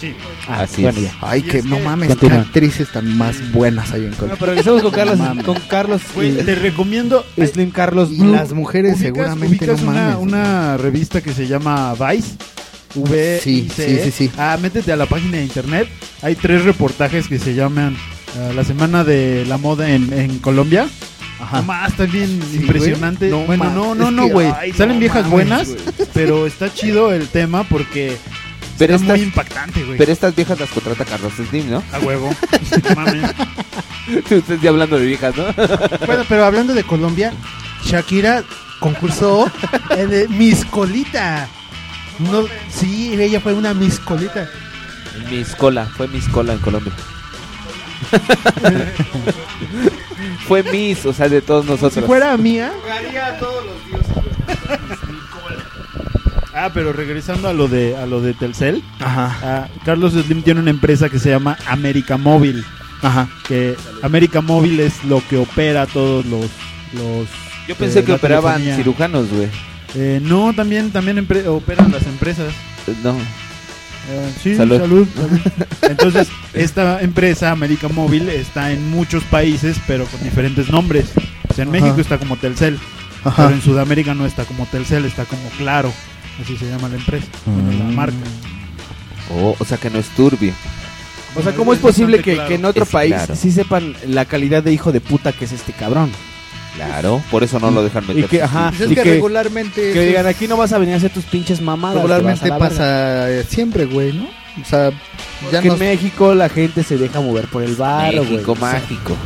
S11: sí.
S4: Ah,
S3: Así
S4: bueno,
S3: es.
S4: ya.
S5: Ay,
S11: Y
S5: que
S11: es
S5: no
S11: que-
S5: mames,
S4: Continúa.
S5: qué actrices tan más buenas hay en
S4: Bueno,
S5: Colombia.
S4: pero regresamos con Carlos,
S5: mames.
S4: con Carlos
S11: Güey,
S4: eh,
S11: te recomiendo.
S4: Slim Carlos
S5: Y las mujeres
S11: ubicas-
S5: seguramente
S11: ubicas
S5: no
S11: una,
S5: mames.
S11: una revista que se llama Vice. V.
S5: Sí, sí, sí, sí.
S11: Ah, métete a la página de internet. Hay tres reportajes que se llaman eh, La Semana de la Moda en, en Colombia. Ajá. Más, también impresionante.
S5: güey. No
S11: bueno,
S5: mames,
S11: no, no,
S5: es
S11: no,
S5: que-
S11: güey.
S5: ay,
S11: Salen
S5: no
S11: viejas
S5: mames,
S11: buenas,
S5: güey.
S11: [LAUGHS] pero está chido el tema porque
S3: Pero
S11: está muy
S3: estas-
S11: impactante, güey.
S3: Pero estas viejas las contrata Carlos Slim, ¿no? [LAUGHS]
S11: A huevo.
S5: [LAUGHS]
S3: Usted ya hablando de viejas,
S4: [LAUGHS]
S3: ¿no?
S8: Bueno, pero hablando de Colombia, Shakira concursó en eh, Miss Colita. No, sí, ella fue una Miss Colita.
S3: Mis cola, fue mis cola en Colombia. [LAUGHS] fue mis, o sea, de todos nosotros.
S8: Si fuera mía,
S11: Ah, pero regresando a lo de a lo de Telcel, ah, Carlos Slim tiene una empresa que se llama América Móvil. Ajá. Que América Móvil es lo que opera todos los los
S3: Yo pensé
S11: eh,
S3: que
S11: la
S3: operaban
S11: telefonía.
S3: cirujanos, güey.
S11: Eh, no, también también empre- operan las empresas.
S3: No.
S11: Eh, sí,
S3: Salud.
S11: salud. salud. Entonces, esta empresa, América Móvil, está en muchos países, pero con diferentes nombres. O sea, en
S8: Ajá.
S11: México está como Telcel,
S8: Ajá.
S11: pero en Sudamérica no está como Telcel, está como Claro. Así se llama la empresa,
S8: Ah.
S11: bueno, la marca.
S3: Oh, o sea, que no es turbio.
S12: O sea, ¿cómo es posible que,
S11: claro.
S12: que en otro
S3: Es
S12: país
S3: claro.
S12: sí sepan la calidad de hijo de puta que es este cabrón?
S3: Claro, por eso no lo dejan meter.
S12: Y que, ajá,
S5: Pues es
S12: y
S5: que regularmente
S12: que
S5: esos-
S12: digan, aquí no vas a venir a hacer tus pinches mamadas. te vas a
S5: Regularmente
S12: la verga".
S5: pasa eh, siempre, güey, ¿no? O sea, ya
S12: que
S5: nos-
S12: en México la gente se deja mover por el bar, güey.
S5: México
S12: O sea,
S3: mágico.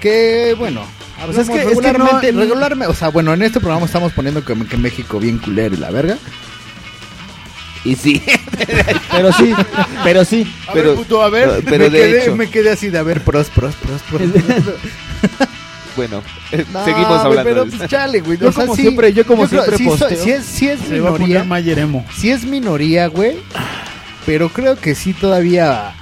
S5: que bueno.
S12: Pues es
S5: hablamos
S12: que- es que
S5: regularmente,
S12: no-
S5: regularme- o sea, bueno, en este programa estamos poniendo que, que México bien culero y la verga.
S3: Y sí. [LAUGHS]
S12: Pero sí, pero sí.
S5: A
S3: Pero-
S5: ver, puto, a ver.
S3: no, pero
S5: me,
S3: de
S5: quedé,
S3: hecho.
S5: me quedé así de a ver, pros, pros, pros,
S12: [LAUGHS]
S5: pros.
S3: Bueno, eh,
S5: No,
S3: seguimos
S5: güey,
S3: hablando.
S5: Pero
S3: de
S5: pues
S3: eso.
S5: chale, güey.
S3: Yo
S5: o sea,
S3: como
S5: sí,
S3: siempre- yo como
S5: creo-
S3: siempre
S5: sí, so-
S3: posteo.
S5: sí es, sí es
S11: Se va a poner
S5: minoría.
S11: Mayeremo.
S5: Sí es minoría, güey. Pero creo que sí todavía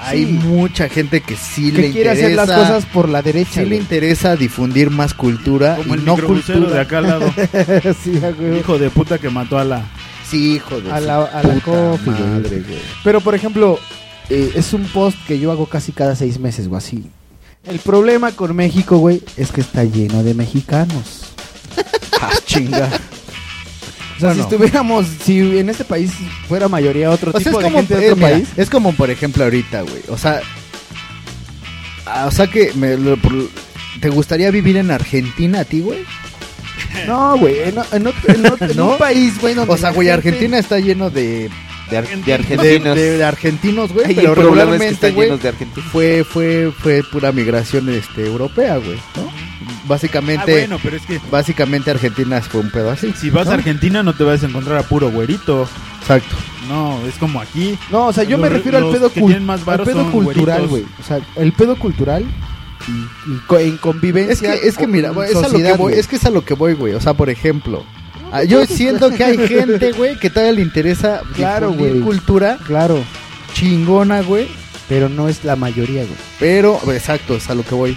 S5: hay mucha gente que sí
S12: Que
S5: le
S12: quiere
S5: interesa.
S12: hacer las cosas por la derecha.
S5: Sí le
S12: güey.
S5: interesa difundir más cultura
S11: Como
S5: y
S11: el
S5: no
S11: microbusero
S5: cultura.
S11: de acá al lado. Ah,
S12: Sí, a huevo.
S11: [LAUGHS] Hijo de puta que mató a la.
S5: Sí, hijo de
S12: A
S5: su
S12: la- a la
S5: puta
S12: cofi, güey.
S5: madre, güey.
S4: [LAUGHS]
S12: Pero por ejemplo, eh, es un post que yo hago casi cada seis meses o así. El problema con México, güey, es que está lleno de mexicanos. ah, chinga. O sea,
S5: Bueno.
S12: si estuviéramos, si en este país fuera mayoría otro
S5: O sea,
S12: tipo de gente de
S5: eh,
S12: otro
S5: mira,
S12: país.
S5: es como, por ejemplo, ahorita, güey. O sea, ah, o sea que me- lo- por- ¿te gustaría vivir en Argentina a ti, güey?
S12: No, güey, en, en otro- en otro- en
S5: ¿No?
S12: un país, güey, donde
S5: O sea,
S12: la
S5: güey,
S12: gente-
S5: Argentina está lleno de...
S3: De, ar- de
S5: De,
S3: argentinos.
S5: de- de argentinos, güey.
S3: Ahí el
S5: Pero
S3: problema es que
S5: regularmente,
S3: están
S5: güey,
S3: llenos de argentinos.
S5: fue, fue, fue pura migración este, europea, güey, ¿no? Básicamente,
S11: Ah, bueno, pero es que-
S5: básicamente Argentina fue un pedo así.
S11: Si vas
S5: ¿no?
S11: a Argentina no te vas a encontrar a puro güerito.
S5: Exacto.
S11: No, es como aquí.
S12: No, o sea, yo me
S11: Los-
S12: refiero al
S11: los
S12: pedo,
S11: que
S12: cul-
S11: tienen más
S12: al
S11: varo
S12: pedo
S11: son
S12: cultural,
S11: güeritos.
S12: güey. O sea, el pedo cultural y, y co- en
S5: Es
S12: convivencia.
S5: que, es que
S12: con
S5: mira, güey, es a lo
S12: sociedad,
S5: que voy,
S12: güey.
S5: es que es a lo que voy, güey. O sea, por ejemplo, ah, yo siento que hay gente, güey, que todavía le interesa
S12: [LAUGHS] Claro,
S5: difundir
S12: güey.
S5: cultura
S12: Claro,
S5: chingona, güey.
S12: pero no es la mayoría, güey.
S5: Pero, exacto, es a lo que voy.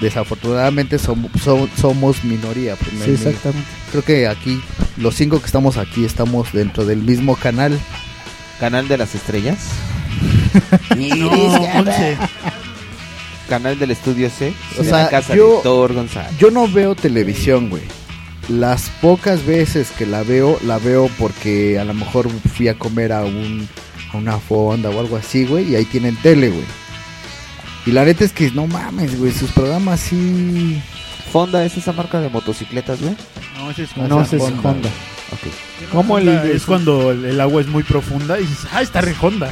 S5: Desafortunadamente som- so- somos minoría. pues, me-
S12: Sí,
S5: me-
S12: exactamente.
S5: Creo que aquí, los cinco que estamos aquí, estamos dentro del mismo canal.
S3: Canal de las estrellas.
S12: [LAUGHS]
S11: No, once.
S3: Canal del estudio C.
S5: O
S3: O sea,
S5: sea,
S3: casa
S5: yo-
S3: de Héctor González.
S5: Yo no veo televisión, güey. Las pocas veces que la veo, la veo porque a lo mejor fui a comer a un a una fonda o algo así, güey, y ahí tienen tele, güey. Y la neta es que no mames, güey, sus programas sí.
S3: Fonda es esa marca de motocicletas, güey.
S11: No, ese es
S12: No, ese es
S11: Honda.
S12: Honda.
S3: Ok.
S11: ¿Cómo el,
S12: Honda
S11: es
S12: es-
S11: cuando el, el agua es muy profunda y dices, ah, está re Honda.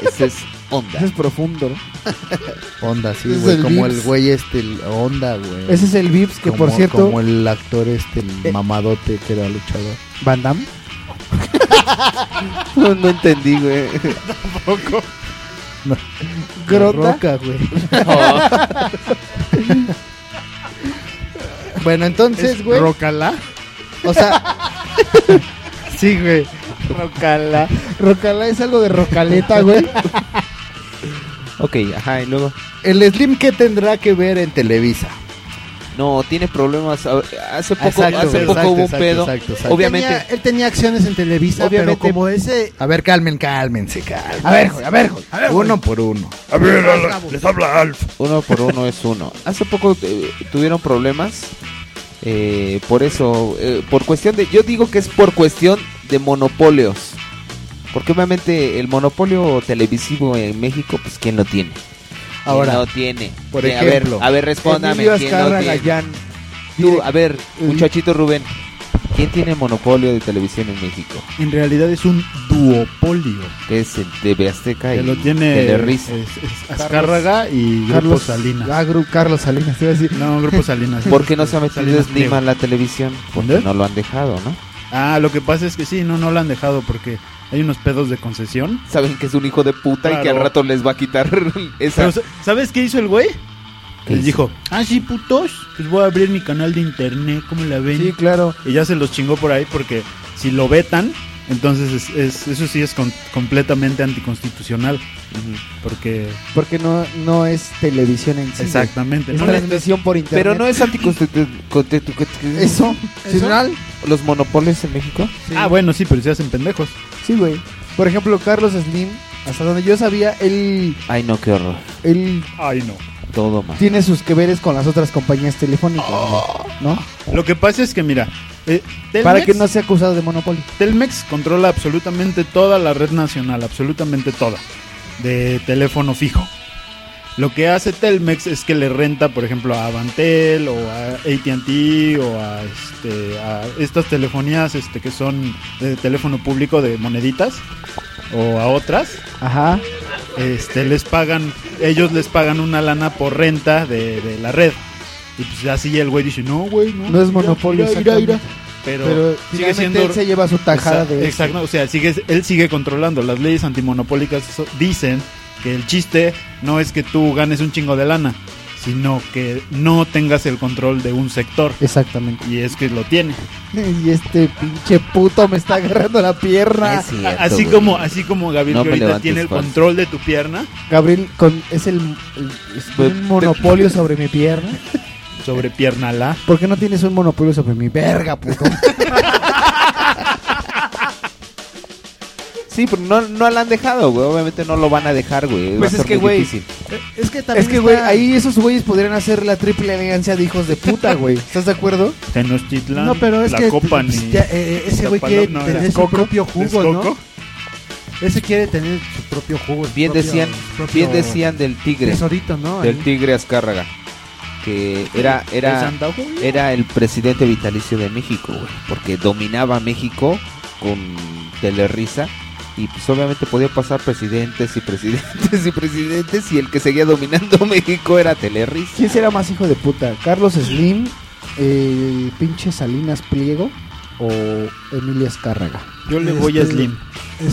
S3: Ese es Honda.
S12: Ese es profundo, ¿no?
S5: Onda, sí,
S12: Ese es
S5: güey,
S12: el
S5: como
S12: Vips.
S5: el güey este, el Onda, güey.
S12: Ese es el Vips que, por
S5: Como-
S12: cierto. Eh.
S5: Como el actor este, el mamadote que era luchador.
S12: ¿Van Damme?
S3: [LAUGHS] No, no entendí, güey.
S12: ¿Grota? Oh. [LAUGHS]
S5: Roca, güey. [LAUGHS] bueno, entonces, güey.
S11: Rocala.
S5: O sea.
S4: [LAUGHS]
S5: sí, güey.
S12: Rocala. Rocala es algo de rocaleta, güey.
S3: Ok, ajá, y luego.
S5: El Slim que tendrá que ver en Televisa.
S3: No, tiene problemas. ah, Hace poco,
S5: Exacto,
S3: hace
S5: güey,
S3: poco
S5: exacto,
S3: hubo un
S5: exacto,
S3: pedo.
S5: exacto, exacto.
S3: Obviamente.
S8: tenía- él tenía acciones en Televisa,
S3: Obviamente-
S8: pero como ese
S5: A ver, calmen, cálmense, cálmense.
S12: A ver, güey, a ver, güey.
S8: A ver, güey.
S5: uno por uno.
S15: A ver, a la- les habla Alf.
S3: Uno por uno es uno. Hace poco eh, tuvieron problemas. eh, por eso, eh, por cuestión de. Yo digo que es por cuestión de monopolios. Porque obviamente el monopolio televisivo en México, pues ¿quién lo tiene? ¿Quién
S4: Ahora,
S3: no tiene.
S4: por
S3: Eh,
S4: ejemplo,
S3: a ver, a ver, respóndame.
S4: Emilio
S3: ¿quién no
S4: Azcárraga
S3: tiene?
S4: Gallán.
S3: Tú, a ver, muchachito Rubén, ¿quién tiene monopolio de televisión en México?
S11: En realidad es un duopolio.
S3: Que es el TV Azteca
S11: Que
S3: y
S11: lo tiene
S3: Televisa.
S11: es- es Azcárraga y Grupo
S3: Carlos-
S11: Salinas.
S4: Ah, Gru- Carlos Salinas, te iba a
S3: Ah,
S4: decir.
S11: No, Grupo Salinas.
S3: ¿Por qué no se ha metido
S11: Salinas
S3: Slim
S11: Pliego. ¿Eh?
S3: a la televisión? Porque
S11: ¿Dónde?
S3: no lo han dejado, ¿no?
S11: Ah, lo que pasa es que sí, no, no lo han dejado porque hay unos pedos de concesión.
S3: Saben que es un hijo de puta y que al
S11: Claro.
S3: rato les va a quitar [LAUGHS] esa.
S11: Pero, sa- ¿Sabes qué hizo el güey?
S3: ¿Qué
S11: Les
S3: hizo?
S11: dijo, ah, sí, putos, pues voy a abrir mi canal de internet, ¿cómo la ven? Sí,
S4: claro.
S11: Y ya se los chingó por ahí porque si lo vetan, entonces es- es- eso sí es con- completamente anticonstitucional. Porque...
S4: Porque no, no es televisión en sí. güey.
S11: Exactamente.
S4: Es
S11: No,
S4: transmisión por internet.
S3: Pero no es anticonstitucional.
S4: Eso, ¿Eso?
S3: ¿Los monopolios en México?
S11: Ah, bueno, sí, pero se hacen pendejos.
S4: Sí, güey. Por ejemplo, Carlos Slim, hasta donde yo sabía, él,
S3: Ay, no, qué horror.
S4: él
S11: Ay, no.
S3: Todo mal.
S4: tiene sus que veres con las otras compañías telefónicas, ¿no?
S11: Lo que pasa es que, mira, eh,
S4: Para
S11: Telmex-
S4: que no sea acusado de monopolio.
S11: Telmex controla absolutamente toda la red nacional, absolutamente toda, de teléfono fijo. Lo que hace Telmex es que le renta, por ejemplo, a Avantel o a AT&T o a, este, a estas telefonías este, que son de teléfono público de moneditas o a otras.
S4: Ajá.
S11: Este, les pagan, ellos les pagan una lana por renta de, de la red. Y pues así el güey dice, no, güey, no.
S4: No es
S11: mira,
S4: monopolio,
S11: mira, mira, mira".
S4: exactamente.
S11: Pero,
S4: Pero
S11: sigue
S4: finalmente
S11: siendo...
S4: él se lleva su tajada de este. eso.
S11: Exacto, o sea, sigue, él sigue controlando. Las leyes antimonopólicas so- dicen que el chiste no es que tú ganes un chingo de lana, sino que no tengas el control de un sector.
S4: Exactamente. [LAUGHS]
S11: Y es que lo tiene.
S4: Y este pinche puto me está agarrando la pierna.
S11: A- así como así como Gabriel
S4: No
S11: que
S4: me
S11: ahorita
S4: levantes
S11: tiene el
S4: falso.
S11: control de tu pierna
S4: Gabriel con, es el, el- es un monopolio sobre mi pierna.
S11: sobre pierna la.
S4: ¿Por qué no tienes un monopolio sobre mi verga, puto?
S3: Sí, pero no, no la han dejado, güey. Obviamente no lo van a dejar, güey. Va a
S4: Pues es
S3: ser
S4: que,
S3: muy
S4: güey.
S3: difícil.
S4: Es que también. Es que, güey, ahí eh, esos güeyes podrían hacer la triple alianza de hijos de puta, güey. ¿Estás de acuerdo?
S11: Tenochtitlan,
S4: No, pero es
S11: la
S4: que-
S11: copa ni
S4: pues, ya, eh,
S8: ese güey
S11: Zapalapa,
S8: quiere
S11: no,
S8: tener
S11: era
S8: su
S11: Coco,
S8: propio jugo, ¿no?
S11: Texcoco.
S8: Ese quiere tener su propio jugo. su
S3: Bien
S8: propio-
S3: decían,
S8: su propio
S3: bien decían del tigre.
S8: Tesorito, ¿no?
S3: Del
S8: Ahí.
S3: tigre Azcárraga. Que era,
S8: ¿El
S3: era,
S8: Santa Ojo, güey?
S3: era el presidente vitalicio de México, güey. Porque dominaba México con Telerisa. Y pues obviamente podía pasar presidentes y presidentes [LAUGHS] y presidentes. Y el que seguía dominando [LAUGHS] México era Telerisa.
S4: ¿Quién será más hijo de puta? ¿Carlos Slim, el pinche Salinas Pliego o Emilia Azcárraga?
S11: Yo le voy a Slim.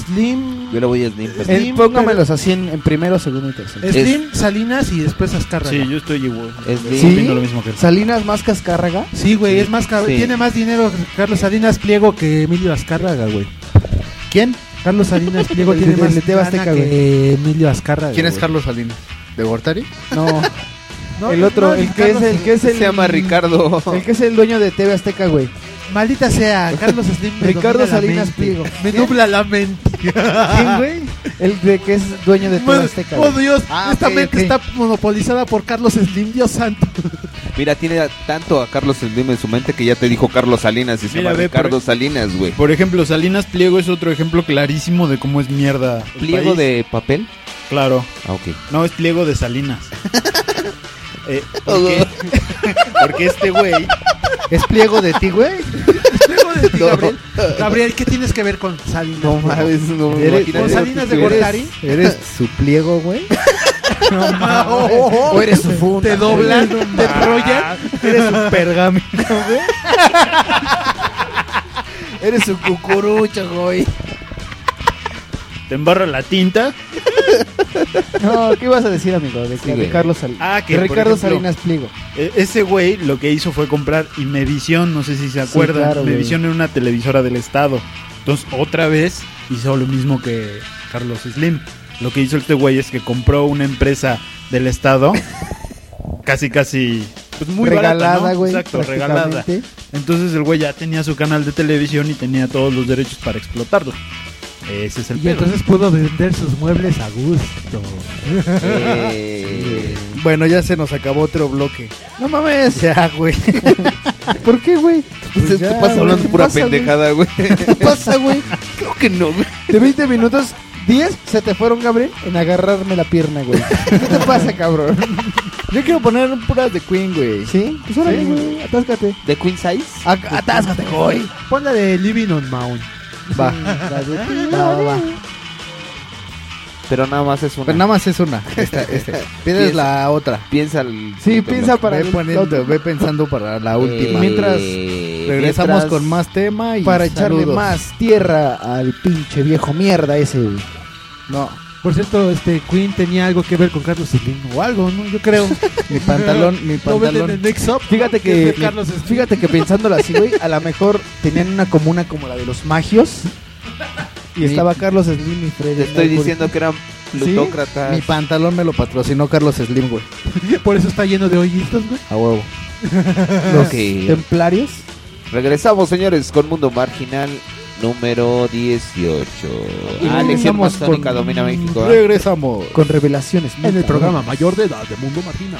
S8: Slim.
S3: Yo le voy a Slim. pues. pero-
S4: Eh, póngamelos así en, en primero, segundo y tercero.
S8: Slim, Salinas y después Azcárraga.
S11: Sí, yo estoy igual.
S4: ¿Sí?
S11: Estoy viendo lo mismo que él.
S4: ¿Salinas más que Azcárraga?
S8: Sí, güey, es más caro. Tiene más dinero Carlos Salinas Pliego que Emilio Azcárraga, güey. ¿Quién? Carlos Salinas Pliego
S4: El
S8: tiene
S4: de-
S8: más
S4: el de
S8: lana
S4: Teba Azteca,
S8: que Emilio Azcárraga.
S5: ¿Quién es
S8: güey.
S5: Carlos Salinas? ¿De Gortari?
S4: No.
S8: No,
S4: el otro,
S8: no,
S4: el, que es
S8: Carlos
S4: el que es el.
S8: Se llama Ricardo.
S4: El que es el dueño de TV Azteca, güey. [LAUGHS]
S8: Maldita sea, Carlos Slim. me
S4: Ricardo
S8: domina la
S4: Salinas
S8: mente.
S4: Pliego.
S8: Me nubla la mente.
S4: ¿Quién, güey? El de que es dueño de TV
S8: Bueno,
S4: Azteca.
S8: Oh,
S4: Este güey.
S8: Dios,
S4: Ah,
S8: esta
S4: ok,
S8: mente
S4: ok.
S8: está monopolizada por Carlos Slim, Dios santo.
S3: Mira, tiene a- tanto a Carlos Slim en su mente que ya te dijo Carlos Salinas y se
S11: Mira,
S3: llama
S11: ve,
S3: Ricardo
S11: por-
S3: Salinas, güey.
S11: Por ejemplo, Salinas Pliego es otro ejemplo clarísimo de cómo es mierda. el
S3: ¿Pliego
S11: país.
S3: de papel?
S11: Claro.
S3: Ah, ok.
S11: No, es pliego de Salinas. Eh, ¿por qué?
S4: [LAUGHS]
S11: Porque este güey.
S4: ¿Es pliego de ti, güey?
S8: [LAUGHS] Gabriel, Gabriel, ¿qué tienes que ver con Salinas?
S4: No mames, no.
S8: ¿Eres- ¿Con Salinas de Gortari?
S4: ¿Eres su pliego, güey? No mames. O eres su funda.
S8: ¿Te doblan? ¿Te
S4: ah,
S8: troyan?
S4: Eres su pergamino, güey. [LAUGHS] Eres su cucurucho, güey.
S11: Te embarra la tinta.
S4: [LAUGHS] No, ¿qué ibas a decir, amigo? De,
S11: Sí,
S4: de
S11: güey.
S4: Carlos Salinas.
S11: Ah, que,
S4: de
S11: por
S4: Ricardo
S11: ejemplo,
S4: Salinas Pliego.
S11: E- Ese güey lo que hizo fue comprar Imevisión, no sé si se acuerdan.
S4: claro, güey.
S11: Imevisión era una televisora del Estado. Entonces, otra vez hizo lo mismo que Carlos Slim. Lo que hizo este güey es que compró una empresa
S4: [LAUGHS]
S11: del Estado, casi, casi, pues muy
S4: Regalada,
S11: barata, ¿no?
S4: güey,
S11: Exacto, regalada.
S4: prácticamente.
S11: Entonces, el güey ya tenía su canal de televisión y tenía todos los derechos para explotarlo. Ese es el
S8: Y
S11: pedo.
S8: entonces pudo vender sus muebles a gusto.
S5: Bueno, ya se nos acabó otro bloque.
S4: Eh, No mames.
S5: Ya, güey.
S4: ¿Por qué, güey?
S3: Pues tú pasas hablando pura pendejada, güey.
S4: ¿Qué pasa, güey? Creo que no, güey. De 20 minutos, 10 se te fueron, Gabriel, en agarrarme la pierna, güey. ¿Qué te pasa, cabrón?
S5: Yo quiero poner puras de Queen, güey.
S4: ¿Sí? Pues ahora, güey, atáscate.
S3: ¿De Queen Size?
S4: atáscate, güey.
S8: Pon la de Living on Mount.
S5: Va.
S4: La de ti, va, va, va.
S3: Pero nada más es una.
S5: Pero nada más es una. Esta, esta. Pides la otra.
S3: Piensa el-
S4: Sí, piensa para
S5: Ve,
S4: el-
S5: poniendo-
S4: la-
S5: ve pensando para la última.
S4: mientras-
S8: Eh,
S5: regresamos
S4: eh, mientras-
S5: con más tema y
S4: Para echarle
S5: saludos.
S4: más tierra al pinche viejo mierda ese, güey. No.
S8: Por cierto, este Queen tenía algo que ver con Carlos Slim o algo, ¿no? Yo
S4: [LAUGHS]
S8: creo.
S4: Mi pantalón, mi
S8: Lo venden
S4: pantalón.
S8: en Next Up.
S4: Fíjate
S8: Es
S4: que,
S8: de Carlos Slim.
S4: fíjate que pensándolo así, güey, a lo mejor tenían una comuna como la de los magios. Y estaba Carlos Slim y Freddy.
S3: Te estoy
S4: Mercury. [LAUGHS]
S3: diciendo que eran plutócratas.
S5: Mi pantalón me lo patrocinó Carlos Slim, güey.
S8: Por eso está lleno de hoyitos, güey.
S5: A huevo.
S4: Los
S3: Ok.
S4: templarios.
S3: Regresamos, señores, con Mundo Marginal número 18.
S4: Y
S3: Ah, elección
S4: regresamos
S3: masónica
S4: con-
S3: domina México. ¿eh?
S5: Regresamos.
S4: Con revelaciones.
S8: En el programa Mayor de Edad de Mundo Marginal.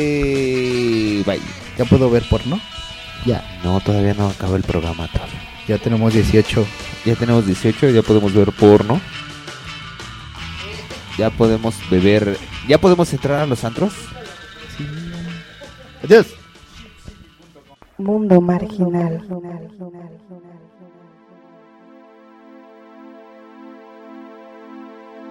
S3: Eh, bye.
S5: ¿Ya puedo ver porno?
S4: Ya.
S3: No, todavía no acaba el programa. Tal.
S5: Ya tenemos 18.
S3: Ya tenemos 18, ya podemos ver porno. Ya podemos beber. ¿Ya podemos entrar a los antros?
S5: Adiós.
S13: Mundo marginal.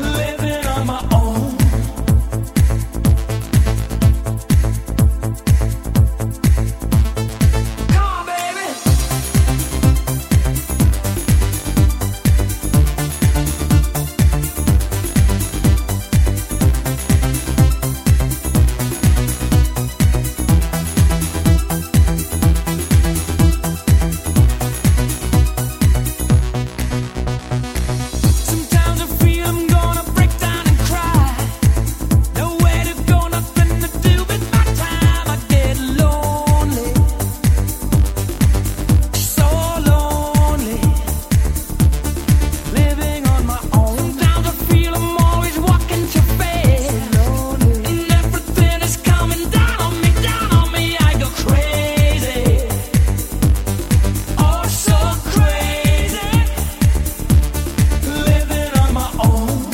S14: Living on my own. Come on, baby. Oh,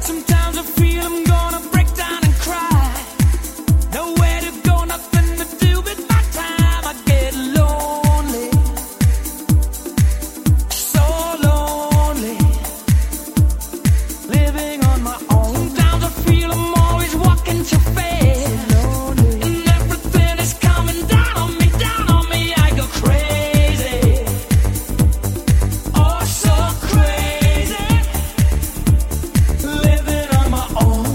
S14: Sometimes I feel I'm gonna break down and cry. Nowhere to go, nothing to do but my time. I get lonely, so lonely. Living on my own. Sometimes I feel I'm always walking too fast. And everything is coming down on me, down on me. I go crazy, oh so crazy. Living on my own.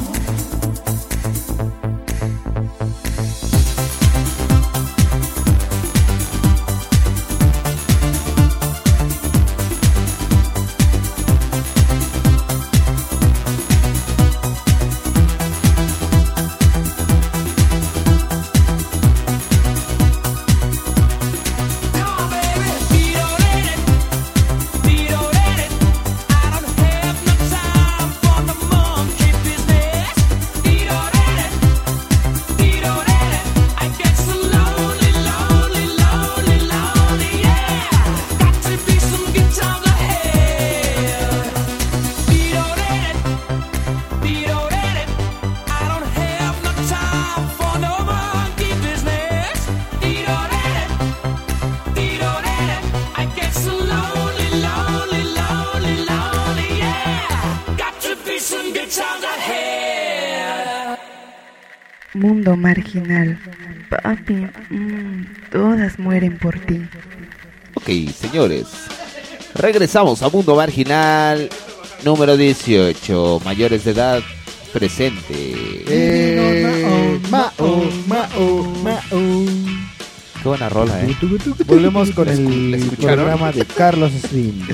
S14: Times ahead.
S13: Mundo marginal. Papi, mm, todas mueren por ti.
S3: Ok, señores. Regresamos a Mundo Marginal número 18. Mayores de edad presente. Eh,
S4: Eh,
S3: Qué buena rola, eh.
S4: Volvemos con el
S3: ¿La escucharon?
S4: programa de Carlos Slim.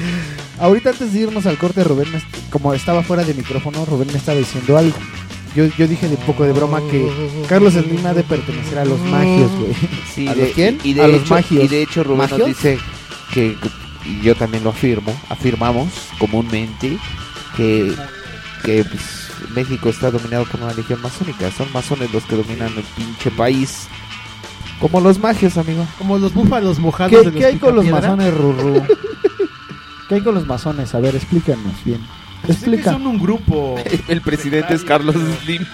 S4: Ahorita antes de irnos al corte, Rubén, me est- como estaba fuera de micrófono, Rubén me estaba diciendo algo. Yo, yo dije de poco de broma que Carlos Slim ha de pertenecer a los magios, güey.
S3: Sí,
S4: ¿A
S3: de-
S4: los quién?
S3: Y, y de
S4: a
S3: hecho,
S4: los magios.
S3: Y de hecho Rubén nos
S4: ¿Magios?
S3: dice que, y yo también lo afirmo, afirmamos comúnmente que, que pues, México está dominado por una legión masónica. Son masones los que dominan el pinche país. Como los magios, amigo.
S8: Como los búfalos mojados
S4: ¿Qué,
S8: de los
S4: qué hay con los
S8: picapiedra.
S4: masones, Rurru? ¿Qué hay con los masones? A ver, explícanos bien. Explica.
S20: Pues Son un [LAUGHS] grupo.
S3: [LAUGHS] El presidente es Carlos Slim.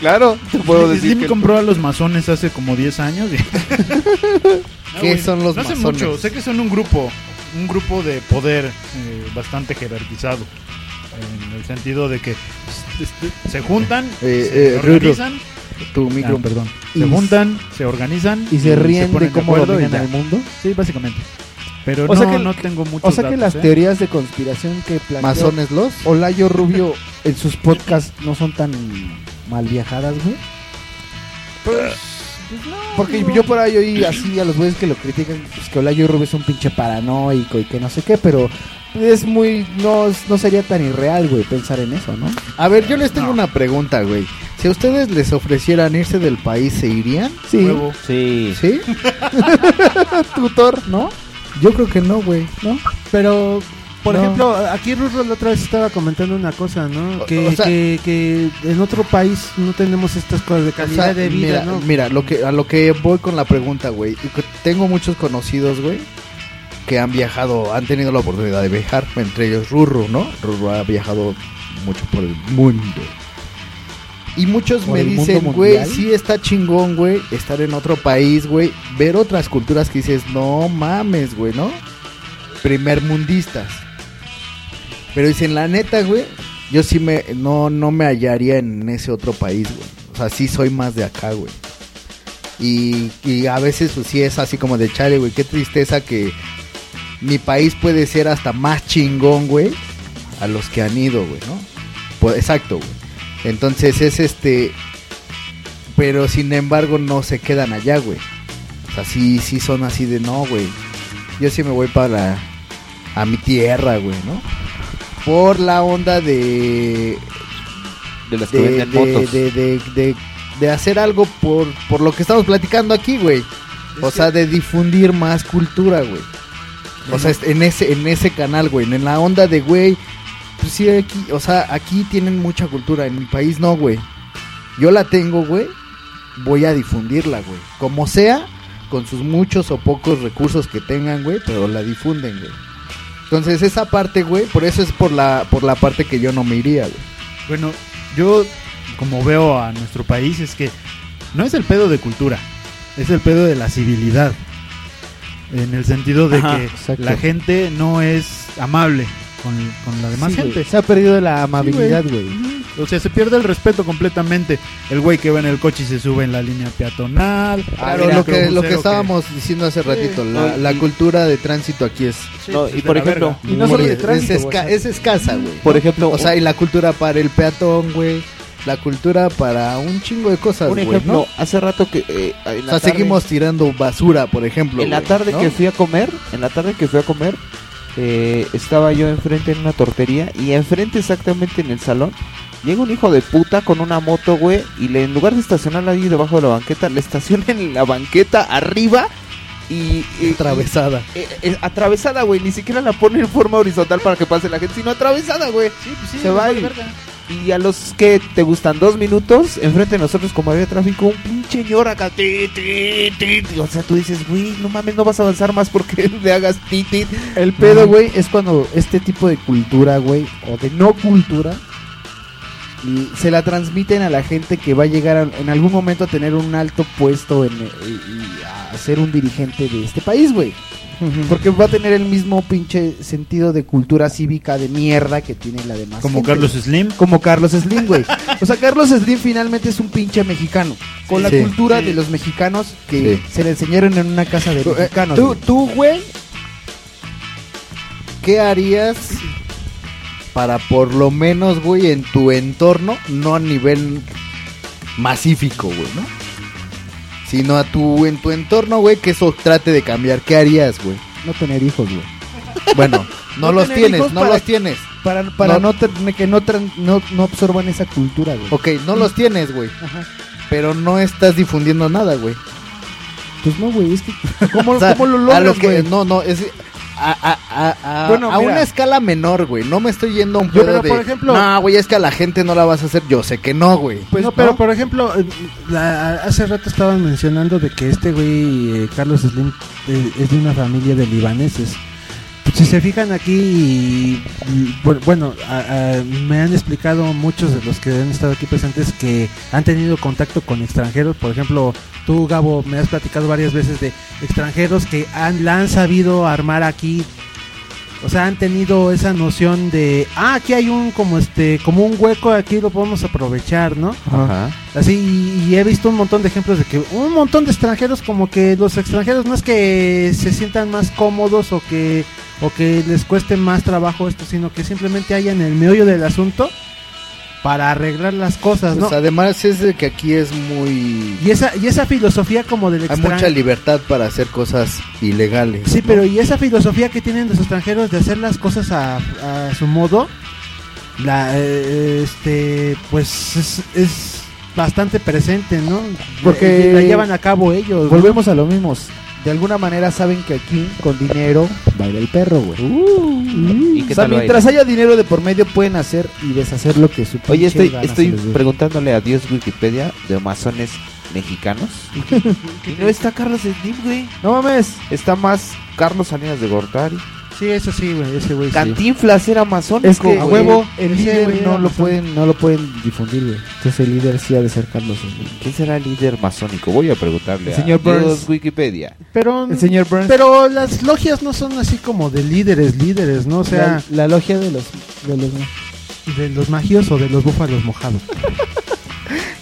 S3: claro, te puedo decir
S20: Slim
S3: que-
S20: compró a los masones hace como 10 años. [LAUGHS] Ah,
S5: ¿Qué
S20: güey,
S5: son los
S20: no sé
S5: masones?
S20: mucho, sé que son un grupo, un grupo de poder eh, bastante jerarquizado. En el sentido de que este, se juntan,
S5: Eh,
S20: se
S5: eh, Rudo,
S20: organizan.
S5: tu micro.
S20: Ah, perdón.
S5: Y
S20: Se juntan, se organizan.
S11: Mm,
S4: y se ríen de
S20: ponen
S4: cómo
S20: acuerdo y
S4: dominan
S20: ya.
S4: al mundo.
S20: Sí, básicamente. Pero no, no tengo muchos
S4: O sea que
S20: datos,
S4: las
S20: ¿eh?
S4: teorías de conspiración que plantea
S5: ¿Masones los?
S4: Olayo Rubio [LAUGHS] en sus podcasts no son tan mal viajadas, güey.
S5: Pues,
S4: Porque yo por ahí oí así a los güeyes que lo critican, pues que Olayo Rubio es un pinche paranoico y que no sé qué, pero es muy no no sería tan irreal, güey, pensar en eso, ¿no?
S5: A ver, yo les tengo una pregunta, güey. Si a ustedes les ofrecieran irse del país, ¿se irían?
S4: Sí.
S20: Huevo.
S3: Sí.
S5: [LAUGHS] ¿Sí?
S4: [LAUGHS] Tutor, ¿no? Yo creo que no, güey, ¿no?
S8: Pero, por
S4: No.
S8: ejemplo, aquí Rurro la otra vez estaba comentando una cosa, ¿no? Que,
S5: o sea-
S8: que, que en otro país no tenemos estas cosas de
S5: O
S8: calidad
S5: sea,
S8: de vida,
S5: mira,
S8: ¿no?
S5: mira, lo que, a lo que voy con la pregunta, güey. y que Tengo muchos conocidos, güey, que han viajado, han tenido la oportunidad de viajar, entre ellos Rurro, ¿no? Rurro ha viajado mucho por el mundo. Y muchos
S4: ¿Por
S5: me
S4: el mundo
S5: dicen, güey,
S4: mundial?
S5: sí está chingón, güey, estar en otro país, güey, ver otras culturas que dices, no mames, güey, ¿no? Primermundistas. Pero dicen, la neta, güey, yo sí me, no, no me hallaría en ese otro país, güey. O sea, sí soy más de acá, güey. Y, y a veces, pues sí es así como de chale, güey, qué tristeza que mi país puede ser hasta más chingón, güey, a los que han ido, güey, ¿no? Pues, exacto, güey. Entonces es este. Pero sin embargo, no se quedan allá, güey. O sea, sí, sí son así de no, güey. Yo sí me voy para. A mi tierra, güey, ¿no? Por la onda de.
S3: De las que
S5: De,
S3: venden
S5: de-
S3: motos.
S5: de- de- de- de hacer algo por, por lo que estamos platicando aquí, güey. O sea, de difundir más cultura, güey. O sea, est- en ese, en ese canal, güey. En la onda de, güey. Pues sí, aquí, o sea, aquí tienen mucha cultura. En mi país no, güey. Yo la tengo, güey. Voy a difundirla, güey. Como sea, con sus muchos o pocos recursos que tengan, güey. Pero la difunden, güey. Entonces esa parte, güey, por eso es por la, por la parte que yo no me iría, güey.
S11: Bueno, yo como veo a nuestro país es que no es el pedo de cultura, es el pedo de la civilidad. En el sentido de
S20: Ajá,
S11: que
S20: exacto.
S11: la gente no es amable con, con la demás
S20: Sí,
S11: gente.
S20: güey.
S11: Se ha perdido la
S20: amabilidad, güey. O sea, se pierde el respeto completamente. El güey que va en el coche y se sube en la línea peatonal.
S5: Claro,
S20: el
S5: lo que, lo
S20: microbusero
S5: que estábamos diciendo hace ratito, la,
S20: no,
S5: la cultura de tránsito aquí es...
S3: No, y por ejemplo,
S5: Y no solo de tránsito, es,
S3: güey,
S5: esca- es escasa, güey.
S3: Por ejemplo,
S5: o sea, y la cultura para el peatón, güey, la cultura para un chingo de cosas,
S3: Por
S5: güey.
S3: ejemplo,
S5: ¿no?
S3: hace rato que... eh,
S5: O
S3: en la
S5: sea,
S3: tarde-
S5: seguimos tirando basura, por ejemplo.
S3: En la
S5: güey,
S3: tarde
S5: ¿no?
S3: que fui a comer, en la tarde que fui a comer, eh, estaba yo enfrente en una tortería y enfrente exactamente en el salón llega un hijo de puta con una moto, güey, y le, en lugar de estacionarla ahí debajo de la banqueta, le estaciona en la banqueta arriba y... eh,
S5: Atravesada.
S3: eh, eh, atravesada, güey, ni siquiera la pone en forma horizontal para que pase la gente, sino atravesada, güey.
S4: pues
S3: Se va y... Y a los que te gustan dos minutos, enfrente de nosotros, como había tráfico, un pinche ñor acá. ti, ti, ti, ti. O sea, tú dices, güey, no mames, no vas a avanzar más porque [LAUGHS] le hagas titit.
S4: El pedo, güey, es cuando este tipo de cultura, güey, o de no cultura, l- se la transmiten a la gente que va a llegar a- en algún momento a tener un alto puesto en, eh, y, y a ser un dirigente de este país, güey. Porque va a tener el mismo pinche sentido de cultura cívica de mierda que tiene la demás.
S11: Como
S4: gente,
S11: Carlos
S4: güey.
S11: Slim.
S4: Como Carlos Slim, güey. O sea, Carlos Slim finalmente es un pinche mexicano. Con
S5: Sí.
S4: la
S5: Sí.
S4: cultura
S5: Sí.
S4: de los mexicanos que
S5: Sí.
S4: se le enseñaron en una casa de
S5: Tú, eh,
S4: mexicanos.
S5: tú-
S4: güey.
S5: tú, güey, ¿qué harías para por lo menos, güey, en tu entorno, no a nivel masífico, güey, ¿no? Sino a tu, en tu entorno, güey, que eso trate de cambiar. ¿Qué harías, güey?
S4: No tener hijos, güey. [LAUGHS]
S5: Bueno, no, los
S4: tener
S5: tienes,
S4: hijos
S5: no
S4: para-
S5: los tienes.
S4: Para, para no,
S5: No-
S4: ter- que no, tran- no, no absorban esa cultura, güey.
S5: Ok, no los tienes, güey. Pero no estás difundiendo nada, güey.
S4: Pues no, güey, es que... ¿Cómo,
S5: O sea,
S4: cómo lo
S5: a
S4: logras,
S5: lo que-
S4: güey?
S5: No, no, es... A, a- a- a-
S4: Bueno,
S5: a
S4: mira.
S5: una escala menor, güey. No me estoy yendo a un
S8: Yo,
S5: pedo
S8: pero,
S5: de...
S8: por ejemplo-
S5: no, güey, es que a la gente no la vas a hacer. Yo sé que no, güey.
S8: Pues, no, pero por ejemplo, eh, la- hace rato estaban mencionando de que este güey, eh, Carlos Slim, eh, es de una familia de libaneses. Pues, si se fijan aquí, y, y, bu- bueno, a- a- me han explicado muchos de los que han estado aquí presentes que han tenido contacto con extranjeros. Por ejemplo, tú, Gabo, me has platicado varias veces de extranjeros que han, la han sabido armar aquí. O sea, han tenido esa noción de, ah, aquí hay un como este, como un hueco, aquí lo podemos aprovechar, ¿no?
S3: Ajá.
S8: Así, y, y he visto un montón de ejemplos de que un montón de extranjeros, como que los extranjeros no es que se sientan más cómodos o que, o que les cueste más trabajo esto, sino que simplemente hayan el meollo del asunto para arreglar las cosas, ¿no?
S5: Pues, además es de que aquí es muy...
S8: y, esa, y esa filosofía como del
S5: Hay
S8: extranjero.
S5: mucha libertad para hacer cosas ilegales.
S8: Sí,
S5: ¿no?
S8: pero y esa filosofía que tienen los extranjeros de hacer las cosas a, a su modo, la, eh, este, pues es, es bastante presente, ¿no?
S4: Porque-
S8: la llevan a cabo ellos. ¿no?
S4: Volvemos a lo mismo. De alguna manera saben que aquí, con dinero, baila el perro, güey.
S3: ¿Y Uh, qué
S4: o sea,
S3: tal baila?
S4: mientras haya dinero de por medio, pueden hacer y deshacer lo que su pinche
S3: Oye, estoy,
S4: gana
S3: estoy
S4: se les dé.
S3: preguntándole a Dios Wikipedia de masones mexicanos. y no está Carlos Slim, güey.
S4: No mames.
S3: Está más Carlos Salinas de Gortari.
S8: Sí, eso sí, güey, ese güey. sí.
S3: Cantinflas era masónico.
S4: Es que
S3: güey.
S4: a huevo, el
S8: Ese
S4: líder
S8: güey era
S4: no lo
S8: bastante-
S4: pueden, no lo pueden difundir, güey. Entonces el líder sí ha de ser Carlos Slim.
S3: ¿Quién será el líder masónico? Voy a preguntarle
S4: El
S3: a
S4: señor Burns.
S3: Dios Wikipedia.
S8: Pero,
S4: El señor Burns.
S8: pero las logias no son así como de líderes, líderes, ¿no? O sea,
S4: la, la logia de los, de los
S8: de los magios o de los búfalos mojados.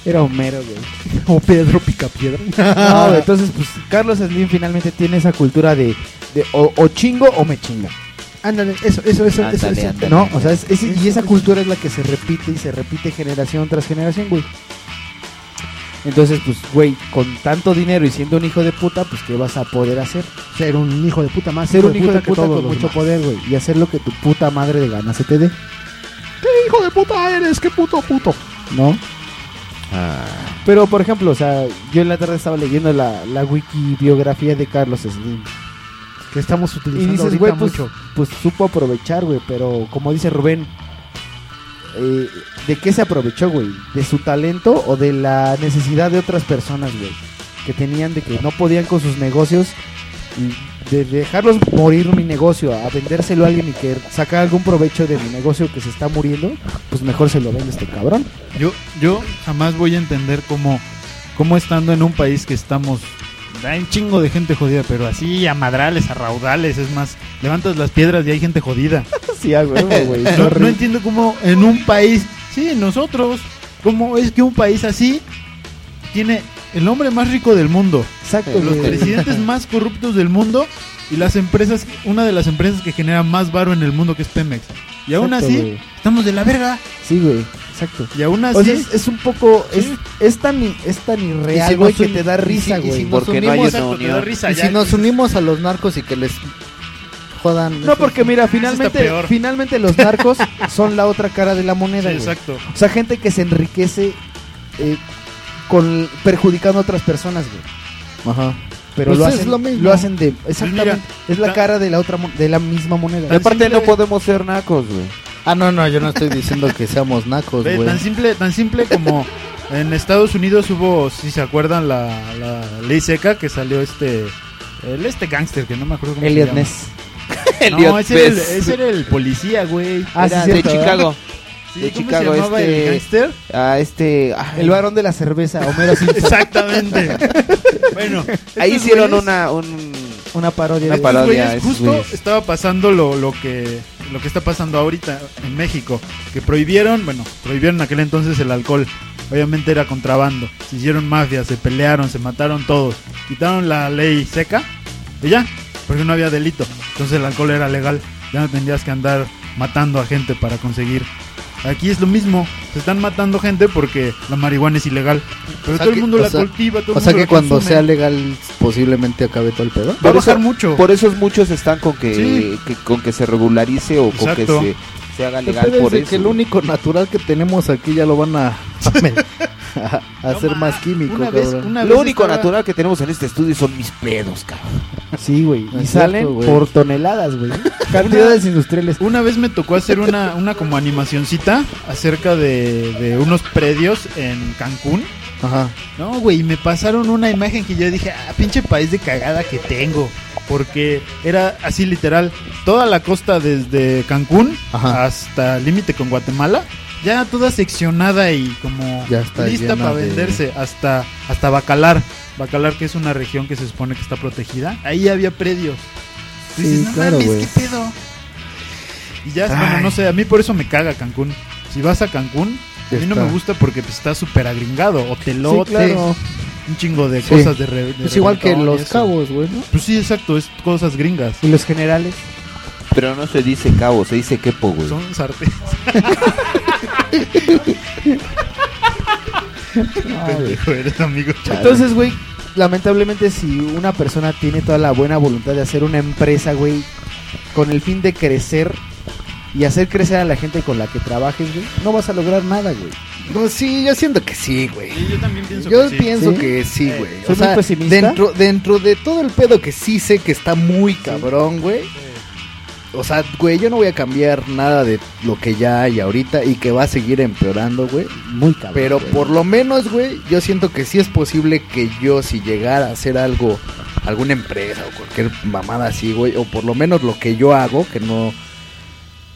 S4: era Homero, güey.
S8: [LAUGHS] o Pedro Picapiedra.
S4: [LAUGHS] No, güey, entonces pues Carlos Slim finalmente tiene esa cultura de, de o, o chingo o me chinga.
S8: Ándale, eso, eso, eso, eso,
S4: Ándale,
S8: eso.
S4: ándale. No, o sea, es- es- y esa cultura es la que se repite y se repite generación tras generación, güey. Entonces, pues, güey, con tanto dinero y siendo un hijo de puta, pues, ¿qué vas a poder hacer?
S8: Ser un hijo de puta más.
S4: Ser un hijo de
S8: que
S4: puta con
S8: todos los
S4: mucho
S8: demás.
S4: poder, güey. Y hacer lo que tu puta madre de ganas se te dé,
S8: ¿Qué hijo de puta eres? ¿Qué puto puto? Ah.
S4: ¿no? Pero, por ejemplo, o sea, yo en la tarde estaba leyendo la, la wiki biografía de Carlos Slim.
S8: Que estamos
S4: Y
S8: utilizando
S4: dices,
S8: ahorita
S4: güey, pues,
S8: mucho.
S4: pues supo aprovechar, güey, pero como dice Rubén, eh, ¿de qué se aprovechó, güey? ¿De su talento o de la necesidad de otras personas, güey? Que tenían de que no podían con sus negocios y de dejarlos morir mi negocio, a vendérselo a alguien y que sacar algún provecho de mi negocio que se está muriendo, pues mejor se lo vende este cabrón.
S11: Yo, yo jamás voy a entender cómo, cómo estando en un país que estamos. Hay un chingo de gente jodida, pero así a madrales, a raudales, es más, levantas las piedras y hay gente jodida.
S4: [LAUGHS] Sí, a huevo, güey,
S11: No- no,
S4: sorry.
S11: entiendo cómo en un país, sí, nosotros, cómo es que un país así tiene el hombre más rico del mundo,
S4: Exacto,
S11: los
S4: güey. [LAUGHS]
S11: presidentes más corruptos del mundo y las empresas, una de las empresas que genera más varo en el mundo que es Pemex. Y aún
S4: Exacto,
S11: así,
S4: güey.
S11: estamos de la verga.
S4: Sí, güey, exacto.
S11: Y aún
S4: O
S11: así,
S4: sea, es, es un poco. Es, es tan, i- es tan
S12: Y
S4: irreal,
S12: si
S4: güey,
S12: nos
S4: que
S12: uni-
S4: te da
S12: y si-
S4: risa,
S12: y si
S4: güey.
S12: nos unimos- Exacto, te da risa,
S5: Y
S12: ya.
S5: si nos
S11: [LAUGHS]
S5: unimos a los narcos y que les jodan.
S4: No, porque mira,
S5: Eso
S4: finalmente,
S5: está peor.
S4: finalmente los
S5: [LAUGHS]
S4: narcos son la otra cara de la moneda.
S5: Sí,
S4: güey.
S5: exacto.
S4: O sea, gente que se enriquece eh, con perjudicando a otras personas, güey. Ajá. Pero
S12: Pues
S4: lo
S12: es
S4: hacen,
S12: lo
S4: lo,
S12: mismo.
S4: hacen de exactamente
S12: Mira,
S4: es la cara de la otra mon- de la misma moneda.
S5: Y aparte no
S4: podemos ser nacos, güey. [LAUGHS]
S5: Ah, no, no, yo no estoy diciendo que seamos nacos,
S11: Ve,
S5: güey.
S11: tan simple, tan simple como en Estados Unidos hubo, si se acuerdan, la, la ley seca que salió este el este gángster que no me acuerdo cómo
S4: Elliot
S11: se llama.
S4: Ness.
S11: No,
S4: Elliot
S11: ese era, el,
S4: Ness.
S11: ese era el policía, güey.
S4: Ah, sí,
S11: Era
S4: cierto, ¿verdad?
S11: Sí,
S3: de
S11: ¿cómo
S3: Chicago,
S11: se llamaba
S3: este.
S11: el gángster?
S3: Ah, este. ah,
S4: El varón de la cerveza, Homero Simpson.
S11: Exactamente. bueno,
S3: Ahí
S11: estos
S3: hicieron
S11: güeyes-
S3: una. Un...
S4: Una parodia.
S3: Una
S11: Estos
S3: parodia.
S11: güeyes
S3: esos
S11: justo
S3: güeyes.
S11: estaba pasando lo, lo que lo que está pasando ahorita en México, que prohibieron, bueno, prohibieron en aquel entonces el alcohol. Obviamente era contrabando. Se hicieron mafias, se pelearon, se mataron todos. Quitaron la ley seca y ya, porque no había delito. Entonces el alcohol era legal. Ya no tendrías que andar matando a gente para conseguir. Aquí es lo mismo. Se están matando gente porque la marihuana es ilegal. Pero
S5: O sea
S11: todo
S5: que-
S11: el mundo la
S5: o sea-
S11: cultiva, todo el
S5: O sea
S11: mundo
S5: que
S11: la
S5: cuando
S11: consume.
S5: sea legal, posiblemente acabe todo el pedo.
S3: Por eso- Por eso muchos están con que,
S5: Sí.
S3: que- con que se regularice o con que
S5: Exacto.
S3: se, se haga
S5: El
S3: legal
S5: pedo es
S3: por
S5: de
S3: eso.
S5: que el único natural que tenemos aquí ya lo van a, [LAUGHS] a- a hacer más químico,
S3: Una vez-
S5: cabrón.
S3: una Lo vez único estaba- natural que tenemos en este estudio son mis pedos, cabrón.
S4: Sí, güey. Y
S3: Exacto,
S4: salen
S3: güey.
S4: por toneladas, güey. [LAUGHS] Cantidades industriales.
S11: Una vez me tocó hacer una, una como animacioncita acerca de, de unos predios en Cancún.
S5: Ajá.
S11: No, güey, y me pasaron una imagen que yo dije, ah, pinche país de cagada que tengo. Porque era así literal, toda la costa desde Cancún hasta el límite con Guatemala, ya toda seccionada y como
S5: Ya está
S11: lista
S5: llena
S11: para
S5: de-
S11: venderse hasta, hasta Bacalar. Bacalar que es una región que se supone que está protegida. Ahí había predios.
S4: Sí,
S11: Dices, "No
S4: claro,
S11: mames,
S4: güey.
S11: ¿qué pedo? Y ya, bueno, no sé, a mí por eso me caga Cancún. Si vas a Cancún, a mí no
S5: Está.
S11: me gusta porque pues, está súper agringado. Hotelote,
S5: Sí, claro.
S11: un chingo de
S5: Sí.
S11: cosas de, re- de
S5: Es igual que
S11: reventón y
S5: los
S11: eso.
S5: cabos, güey, ¿no?
S11: Pues sí, exacto, es cosas gringas.
S4: Y los generales.
S3: Pero no se dice cabo, se dice quepo, güey.
S11: Son
S5: [LAUGHS]
S11: sartenes. [LAUGHS] Pendejo eres, amigo.
S4: Entonces, güey, lamentablemente si una persona tiene toda la buena voluntad de hacer una empresa, güey, con el fin de crecer y hacer crecer a la gente con la que trabajes, güey, no vas a lograr nada, güey.
S5: No, sí, yo siento que sí, güey.
S11: yo también pienso
S5: Yo
S4: que sí.
S5: pienso
S4: ¿Sí?
S5: que sí,
S4: Eh,
S5: güey.
S4: ¿soy muy pesimista?
S5: Dentro, dentro de todo el pedo que sí sé que está muy cabrón, güey. O sea, güey, yo no voy a cambiar nada de lo que ya hay ahorita y que va a seguir empeorando, güey.
S4: Muy cabrón.
S5: Pero
S4: güey.
S5: por lo menos, güey, yo siento que sí es posible que yo si llegara a hacer algo, alguna empresa o cualquier mamada así, güey, o por lo menos lo que yo hago, que no...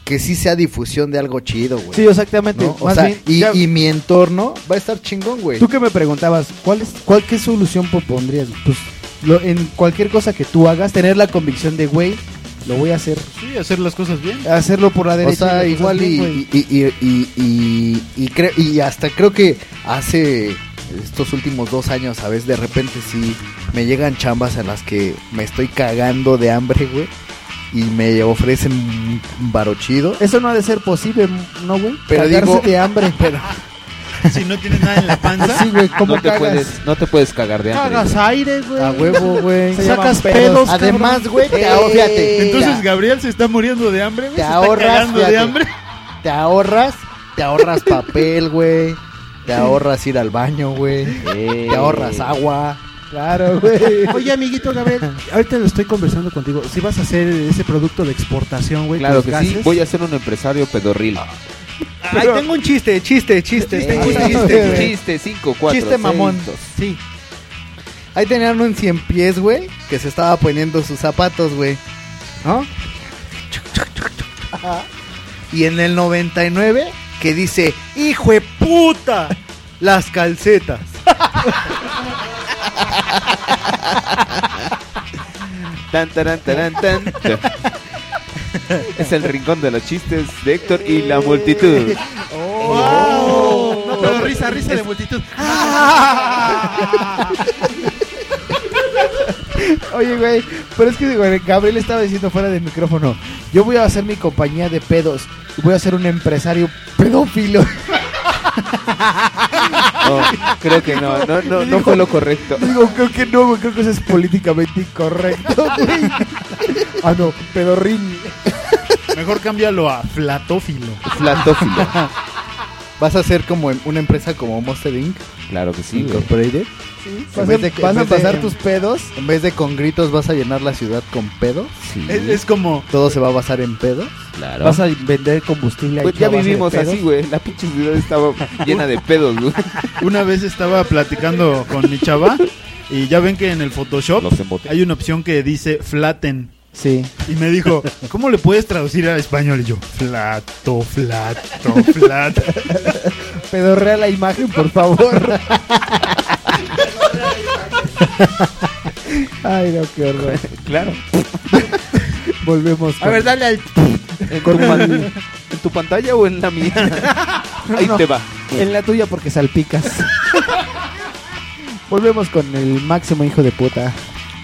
S5: Que sí sea difusión de algo chido, güey.
S4: Sí, exactamente.
S5: ¿no? O
S4: Más
S5: sea,
S4: bien,
S5: y,
S4: ya-
S5: y mi entorno va a estar chingón, güey.
S4: Tú que me preguntabas, ¿cuál es cuál qué solución propondrías? Pues lo- en cualquier cosa que tú hagas, tener la convicción de, güey, lo voy a hacer,
S11: Sí, hacer las cosas bien.
S4: hacerlo por la
S5: O
S4: derecha.
S5: sea,
S4: y las cosas
S5: igual
S4: bien,
S5: y,
S4: güey.
S5: y, y, y, y- y creo- y hasta creo que hace estos últimos dos años, a veces de repente sí me llegan chambas en las que me estoy cagando de hambre, güey, y me ofrecen un varo chido.
S4: Eso no ha de ser posible, ¿no, güey?
S5: Pero
S4: Cagarse
S5: digo-
S4: de hambre.
S5: [LAUGHS] Pero...
S11: [LAUGHS] Si no tienes nada en la panza.
S4: Sí, güey, ¿cómo
S3: no, te
S4: cagas?
S3: puedes, no te puedes cagar de hambre.
S8: Cagas aire, güey.
S3: Ah,
S5: A huevo, güey.
S8: Se Sacas
S4: llaman
S8: pedos.
S4: pedos.
S5: Además, güey, te
S4: Eh,
S5: ahor- fíjate.
S11: Entonces
S5: Mira.
S11: Gabriel se está muriendo de hambre, güey.
S5: Te
S11: se está
S5: ahorras,
S11: cagando
S5: fíjate.
S11: de [LAUGHS] hambre.
S5: Te ahorras, te ahorras papel, güey. Te ahorras ir al baño, güey. Te ahorras agua.
S4: Claro, güey.
S8: Oye, amiguito Gabriel, [LAUGHS] ahorita lo estoy conversando contigo. Si vas a hacer ese producto de exportación, güey,
S3: Claro
S8: los
S3: que
S8: gases.
S3: sí, voy a ser un empresario pedorril. Eh,
S8: Ay, tengo
S5: un chiste, chiste, chiste,
S3: Chiste, chiste, chiste, cinco, cuatro,
S5: Chiste mamón.
S3: seis, dos.
S8: Sí.
S5: Ahí tenían un cien pies, güey, que se estaba poniendo sus zapatos, güey. ¿No? Y en el 99, que dice, hijo de puta, las calcetas.
S3: Tan, tarán, tarán, tan. Es el rincón de los chistes de Héctor y la multitud.
S4: Oh.
S8: No, pero risa, risa de multitud.
S4: Oye, güey, pero es que güey, Gabriel estaba diciendo fuera del micrófono, yo voy a hacer mi compañía de pedos, y voy a ser un empresario pedófilo.
S3: No, creo que no, no, no, no fue lo correcto.
S4: Digo, creo que no, güey, creo que eso es políticamente [LAUGHS] incorrecto. güey. ah, no, pedorrín.
S20: Mejor cámbialo a flatófilo.
S3: Flatófilo.
S5: [LAUGHS] ¿Vas a ser como en- una empresa como Monster Inc?
S3: Claro que sí, güey.
S5: Incorporated.
S4: Vas
S5: En
S4: a-
S5: vez de-
S4: vas
S5: en
S4: a
S5: vez de-
S4: pasar tus pedos.
S5: En vez de con gritos vas a llenar la ciudad con pedo.
S3: Sí.
S20: Es, es como...
S5: Todo se va a basar en pedo.
S3: Claro.
S4: Vas a vender combustible.
S3: Pues
S4: hecho
S3: ya
S4: a base de
S3: vivimos
S4: pedos.
S3: así, güey. La pinche ciudad estaba llena de pedos, [LAUGHS] güey.
S20: Una vez estaba platicando con mi chava y ya ven que en el Photoshop hay una opción que dice flatten.
S4: Sí.
S20: Y me
S3: [LAUGHS]
S20: dijo, ¿cómo le puedes traducir al español? Y yo, flato, flato, flato.
S4: Pedorrea la imagen, por favor. [LAUGHS] Ay, no, qué horror.
S3: Claro.
S4: [LAUGHS] Volvemos.
S3: A ver,
S4: dale al...
S3: En tu, pan- [LAUGHS] en tu pantalla o en la [LAUGHS] mía. Ahí te va.
S4: En la tuya porque salpicas. Volvemos con el máximo hijo de puta.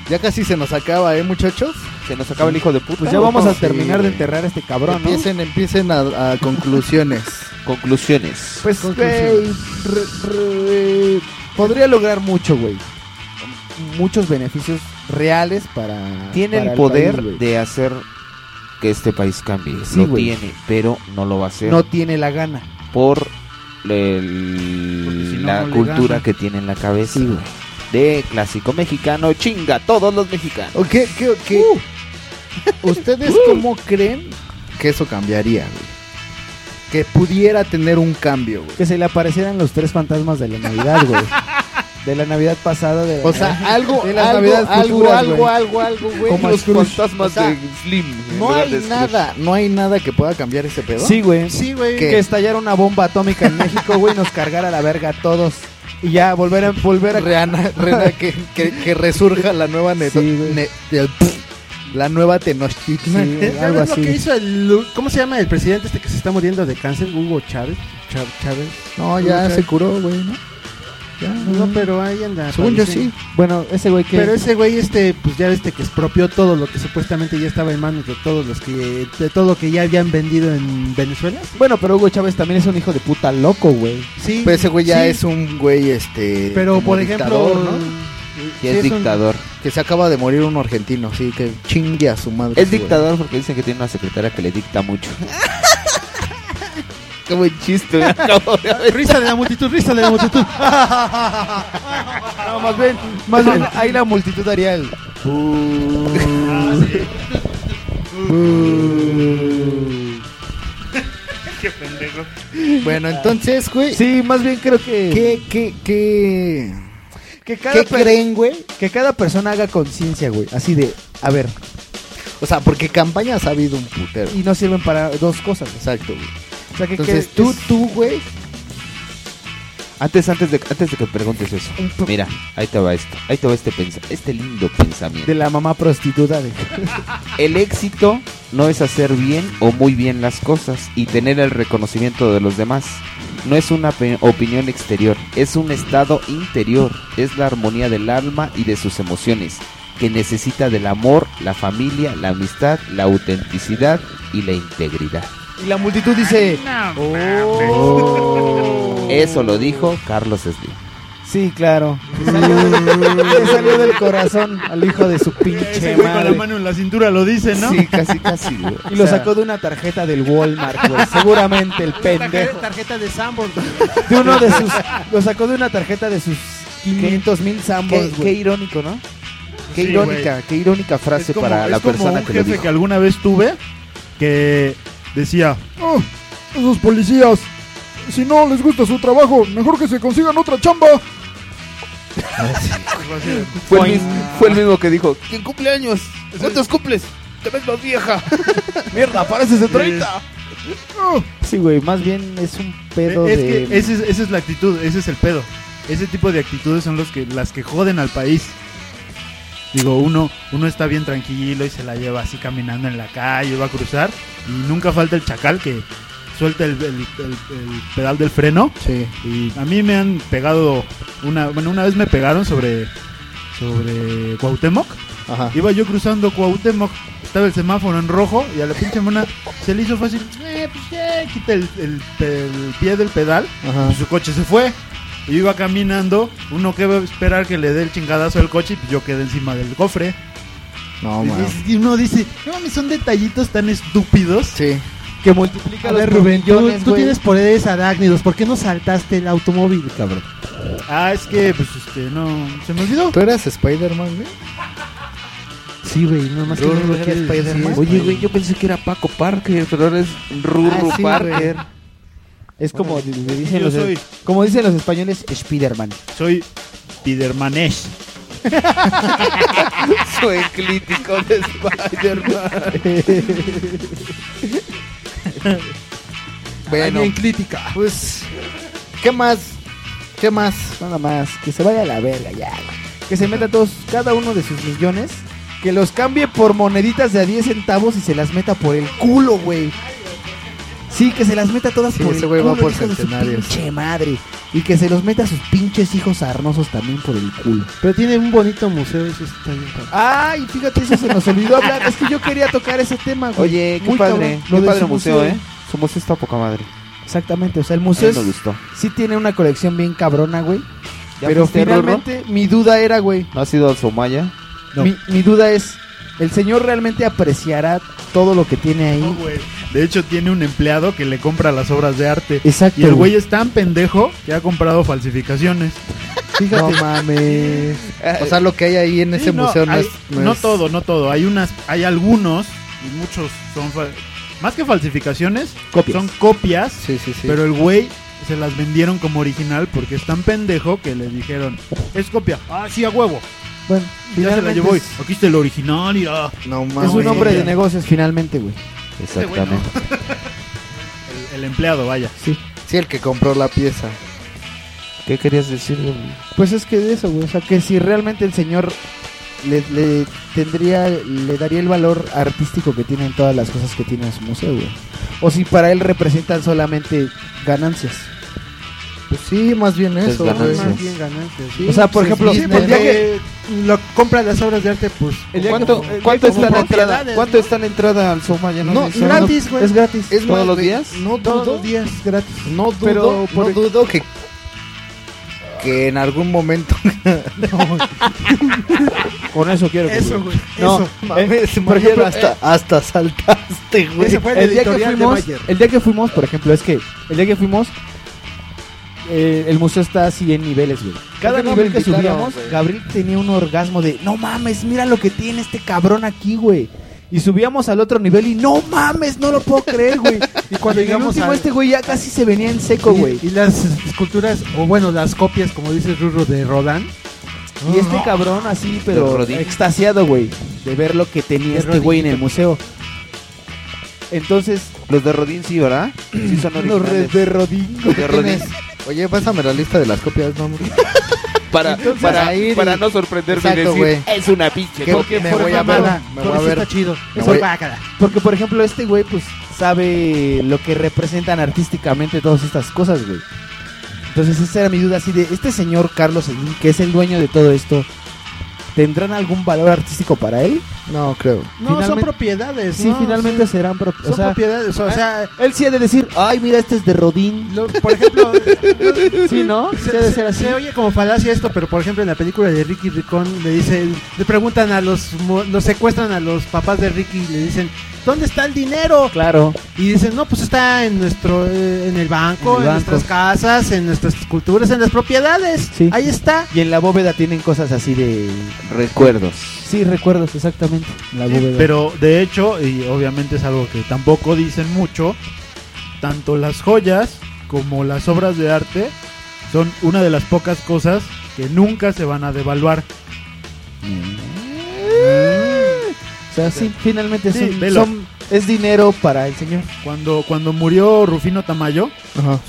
S5: Ya casi se nos acaba, ¿eh, muchachos?
S3: Se nos acaba el hijo de puta.
S4: Pues ya vamos a
S5: Sí,
S4: terminar de
S5: güey.
S4: enterrar a este cabrón, ¿no?
S5: Empiecen, empiecen a, a conclusiones.
S3: Conclusiones.
S4: Pues, güey,
S5: Conclusiones.
S4: re- re- podría lograr mucho, güey. Muchos beneficios reales para.
S3: Tiene
S4: para
S3: el poder
S4: país, güey.
S3: de hacer que este país cambie.
S4: Sí,
S3: lo
S4: güey.
S3: tiene, pero no lo va a hacer
S4: No tiene la gana.
S3: por el-
S4: si no,
S3: la
S4: no le
S3: cultura
S4: gana.
S3: que tiene en la cabeza. de clásico mexicano, chinga a todos los mexicanos.
S5: ¿O Oh, qué, qué, qué?
S4: Uh.
S5: ¿Ustedes cómo creen que eso cambiaría, güey? Que pudiera tener un cambio, güey.
S4: Que se le aparecieran los tres fantasmas de la Navidad, güey. De la Navidad pasada. De,
S5: [LAUGHS] O sea, algo,
S4: de las
S5: algo,
S4: Navidades
S5: algo,
S4: futuras,
S5: algo,
S4: güey.
S5: algo, algo, güey.
S4: Como
S5: Los
S4: Scrooge.
S5: fantasmas
S4: O sea,
S5: de
S3: Slim.
S5: No hay nada, no hay nada que pueda cambiar ese pedo.
S4: Sí, güey.
S5: Sí, güey.
S4: Que estallara una bomba atómica en México, güey, y nos cargara la verga a todos. Y ya, volver a. Volver a...
S5: Reana- Rena, que, que- que resurja la nueva ne- ne- el- la nueva Tenochtitlan. [LAUGHS]
S8: ¿Ya ves lo que hizo el... ¿Cómo se llama el presidente este que se está muriendo de cáncer? Hugo Chávez. Chá- Chávez.
S4: No,
S8: Hugo
S4: ya
S8: Chávez.
S4: se curó, güey, ¿no? Ya,
S8: No, pero ahí anda.
S4: Según yo
S8: parece.
S4: sí. Bueno, ese güey que.
S8: Pero ese güey, este, pues ya este que expropió todo lo que supuestamente ya estaba en manos de todos los que, de todo lo que ya habían vendido en Venezuela.
S4: Bueno, pero Hugo Chávez también es un hijo de puta loco, güey.
S8: Sí.
S5: Pero ese güey ya
S8: sí,
S5: es un güey, este.
S8: Pero
S5: como
S8: por
S5: dictador,
S8: ejemplo,
S5: ¿no?
S3: Y es,
S5: Sí, es un-
S3: dictador.
S5: Que se acaba de morir un argentino, sí, que chingue a su madre.
S3: Es
S5: güey.
S3: dictador porque dicen que tiene una secretaria que le dicta mucho. [LAUGHS] Qué buen chiste. me
S5: [LAUGHS]
S3: acabo de aventar.
S8: risa de la multitud, risa de la multitud.
S4: No, más bien, más bien, ahí la multitud haría el.
S14: Qué pendejo.
S5: Bueno, entonces, güey.
S4: Sí, más bien creo que.
S5: ¿Qué, qué, qué?
S4: Que
S5: ¿Qué creen, güey?
S4: Que cada persona haga conciencia, güey. Así de, a ver.
S5: O sea, porque campañas ha habido un putero.
S4: Y no sirven para dos cosas. güey.
S5: Exacto, güey.
S4: O sea, que,
S5: Entonces,
S4: que-
S5: tú, tú, güey.
S3: Antes, antes, de, antes de que preguntes eso, mira, ahí te va esto, ahí te va este, pensa- este lindo pensamiento.
S4: De la mamá prostituta, güey.
S3: El éxito no es hacer bien o muy bien las cosas y tener el reconocimiento de los demás. No es una pe- opinión exterior, es un estado interior, es la armonía del alma y de sus emociones, que necesita del amor, la familia, la amistad, la autenticidad y la integridad.
S4: Y la multitud dice.
S20: Oh,
S5: Oh.
S3: Eso lo dijo Carlos Slim.
S4: [LAUGHS] Sí, claro. Le
S5: Mm.
S4: salió, le salió del corazón al hijo de su pinche
S20: Ese güey con la
S4: madre.
S20: mano en la cintura lo dice, ¿no?
S3: Sí,
S20: [LAUGHS]
S3: casi, casi, güey.
S4: Y lo
S3: O sea,
S4: sacó de una tarjeta del Walmart, güey.
S5: [LAUGHS]
S4: Seguramente el pendejo.
S8: Tarjeta de Sanborn.
S4: De uno de sus. Lo sacó de una tarjeta de sus 500 mil
S3: Qué,
S4: Sambos,
S3: qué
S4: güey.
S3: irónico, ¿no? Qué
S20: Sí,
S3: irónica,
S20: güey.
S3: qué irónica
S20: Es
S3: frase
S20: como-
S3: para
S20: es
S3: la
S20: como
S3: persona
S20: un
S3: que lo
S20: jefe
S3: dijo.
S20: que alguna vez tuve que decía, "Oh, esos
S3: [LAUGHS]
S20: policías, si no les gusta su trabajo, mejor que se consigan otra chamba.
S3: Fue el, mis- fue el mismo que dijo, ¿quién cumple años?
S21: ¿Cuántos
S3: cumples? Te ves más vieja. [LAUGHS] Mierda, pareces de 30.
S4: Sí, güey, más bien es un pedo
S11: Es
S4: de...
S11: que ese es- esa es la actitud, ese es el pedo. Ese tipo de actitudes son los que, las que joden al país. Digo, uno, uno está bien tranquilo y se la lleva así caminando en la calle, va a cruzar. Y nunca falta el chacal que suelta el, el- el- el pedal del freno. Y a mí me han pegado una, bueno, una vez me pegaron sobre, sobre Cuauhtémoc. Iba yo cruzando Cuauhtémoc, estaba el semáforo en rojo y a la pinche mona se le hizo fácil, eh, pues, eh, quita el, el pe- el pie del pedal, pues, su coche se fue. Y iba caminando, uno que va a esperar que le dé el chingadazo al coche y pues, yo quedé encima del cofre.
S22: No,
S11: Y
S22: man.
S11: dices- y uno dice, no mames, son detallitos tan estúpidos.
S4: Que multiplica
S8: A ver, Rubén, tú, tú tienes poderes arácnidos. ¿Por qué no saltaste el automóvil, cabrón?
S11: Ah, es que, pues, este, no. Se me olvidó.
S5: ¿Tú eras Spider-Man, güey?
S8: Sí, güey, nada más que
S5: Rorro,
S8: no lo
S5: ¿era
S8: quieres decir.
S5: Spider-Man?
S3: Oye, güey, yo pensé que era Paco Parker, pero ahora es Ruru
S4: Ah, sí,
S3: Parker.
S4: güey. Es como, le dicen
S11: yo
S4: los,
S11: soy-
S4: como dicen los españoles, Spiderman.
S11: Soy Spidermanesh.
S3: Soy crítico de Spider-Man.
S4: [LAUGHS]
S5: Bueno.
S4: Alguien
S5: crítica. Pues, ¿qué más? ¿Qué más?
S4: Nada más, que se vaya a la verga ya. güey. Que se meta todos, cada uno de sus millones, que los cambie por moneditas de a 10 centavos y se las meta por el culo, güey. Sí, que se las meta todas
S5: Sí,
S4: por
S5: ese
S4: el
S5: güey va
S4: culo,
S5: por
S4: hijo de su
S5: centenarios.
S4: pinche madre. Y que se los meta a sus pinches hijos arnosos también por el culo.
S8: Pero tiene un bonito museo, eso está bien. padre.
S4: Ay, fíjate, eso se nos olvidó hablar. Es que yo quería tocar ese tema, güey.
S3: Oye, qué
S4: Muy
S3: padre,
S4: cabrón, lo
S3: qué
S4: de
S3: padre
S4: su
S3: museo, ¿eh? Su museo está poca madre.
S4: Exactamente, o sea, el
S3: A
S4: museo
S3: mí me
S4: es-
S3: gustó.
S4: sí tiene una colección bien cabrona, güey.
S3: ¿Ya
S4: Pero
S3: fuiste, Rorro?
S4: finalmente mi duda era, güey,
S3: ¿No has ido al Somaya?
S4: mi, mi duda es, ¿el señor realmente apreciará todo lo que tiene ahí?
S11: De hecho, tiene un empleado que le compra las obras de arte.
S4: Exacto,
S11: Y el
S4: güey.
S11: güey es tan pendejo que ha comprado falsificaciones.
S4: No mames.
S5: O sea, lo que hay ahí en
S11: Sí,
S5: ese museo no
S11: hay-
S5: es...
S11: no
S5: es-
S11: todo, no todo. Hay unas, hay algunos y muchos son fa- más que falsificaciones,
S5: Copias.
S11: son copias.
S5: sí.
S11: Pero el güey se las vendieron como original porque es tan pendejo que le dijeron es copia. Ah, sí a huevo.
S4: Bueno,
S11: ya se la
S4: finalmente
S11: llevó. y,
S4: es-
S11: Aquí está el original y ah.
S5: No
S4: es un hombre de negocios finalmente, este güey.
S3: Exactamente.
S11: El, el empleado, vaya.
S4: Sí.
S5: Sí, el que compró la pieza.
S3: ¿Qué querías decir? güey?
S4: Pues es que de eso, güey. O sea, que si realmente el señor le, le tendría, le daría el valor artístico que tienen todas las cosas que tiene en su museo, güey. O si para él representan solamente ganancias.
S5: Pues sí, más bien
S8: Es
S5: eso, güey.
S8: ganancias. Más bien ganancias, sí.
S4: o sea, por
S8: Sí,
S4: ejemplo,
S8: sí,
S4: el día que...
S8: lo compra las obras de arte, pues.
S4: El día que-
S3: ¿Cuánto,
S4: el día
S3: cuánto
S4: que
S3: está la
S4: compró
S3: entrada?
S4: propiedades,
S3: ¿Cuánto está la entrada al Somaya?
S4: No,
S3: me dijeron.
S4: gratis, güey. Es gratis.
S5: Es
S3: ¿Todos
S5: más,
S3: los
S5: güey,
S3: días?
S5: No
S4: Todos
S5: dudo,
S4: los días, gratis.
S5: no dudo,
S4: Pero por-
S5: no dudo que, que en
S3: [LAUGHS]
S5: algún momento...
S4: Con eso quiero
S5: que...
S4: Eso, güey,
S5: No,
S4: eso.
S3: [LAUGHS]
S5: [LAUGHS] mames,
S4: Eh,
S5: por
S4: por ejemplo,
S5: hasta,
S4: eh,
S5: hasta saltaste, güey.
S4: Ese fue el, día que fuimos, el día que fuimos, por ejemplo, es que el día que fuimos, eh, el museo está así en niveles, güey. Cada
S22: Es que no
S4: nivel
S22: me
S4: que
S22: invitaron,
S4: subíamos,
S22: güey.
S4: Gabriel tenía un orgasmo de, no mames, mira lo que tiene este cabrón aquí, güey. Y subíamos al otro nivel y no mames, no lo puedo creer, güey. Y cuando llegamos
S8: llegamos
S4: último,
S8: al-
S4: este güey ya casi se venía en seco,
S8: Y-
S4: güey.
S8: Y, las esculturas, o bueno, las copias, como dice Rurro, de Rodán.
S4: Y este cabrón así,
S8: De
S4: pero
S8: rodillas.
S4: extasiado, güey, de ver lo que tenía
S8: De
S4: este güey en
S8: rodillas.
S4: el museo. Entonces,
S3: Los de Rodín sí, ¿verdad? Sí son
S4: los re-
S3: originales.
S4: de rodillas.
S3: Los de Rodín.
S5: Oye, pásame la lista de las copias, vamos.
S3: Para,
S5: Entonces,
S3: para,
S5: ahí-
S3: para no sorprenderme y
S5: Exacto,
S3: decir,
S5: güey.
S3: es una pinche
S5: Que-
S3: copia.
S5: me voy a ver, me voy a ver. Me voy-
S4: Porque, por ejemplo, este güey, pues, sabe lo que representan artísticamente todas estas cosas, güey. Entonces, esa era mi duda, así de, este señor Carlos Slim, que es el dueño de todo esto, ¿tendrán algún valor artístico para él?
S5: No, creo.
S8: No, son propiedades.
S4: Sí,
S8: ¿no?
S4: finalmente serán prop-
S8: Son
S4: o sea, ah,
S8: propiedades, o sea-
S4: Él sí ha de decir, ay, mira, este es de Rodín.
S8: por ejemplo...
S4: sí, ¿no? Sí
S8: Se,
S4: ha de
S8: se-
S4: ser así.
S8: se oye como falacia esto, pero por ejemplo en la película de Ricky Ricón le dicen, le preguntan a los, mo- los secuestran a los papás de Ricky y le dicen, ¿dónde está el dinero?
S4: Claro.
S8: Y dicen, no, pues está en nuestro, eh, en el banco,
S4: En
S8: en,
S4: el banco.
S8: nuestras casas, en nuestras culturas, en las propiedades. Ahí está.
S4: Y en la bóveda tienen cosas así de...
S3: Recuerdos.
S4: Sí, recuerdos, exactamente. en La
S11: Sí,
S4: bóveda.
S11: pero de hecho, y obviamente es algo que tampoco dicen mucho, tanto las joyas como las obras de arte son una de las pocas cosas que nunca se van a devaluar.
S4: O sea, sí, finalmente
S11: Sí,
S4: son-
S11: velo.
S4: son, es dinero para el señor.
S11: Cuando, cuando murió Rufino Tamayo,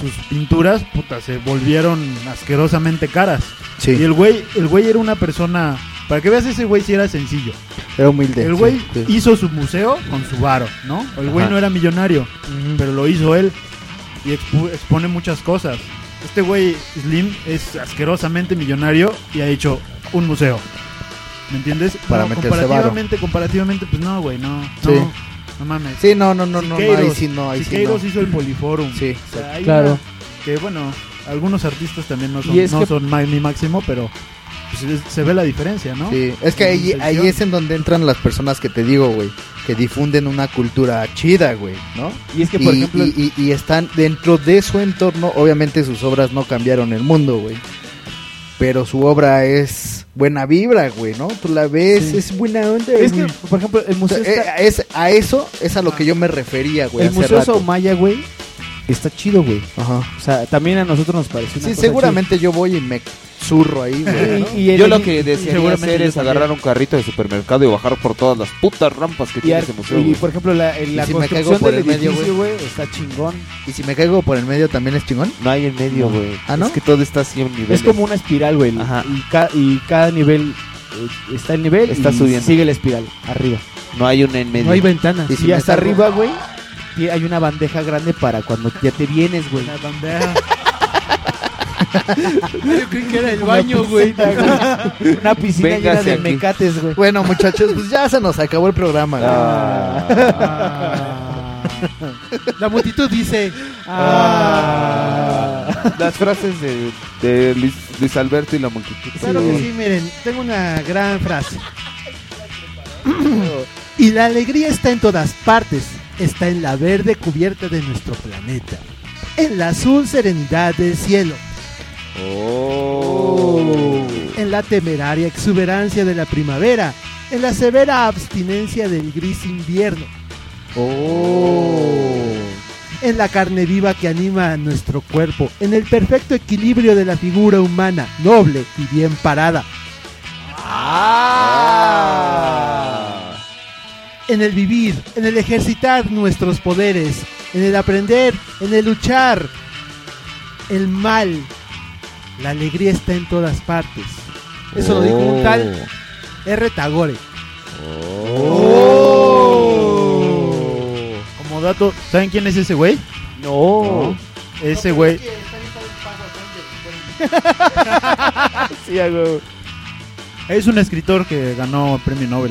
S11: sus pinturas puta, se volvieron asquerosamente caras. Y el güey, el güey era una persona. Para que veas, ese güey sí era sencillo.
S4: Era humilde.
S11: El
S4: sí,
S11: güey
S4: sí.
S11: hizo su museo con su varo, ¿no? El güey
S4: Ajá.
S11: no era millonario, pero lo hizo él. Y expu- expone muchas cosas. Este güey Slim es asquerosamente millonario y ha hecho un museo. ¿Me entiendes?
S5: Para
S11: No,
S5: meterse varo.
S11: comparativamente, comparativamente, pues no, güey, no.
S5: Sí.
S11: No, no mames.
S5: Sí, no, no, no, no,
S11: Siqueiros-
S5: ahí sí no, ahí sí
S11: Siqueiros
S5: no.
S11: hizo el Poliforum. Sí,
S4: Claro.
S11: claro. Que bueno, algunos artistas también no son,
S4: Y es
S11: no
S4: que-
S11: son ma- mi máximo, pero pues, es- se ve la diferencia, ¿no?
S5: Sí, es que
S11: En
S5: ahí,
S11: intención.
S5: ahí es en donde entran las personas que te digo, güey, que difunden una cultura chida, güey, ¿no?
S4: Y es que, por ejemplo-
S5: y- y- y están dentro de su entorno, obviamente sus obras no cambiaron el mundo, güey. Pero su obra es buena vibra, güey, ¿no? Tú la ves,
S4: Sí.
S5: es buena onda,
S4: Es
S5: güey.
S4: que, por ejemplo, el
S5: O sea,
S4: museo está-
S5: eh, es, a eso es a lo que yo me refería, güey,
S4: Ah. el
S5: hace
S4: museo
S5: rato.
S4: Somaya, güey, está chido, güey. O sea, también a nosotros nos pareció una
S5: Sí,
S4: cosa
S5: seguramente yo voy y me zurro ahí, güey. ¿no?
S4: Y- y el-
S3: yo lo que desearía
S4: seguramente
S3: hacer
S4: yo
S3: es
S4: también.
S3: agarrar un carrito de supermercado y bajar por todas las putas rampas
S4: chida.
S3: que
S4: Y,
S3: tiene
S4: ar-
S3: ese este museo.
S4: y,
S3: güey.
S4: por ejemplo, la, en
S5: Y
S4: la
S5: si me
S4: construcción
S5: caigo por
S4: del
S5: el medio,
S4: edificio, güey, está chingón.
S5: Y si me caigo por el medio también es chingón.
S3: No hay en medio, güey.
S5: Ah, ¿no?
S3: Es que todo está así en nivel.
S4: Es como una espiral, güey. Y, ca- y cada nivel eh, está el nivel
S3: Está
S4: y
S3: subiendo.
S4: sigue la espiral, arriba.
S3: No hay una en medio.
S4: No hay
S5: Ah,
S4: ventanas. Y,
S3: si me
S4: hasta
S3: salgo-
S4: arriba, güey, tie- hay una bandeja grande para cuando ya te vienes, güey.
S8: La bandeja. [LAUGHS] Yo creí que era el baño, güey.
S4: Una piscina llena
S5: Véngase
S4: de
S5: aquí.
S4: mecates, güey.
S5: Bueno, muchachos, pues ya se nos acabó el programa. güey.
S4: Ah.
S3: Ah.
S8: Ah. La multitud dice. "Ah".
S3: Las frases de, de Luis, Luis Alberto y la multitud.
S8: Claro que sí, miren, tengo una gran frase. y la alegría está en todas partes, está en la verde cubierta de nuestro planeta, en la azul serenidad del cielo,
S3: Oh.
S8: en la temeraria exuberancia de la primavera, en la severa abstinencia del gris invierno. En la carne viva que anima a nuestro cuerpo, en el perfecto equilibrio de la figura humana, noble y bien parada. Ah. En el vivir, en el ejercitar nuestros poderes, en el aprender, en el luchar. El mal, la alegría está en todas partes. Eso lo dijo un tal R. Tagore. Oh.
S11: Como dato, ¿saben quién es ese güey? No. Ese güey. [LAUGHS] Sí, a huevo. Es un escritor que ganó el premio Nobel.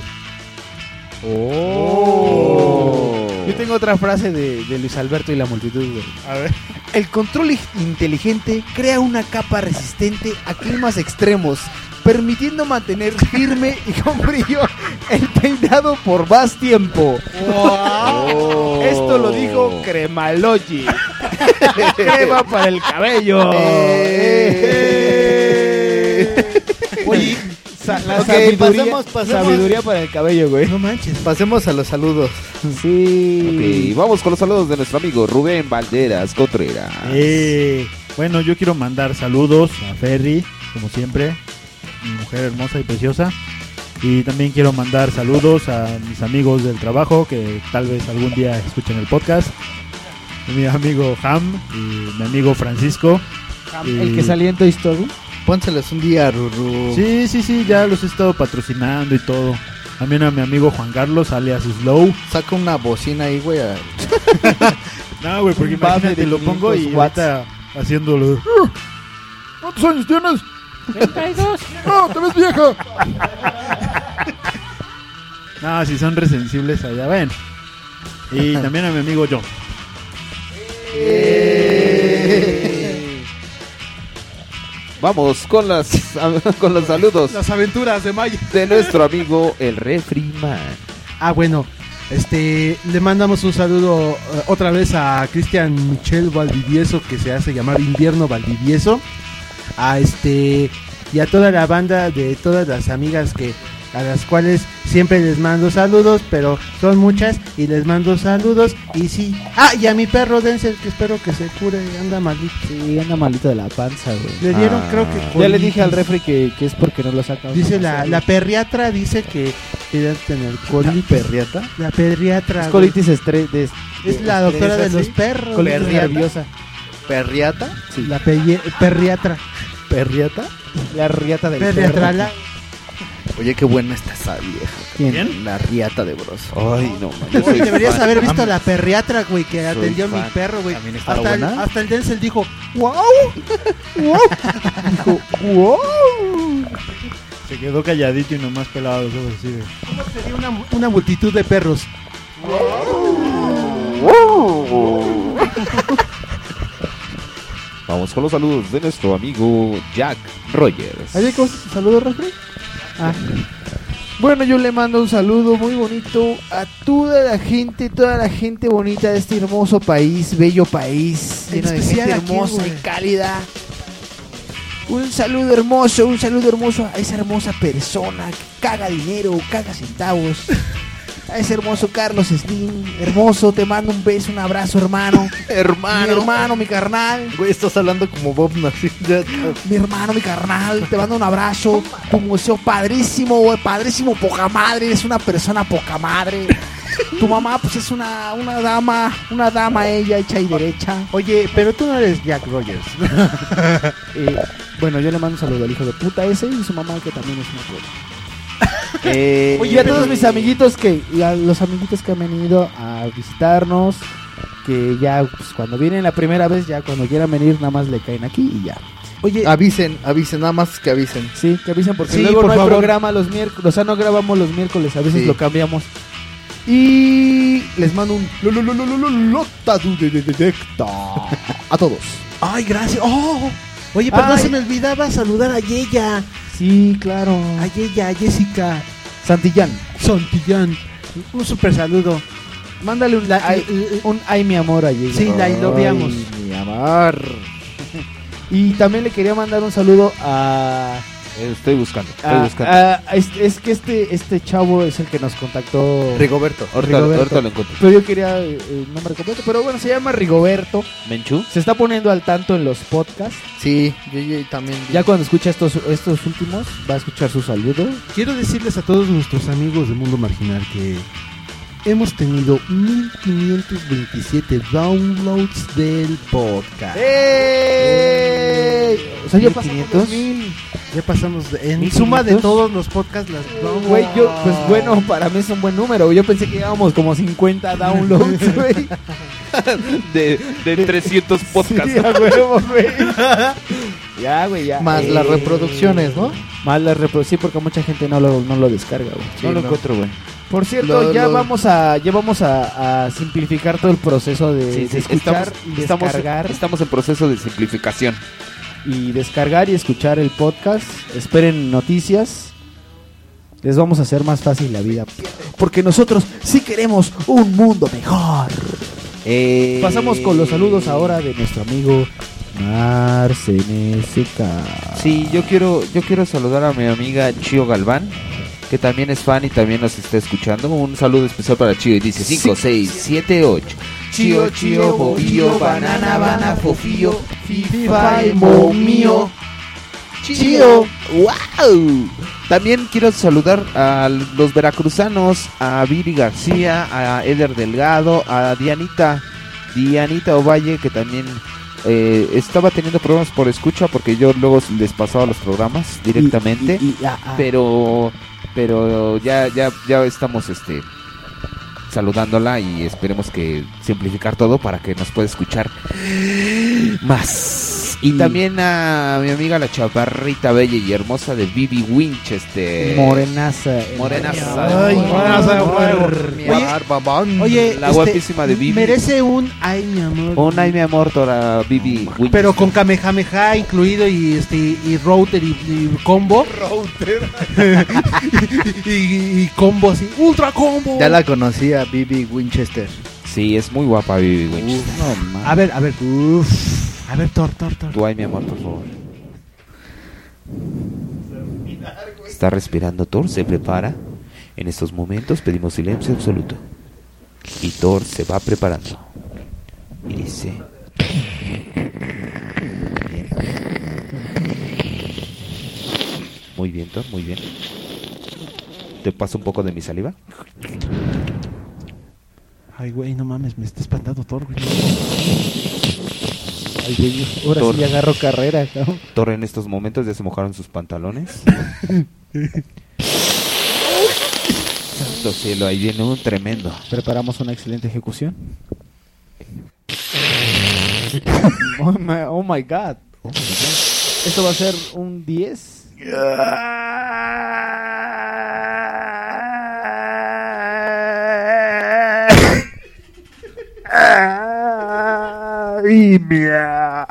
S4: Oh. Yo tengo otra frase de, de Luis Alberto y la multitud, güey.
S11: A ver.
S4: El control i- inteligente crea una capa resistente a climas extremos, permitiendo mantener firme y con brillo el peinado por más tiempo.
S3: Oh.
S4: Esto lo dijo
S3: [LAUGHS]
S4: Cremalogy. Crema para el cabello. Eh. Oye, sa- la
S5: Ok,
S4: sabiduría,
S5: pasemos, pasemos.
S4: sabiduría para el cabello, güey.
S8: No manches.
S5: Pasemos a los saludos.
S3: Sí. vamos con los saludos de nuestro amigo Rubén Valderas Contreras.
S11: Eh, bueno, yo quiero mandar saludos a Ferry, como siempre, mi mujer hermosa y preciosa. Y también quiero mandar saludos a mis amigos del trabajo que tal vez algún día escuchen el podcast. Mi amigo Ham y mi amigo Francisco. Y-
S4: El que salía en Toy Story.
S5: Pónselos un día, Ruru.
S11: Sí, sí, sí, ya los he estado patrocinando y todo. También a mi amigo Juan Carlos, alias Slow.
S5: Saca una bocina ahí, güey. a-
S11: No, güey, porque
S5: Un bafle
S11: imagínate,
S5: de
S11: lo pongo y
S5: 500 watts.
S11: ahorita haciéndolo. ¿Cuántos años tienes?
S14: 32.
S11: ¡No, te ves vieja! No, si son resensibles allá, ven.
S5: [LAUGHS]
S11: Y también a mi amigo John.
S3: Vamos con las [LAUGHS] con los saludos
S8: Las aventuras de Maya.
S3: de nuestro amigo el Refri Man.
S8: Ah, bueno. Este, le mandamos un saludo eh, otra vez a Cristian Michel Valdivieso, que se hace llamar Invierno Valdivieso. A este, y a toda la banda de todas las amigas que a las cuales siempre les mando saludos, pero son muchas y les mando saludos y sí. Ah, y a mi perro Denzel, que espero que se cure, anda malito.
S4: Sí, anda malito de la panza, güey.
S8: Le dieron, creo que
S4: Ah. Ya le
S8: colitis.
S4: dije al refri que, que es porque no lo sacan.
S8: Dice la, la perriatra, dice que debe tener colitis. ¿La
S4: perriatra?
S8: La perriatra.
S4: Es
S8: güey.
S4: colitis estrés. de-
S8: Es
S4: de-
S8: la doctora de
S4: estrés,
S8: los
S4: ¿sí?
S8: perros.
S4: Colitis
S8: Perriatra.
S4: nerviosa.
S5: ¿Perriata?
S8: La pelle- perriatra.
S5: ¿Perriata?
S4: La riata del
S8: Perriatra.
S4: perro.
S8: la-
S5: Oye, qué buena está esa vieja.
S4: ¿Quién?
S5: La riata de bros. Ay, no, man, yo
S8: Uy,
S5: soy
S8: deberías
S5: fan.
S8: haber visto la perriatra, güey, que
S5: Soy
S8: atendió a mi
S5: fan.
S8: perro, güey.
S5: ¿También estaba
S8: Hasta el,
S5: buena?
S8: hasta el Denzel dijo, wow, wow. dijo, wow.
S11: Se quedó calladito y nomás pelado los ojos así de-
S8: ¿Cómo sería una, una multitud de perros?
S3: Vamos con los saludos de nuestro amigo Jack Rogers.
S4: Oye, ¿cómo se- saludo, refri? Ah. Bueno, yo le mando un saludo muy bonito a toda la gente, toda la gente bonita de este hermoso país, bello país,
S12: En
S4: lleno de
S12: especial
S4: gente
S12: a quién,
S4: hermosa y
S12: güey.
S4: cálida. Un saludo hermoso, un saludo hermoso a esa hermosa persona que caga dinero, caga centavos.
S12: [LAUGHS]
S4: A ese hermoso Carlos Slim, hermoso, te mando un beso, un abrazo, hermano.
S5: Hermano.
S4: Mi hermano, mi carnal.
S5: Güey, estás hablando como Bob Nassim. Ya-
S4: Mi hermano, mi carnal, te mando un abrazo. Tu museo padrísimo, güey, padrísimo, poca madre. Eres una persona poca madre. Tu mamá, pues es una, una dama, una dama ella, hecha y derecha.
S8: Oye, pero tú no eres Jack Rogers.
S4: Eh, bueno, yo le mando un saludo al hijo de puta ese y su mamá, que también es una puta. Oye, a todos mis amiguitos que, y a los amiguitos que han venido a visitarnos, que ya, pues cuando vienen la primera vez, ya cuando quieran venir, nada más le caen aquí y ya.
S5: Oye, avisen, avisen, nada más que avisen.
S4: Sí, que avisen porque
S5: Sí,
S4: luego
S5: por
S4: no hay
S5: favor.
S4: programa los miércoles, o sea, no grabamos los miércoles, a veces
S5: Sí.
S4: lo cambiamos.
S5: Y les mando un lo- lo- lo- lo- lo- lo- lota du- de- de- de- decta a todos.
S8: Ay, gracias. Oh. Oye, perdón,
S4: Ay.
S8: se me olvidaba saludar a Yeya.
S4: Sí, claro.
S8: A Yeya, a Jessica.
S4: Santillán.
S8: Santillán. Un super saludo.
S4: Mándale un, la- ay, un ay mi amor allí.
S8: Sí, la iloveamos.
S4: Ay, mi amor. Y también le quería mandar un saludo a...
S3: Estoy buscando, estoy
S4: a-
S3: buscando.
S4: a- es, es que este este chavo es el que nos contactó.
S5: Rigoberto.
S3: Ahorita- ahorita lo encuentro.
S4: Pero yo quería eh, el nombre completo. Pero bueno, se llama Rigoberto.
S3: ¿Menchú?
S4: Se está poniendo al tanto en los podcasts.
S5: Sí, yo, yo también.
S4: Ya cuando escucha estos, estos últimos, va a escuchar su saludo.
S8: Quiero decirles a todos nuestros amigos de Mundo Marginal que hemos tenido 1527 downloads del podcast.
S4: O sea, ya pasamos los
S8: Ya pasamos de- en
S4: 1500.
S8: suma de todos los podcasts las
S4: Güey, yo, pues bueno, para mí es un buen número. Yo pensé que llevábamos como 50
S8: [LAUGHS]
S4: downloads, güey.
S3: De,
S4: [LAUGHS]
S3: de 300 podcasts.
S4: Sí, ah, a huevo,
S8: [LAUGHS]
S4: güey. ya, güey, ya. Eh,
S5: Más las reproducciones, ¿no?
S4: Más las reproducciones, sí, porque mucha gente no lo, no lo descarga, güey.
S5: Sí, no.
S4: Por cierto,
S5: Lo-
S4: ya
S5: lo-
S4: vamos a ya vamos a, a simplificar todo el proceso de,
S3: Sí,
S4: de
S3: sí,
S4: escuchar
S3: estamos-
S4: y
S3: estamos-
S4: descargar
S3: estamos en proceso de simplificación.
S4: y descargar y escuchar el podcast. Esperen noticias. Les vamos a hacer más fácil la vida, porque nosotros sí queremos un mundo mejor.
S3: Eh,
S4: Pasamos con los saludos ahora de nuestro amigo Marceneseca.
S3: Sí, yo quiero, yo quiero saludar a mi amiga Chio Galván, que también es fan y también nos está escuchando. Un saludo especial para Chio y dice 5, 6, 7, 8. Chio, Chio, Bobillo, Banana, Banana, Fofillo, Fifa y Momío. Chio, wow. También quiero saludar a los veracruzanos, a Viri García, a Eder Delgado, a Dianita, Dianita Ovalle, que también eh, estaba teniendo problemas por escucha porque yo luego les pasaba los programas directamente, pero pero ya ya ya estamos este saludándola y esperemos que simplificar todo para que nos pueda escuchar más. Y también a mi amiga la chaparrita bella y hermosa de Bibi Winchester.
S4: Morenaza.
S3: Morenaza.
S8: Ay, morenaza,
S3: Oye,
S8: Oye,
S3: la
S8: este,
S3: guapísima de Bibi.
S8: Merece un ay, mi amor.
S3: Un ay mi amor para Bibi Winchester.
S8: Pero con Kamehameha incluido y este y router y, y combo. [LAUGHS] y, y- y combo así. ¡Ultra combo!
S5: Ya la conocía, Bibi Winchester.
S3: Sí, es muy guapa Bibi Winchester.
S8: A ver, a ver. A ver, Tor, Tor, Tor.
S3: Tu ay mi amor, por favor. está respirando Thor, se prepara. En estos momentos pedimos silencio absoluto. Y Thor se va preparando. Y dice... Muy bien, Thor, muy bien. Te paso un poco de mi saliva.
S8: Ay, güey, no mames, me está espantando Thor, güey.
S4: Ay, güey, ahora
S3: Thor.
S4: sí agarro carrera, cabrón.
S3: Thor en estos momentos ya se mojaron sus pantalones. Santo cielo, ahí viene un tremendo.
S4: Preparamos una excelente ejecución. oh, my, oh my god. Esto va a ser un 10.
S15: ¡Ay, mía!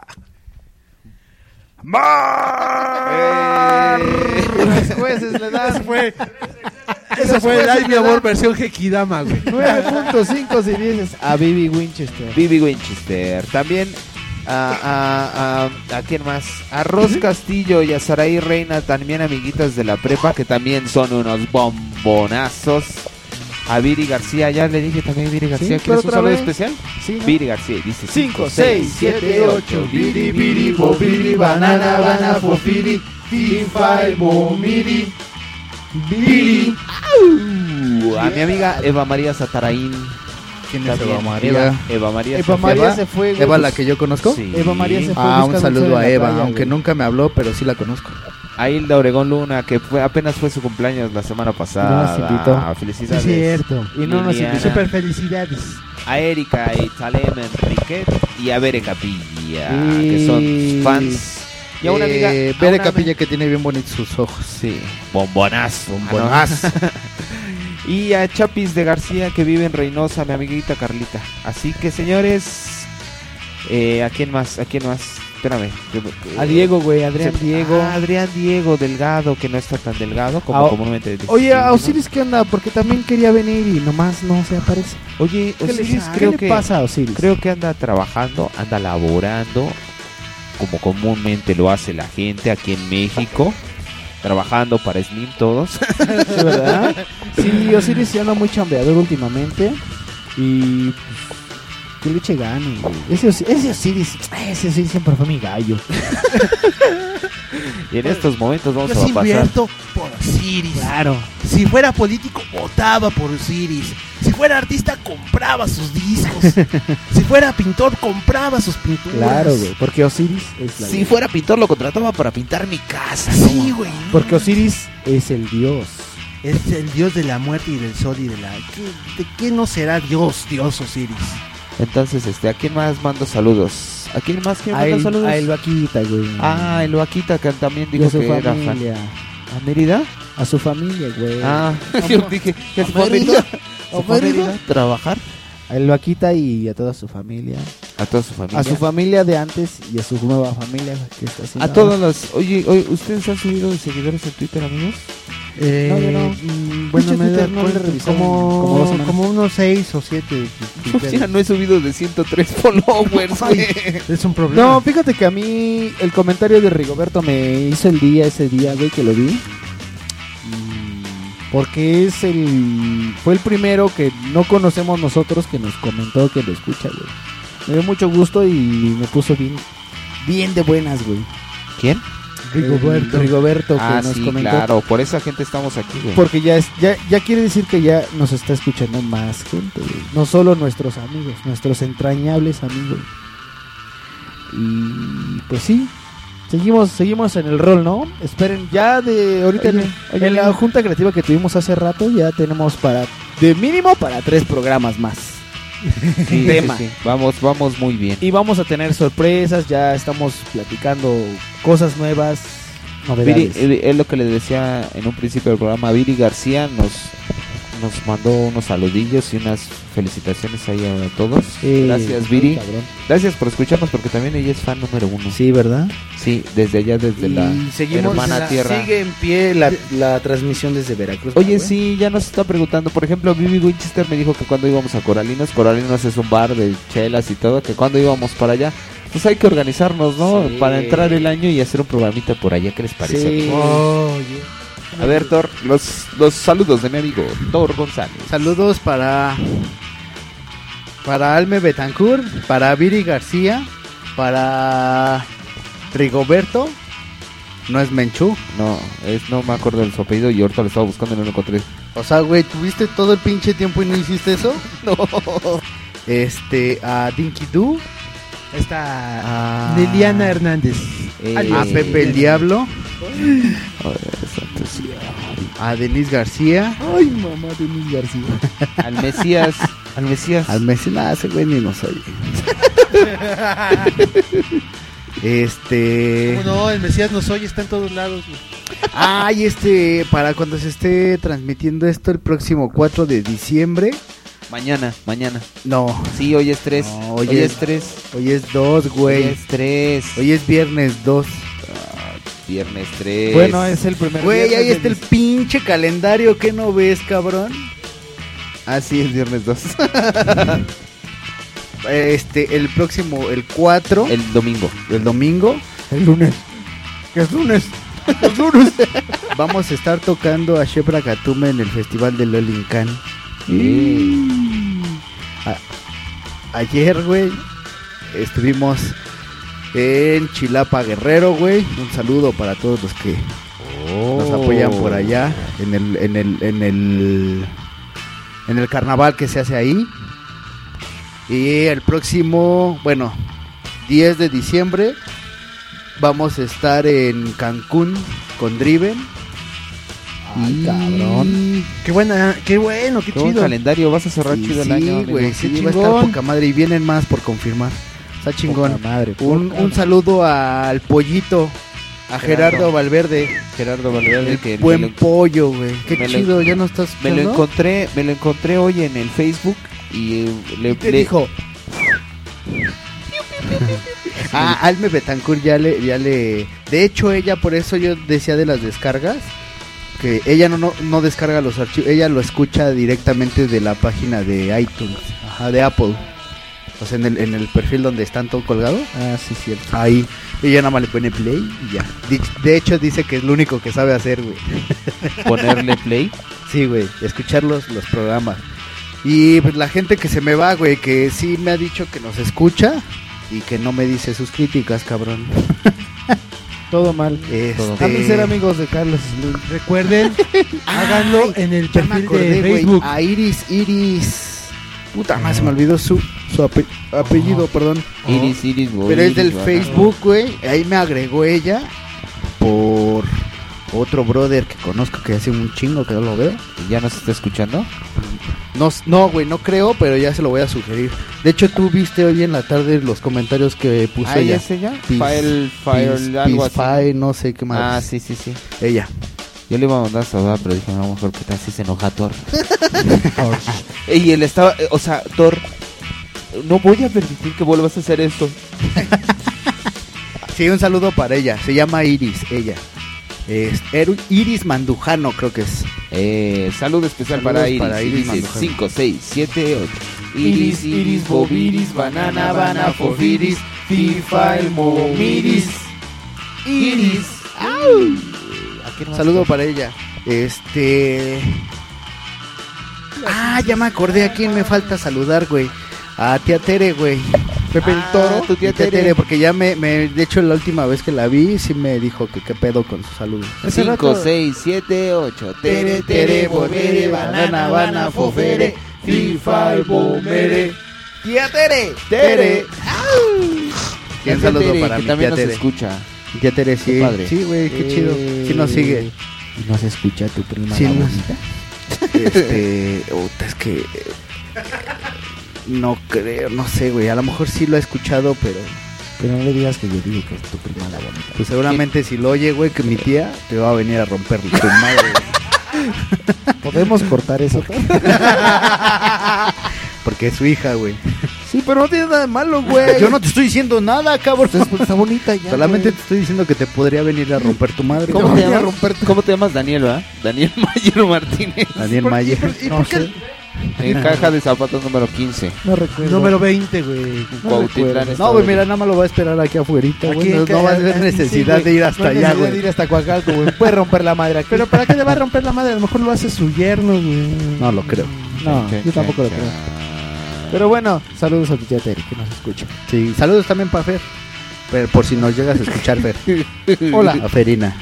S4: jueces le dan.
S8: fue.
S4: Los
S8: Esa fue el
S4: jueces
S8: Ay, mi
S4: le
S8: amor,
S4: dan
S8: versión Hekidama, güey.
S4: 9.5 si dices a Bibi Winchester.
S3: Vivi Winchester. También a, a, a- a quién más? A Ros Castillo y a Saraí Reina, también amiguitas de la prepa, que también son unos bombonazos. A Viri García, ya le dije también Viri García.
S4: pero
S3: ¿Quieres un
S4: otra
S3: saludo
S4: vez.
S3: especial?
S4: Sí, ¿no?
S3: Viri García, dice
S4: Cinco,
S3: 5,
S4: seis,
S3: 6,
S4: siete,
S3: 7,
S4: ocho.
S3: 8.
S4: Viri, viri, bobiri, banana, bana, bofiri,
S15: Fifa y bomiri.
S3: Viri. A mi amiga Eva María Sataraín.
S5: ¿Quién es
S3: También,
S5: Eva María?
S3: Eva, Eva María
S4: Eva María se fue, güey.
S5: Eva, la que yo conozco.
S3: Sí.
S4: Eva María se fue
S5: Ah, un
S4: buscando un
S5: saludo
S4: sol en
S5: a
S4: la
S5: Eva,
S4: playa,
S5: aunque
S4: güey.
S5: nunca me habló, pero sí la conozco.
S3: A Hilda Oregón Luna, que fue, apenas fue su cumpleaños la semana pasada.
S4: No nos invitó.
S3: Felicidades.
S4: Sí, cierto. Y no nos
S3: Liliana.
S4: invitó. Súper
S8: felicidades.
S3: A Erika y Salem Enriquet y a Bere Capilla,
S5: Y-
S3: que son fans. Y a una amiga.
S5: Eh,
S3: a
S5: Bere
S3: una
S5: Capilla que tiene bien bonitos sus ojos.
S3: Sí. Bombonazo.
S5: Bombonazo.
S3: Ah, no. [LAUGHS] y a Chapis de García que vive en Reynosa, mi amiguita Carlita. Así que señores, eh, ¿a quién más? ¿A quién más? Espérame. yo-
S4: A Diego, güey, Adrián
S3: se-
S4: Diego.
S3: Ah, Adrián Diego Delgado, que no está tan delgado como
S4: Ah, o-
S3: comúnmente. dicen.
S4: Oye, a Osiris, ¿qué onda? Porque también quería venir y nomás no se aparece.
S3: Oye,
S4: ¿Qué le-
S3: Osiris,
S4: ¿qué
S3: creo
S4: le
S3: que
S4: pasa a Osiris?
S3: Creo que anda trabajando, anda laborando, como comúnmente lo hace la gente aquí en México, trabajando para Slim todos.
S4: Sí, ¿verdad? Sí, Osiris anda muy chambeador últimamente. Y. pues, Que le eche ganas, güey. Ese, Osi- ese Osiris, ese Osiris siempre fue mi gallo.
S3: y en estos momentos vamos
S4: Yo sí
S3: a pasar.
S4: invierto.
S2: Por Osiris.
S4: Claro.
S2: Si fuera político, votaba por Osiris. Si fuera artista, compraba sus discos. si fuera pintor, compraba sus pinturas.
S4: Claro, güey. Porque Osiris es la.
S2: Si fuera pintor, lo contrataba para pintar mi casa. Sí, güey.
S4: Porque Osiris es el dios.
S8: Es el dios de la muerte y del sol y de la. ¿Qué, de qué no será Dios, Dios Osiris?
S3: Entonces, este, ¿a quién más mando saludos? ¿A quién más quiero
S4: A
S3: mandar
S4: el,
S3: saludos?
S4: a el vaquita, güey.
S3: Ah, el Loaquita, que también
S4: Y a
S3: dijo
S4: su
S3: que era fan.
S4: familia.
S3: ¿A Mérida?
S4: A su familia, güey.
S3: Ah, [LAUGHS] yo dije, ¿qué se fue a Mérida? ¿Se fue a Mérida a trabajar?
S4: A él lo quita y a toda su familia.
S3: A toda su familia.
S4: A su familia de antes y a su nueva familia que está haciendo
S3: A
S4: ahora.
S3: todas las. Oye, oye, ¿ustedes han subido de seguidores en Twitter, amigos?
S8: Eh,
S4: No, yo no.
S8: mm, Bueno,
S4: Pinche
S8: me da
S4: Twitter no lo he
S8: cuenta
S4: revisado en
S8: como,
S4: como dos
S8: como,
S4: semanas.
S8: unos 6 o 7.
S3: [LAUGHS] Ya no he subido de 103 followers. güey.
S8: Es un problema.
S4: No, fíjate que a mí el comentario de Rigoberto me hizo el día ese día, güey, que lo vi. Mm, Porque es el. Fue el primero que no conocemos nosotros que nos comentó que lo escucha, güey. Me dio mucho gusto y me puso bien. Bien de buenas, güey.
S3: ¿Quién?
S4: Rigoberto. Rigoberto que
S3: Ah,
S4: nos
S3: sí,
S4: comentó.
S3: claro. Por esa gente estamos aquí, güey.
S4: Porque ya, es, ya, ya quiere decir que ya nos está escuchando más gente, güey. No solo nuestros amigos, nuestros entrañables amigos. Y pues sí, seguimos, seguimos en el rol, ¿no? Esperen, ya de ahorita en, en la junta creativa que tuvimos hace rato, ya tenemos para, de mínimo para tres programas más.
S3: Sí, sí,
S4: Tema.
S3: sí. Vamos, vamos muy bien.
S4: Y vamos a tener sorpresas, ya estamos platicando cosas nuevas,
S3: Viri,
S4: novedades.
S3: eh, es lo que le decía en un principio del programa. Viri García nos, nos mandó unos saludillos y unas felicitaciones ahí a todos.
S4: Sí,
S3: Gracias, Viri.
S4: cabrón.
S3: Gracias por escucharnos porque también ella es fan número uno.
S4: Sí, ¿verdad?
S3: Sí, desde allá, desde la hermana
S5: la-
S3: tierra.
S5: Sigue en pie la, la transmisión desde Veracruz.
S3: Oye,
S4: Pues,
S5: güey.
S3: sí, ya nos está preguntando. Por ejemplo, Vivi Winchester me dijo que cuando íbamos a Coralinos, Coralinos es un bar de chelas y todo, que cuando íbamos para allá, pues hay que organizarnos, ¿no?
S4: Sí.
S3: Para entrar el año y hacer un programita por allá, ¿qué les parece?
S4: Sí.
S3: A ver, Thor, los, los saludos de mi amigo Thor González.
S5: Saludos para para Alme Betancourt, para Viri García, para Rigoberto. No es Menchú.
S3: No, es, no me acuerdo de su apellido y ahorita lo estaba buscando y no lo encontré.
S5: O sea, güey, ¿tuviste todo el pinche tiempo y no hiciste eso? No. Este, a Dinky Doo.
S8: Está Liliana Hernández.
S5: eh, a Pepe el Diablo. A Denise García.
S12: Ay, mamá de Luis García.
S3: Al Mesías. Al Mesías.
S5: Al Mesías, nada, ese güey ni nos oye. Este.
S8: ¿Cómo no? El Mesías nos oye, está en todos lados. güey.
S5: Ay, este, para cuando se esté transmitiendo esto el próximo 4 de diciembre.
S3: Mañana, mañana.
S5: No.
S3: Sí, hoy es 3.
S5: hoy
S3: hoy,
S5: es-
S3: es 3.
S5: Hoy es 2, güey.
S3: Hoy es 3.
S5: Hoy es viernes 2.
S3: Viernes 3.
S12: Bueno, es el primer
S5: Güey,
S12: viernes
S5: ahí
S12: de
S5: está el pinche calendario que no ves, cabrón.
S3: Ah, sí, es viernes 2.
S5: [LAUGHS] Este, el próximo, el 4.
S3: El domingo.
S5: El domingo.
S12: El lunes. Que es lunes. [LAUGHS]
S5: Vamos a estar tocando a Shepra Katume en el festival de Lolincan. A- Ayer, güey, estuvimos en Chilapa Guerrero, güey. Un saludo para todos los que nos
S8: Oh.
S5: apoyan por allá en el en el en el en el carnaval que se hace ahí. Y el próximo, bueno, 10 de diciembre vamos a estar en Cancún con Driven. Ay, cabrón.
S8: Qué buena, qué bueno, qué
S3: Todo un
S8: chido.
S3: calendario, vas a cerrar
S5: Y
S3: chido el
S5: sí,
S3: año. amigo.
S5: güey, sí,
S3: Qué
S5: va a estar
S3: chingón.
S5: poca madre y vienen más por confirmar. Está chingón.
S3: Poca madre,
S5: un,
S3: poca
S5: un
S3: madre.
S5: saludo al pollito, a Gerardo,
S3: Gerardo.
S5: Valverde.
S3: Gerardo Valverde,
S5: El
S3: que me
S5: buen
S3: lo-
S5: pollo, güey. Qué
S3: me lo-
S5: chido, ya no estás.
S3: Me lo
S5: escuchando?
S3: encontré, me lo encontré hoy en el Facebook y eh, le,
S5: ¿Qué
S3: le-
S5: dijo?
S12: [LAUGHS]
S5: Ah, Alme Betancourt ya le, ya le. De hecho, ella, por eso yo decía de las descargas, que ella no, no, no descarga los archivos, ella lo escucha directamente de la página de iTunes, ajá, de Apple. O sea, en el, en el perfil donde están todo colgado.
S12: Ah, sí, cierto.
S5: Ahí. Ella nada más le pone play y ya. De, de hecho, dice que es lo único que sabe hacer, güey. [LAUGHS]
S3: ponerle play.
S5: Sí, güey, escuchar los, los programas. Y pues la gente que se me va, güey, que sí me ha dicho que nos escucha y que no me dice sus críticas, cabrón.
S12: Todo mal.
S5: Este-
S12: También ser amigos de Carlos Slim.
S8: Recuerden, háganlo en el
S5: Ya me
S8: perfil
S5: acordé,
S8: de
S5: güey,
S8: Facebook.
S5: A Iris, Iris.
S3: Ah.
S5: Puta madre, se me olvidó su, su ape- apellido, perdón.
S3: Iris, Iris, güey,
S5: Oh. Pero es
S3: Iris,
S5: del
S3: güey.
S5: Facebook, güey. Ahí me agregó ella por otro brother que conozco que hace un chingo que no lo veo.
S3: ¿Ya nos está escuchando?
S5: No, s- no, güey, no creo, pero ya se lo voy a sugerir. De hecho, tú viste hoy en la tarde los comentarios que puso
S3: Ah,
S5: ella.
S3: ¿ya es ella?
S5: Peace-
S3: File- file,
S5: peace-
S3: algo
S5: peace
S3: así.
S5: file, no sé qué más.
S3: Ah, sí, sí, sí.
S5: Ella.
S3: Yo le iba a mandar saludar, pero dije, no, mejor que tal si se enoja [LAUGHS] Thor. y él estaba, eh, o sea, Thor, no voy a permitir que vuelvas a hacer esto.
S5: Sí, un saludo para ella. Se llama Iris, ella. Es Eru- Iris Mandujano, creo que es.
S3: Eh, salud especial
S5: Saludos
S3: para Iris.
S5: para Iris
S3: Iris
S5: Mandujano.
S3: 5, 6, 7, 8. Iris, Iris, Bobiris, Banana, Banana, Fobiris, FIFA, el Momiris. Iris.
S5: Saludo para ella. Este. Ah, ya me acordé a quién me falta saludar, güey. A tía Tere, güey. Pepe el Toro.
S3: tu tía
S5: y tía Tere.
S3: Tere.
S5: porque ya me, me. De hecho, la última vez que la vi, sí me dijo que qué pedo con su saludo.
S3: 5, 6, 7, 8. Tere, tere, bobere, banana, banana, fofere, FIFA, el bomere.
S5: Tía Tere.
S3: Tere.
S5: Y un
S3: Tía
S5: saludo
S3: Tere,
S5: para
S3: que
S5: mi
S3: también
S5: tía
S3: nos
S5: Tere.
S3: escucha.
S5: Mi Tía Tere, sí.
S3: Qué padre. Eh,
S5: Sí, güey, qué chido. Sí nos sigue.
S3: Y nos escucha tu prima.
S5: Sí
S3: la
S5: nos-
S3: bonita. [LAUGHS]
S5: Este, puta, es que eh, no creo, no sé, güey. A lo mejor sí lo he escuchado, pero
S12: Pero no le digas que yo digo que es tu prima la bonita.
S5: pues, seguramente si lo oye, güey, que mi tía te va a venir a romper tu madre, güey,
S12: [LAUGHS] ¿Podemos cortar eso?
S5: porque es su hija, güey.
S12: sí, pero no tiene nada de malo, güey. Pues
S5: Yo no te estoy diciendo nada, cabrón.
S12: Está bonita ya.
S5: Solamente te estoy diciendo que te podría venir a romper tu madre.
S3: ¿Cómo
S5: güey.
S3: te llamas? ¿Cómo te llamas Daniel, va? Daniel Mayer Martínez.
S5: Daniel Mayer.
S12: ¿Y por qué?
S3: En Eh, caja de zapatos número 15.
S12: No recuerdo.
S8: Número 20, güey.
S3: Cuautitlán,
S12: recuerdo.
S3: Estado
S12: No, güey,
S3: Libre.
S12: mira, nada más lo va a esperar aquí afuerita, güey.
S8: Aquí,
S12: No,
S8: acá,
S12: no va a haber
S8: aquí,
S12: necesidad
S8: sí,
S12: de
S8: güey.
S12: ir hasta
S8: No hay
S12: allá,
S8: necesidad
S12: güey.
S8: de ir
S12: hasta Coacalco, güey. Puede romper la madre aquí.
S8: Pero ¿para qué le va a romper la madre? A lo mejor lo hace su yerno, güey.
S12: No lo creo. No, yo tampoco lo creo. Pero bueno, saludos a tu tía Tere, que nos escucha.
S5: Sí, saludos también para Fer. Pero por si nos llegas a escuchar, [LAUGHS] Fer.
S12: Hola.
S5: A Ferina.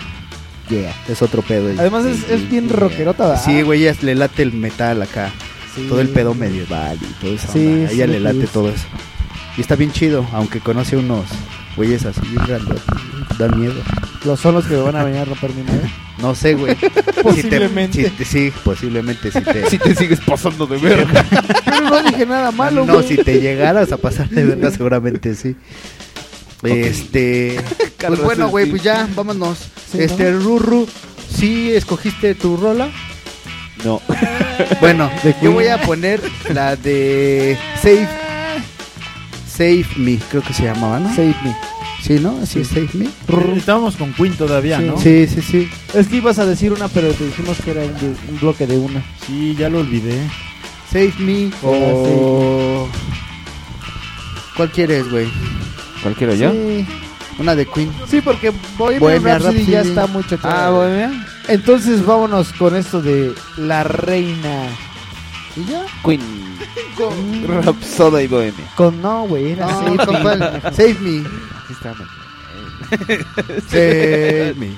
S5: Yeah, es otro pedo. ella.
S12: Además es, es bien rockerota, ¿verdad?
S5: Sí, güey, ella le late el metal acá.
S12: Sí.
S5: Todo el pedo medieval y todo eso.
S12: Sí,
S5: a ella
S12: sí,
S5: le late
S12: sí.
S5: todo eso. Y está bien chido, aunque conoce unos güeyes así bien grandotes. Dan miedo.
S12: Los son los que me van a venir a romper mi madre.
S5: No
S12: [LAUGHS]
S5: sé, güey. Si te-
S12: Posiblemente.
S5: si te- sí, posiblemente. Si
S12: [LAUGHS]
S5: te,
S12: Si
S3: te sigues pasando de verga.
S12: Pero no dije nada malo,
S5: No,
S12: güey.
S5: si te llegaras a pasar
S12: [LAUGHS]
S5: de verga, seguramente sí. Este. pues
S12: Carlos
S5: bueno, güey,
S12: Ortiz.
S5: pues ya, vámonos.
S12: Sí,
S5: este,
S12: ¿no?
S5: Rurru, ¿sí escogiste tu rola?
S3: No.
S5: [LAUGHS] Bueno, yo
S3: Queen.
S5: voy a poner la de Save. Save Me, creo que se llamaba, ¿no? Save Me. Sí, ¿no? Así es, Save Me.
S11: Estábamos con Queen todavía, ¿no?
S5: Sí, sí, sí.
S12: Es que ibas a decir una, pero te dijimos que era un, de- un bloque de una.
S11: Sí, ya lo olvidé.
S5: Save Me
S12: Ah,
S5: o. ¿Cuál quieres, güey?
S3: ¿Cuál quiero yo?
S12: Sí.
S5: Una de Queen.
S12: Sí, porque Bohemian,
S5: Bohemian
S12: Rhapsody,
S5: Rhapsody.
S12: ya está mucho tiempo.
S5: Ah, Bohemian.
S12: Entonces vámonos con esto de La Reina. ¿Y ya?
S3: Queen. Rapsoda y Bohemia.
S12: Con no, güey, era
S5: No,
S12: Save Me.
S5: con cuál. Save Me.
S3: Aquí está,
S5: Save Me.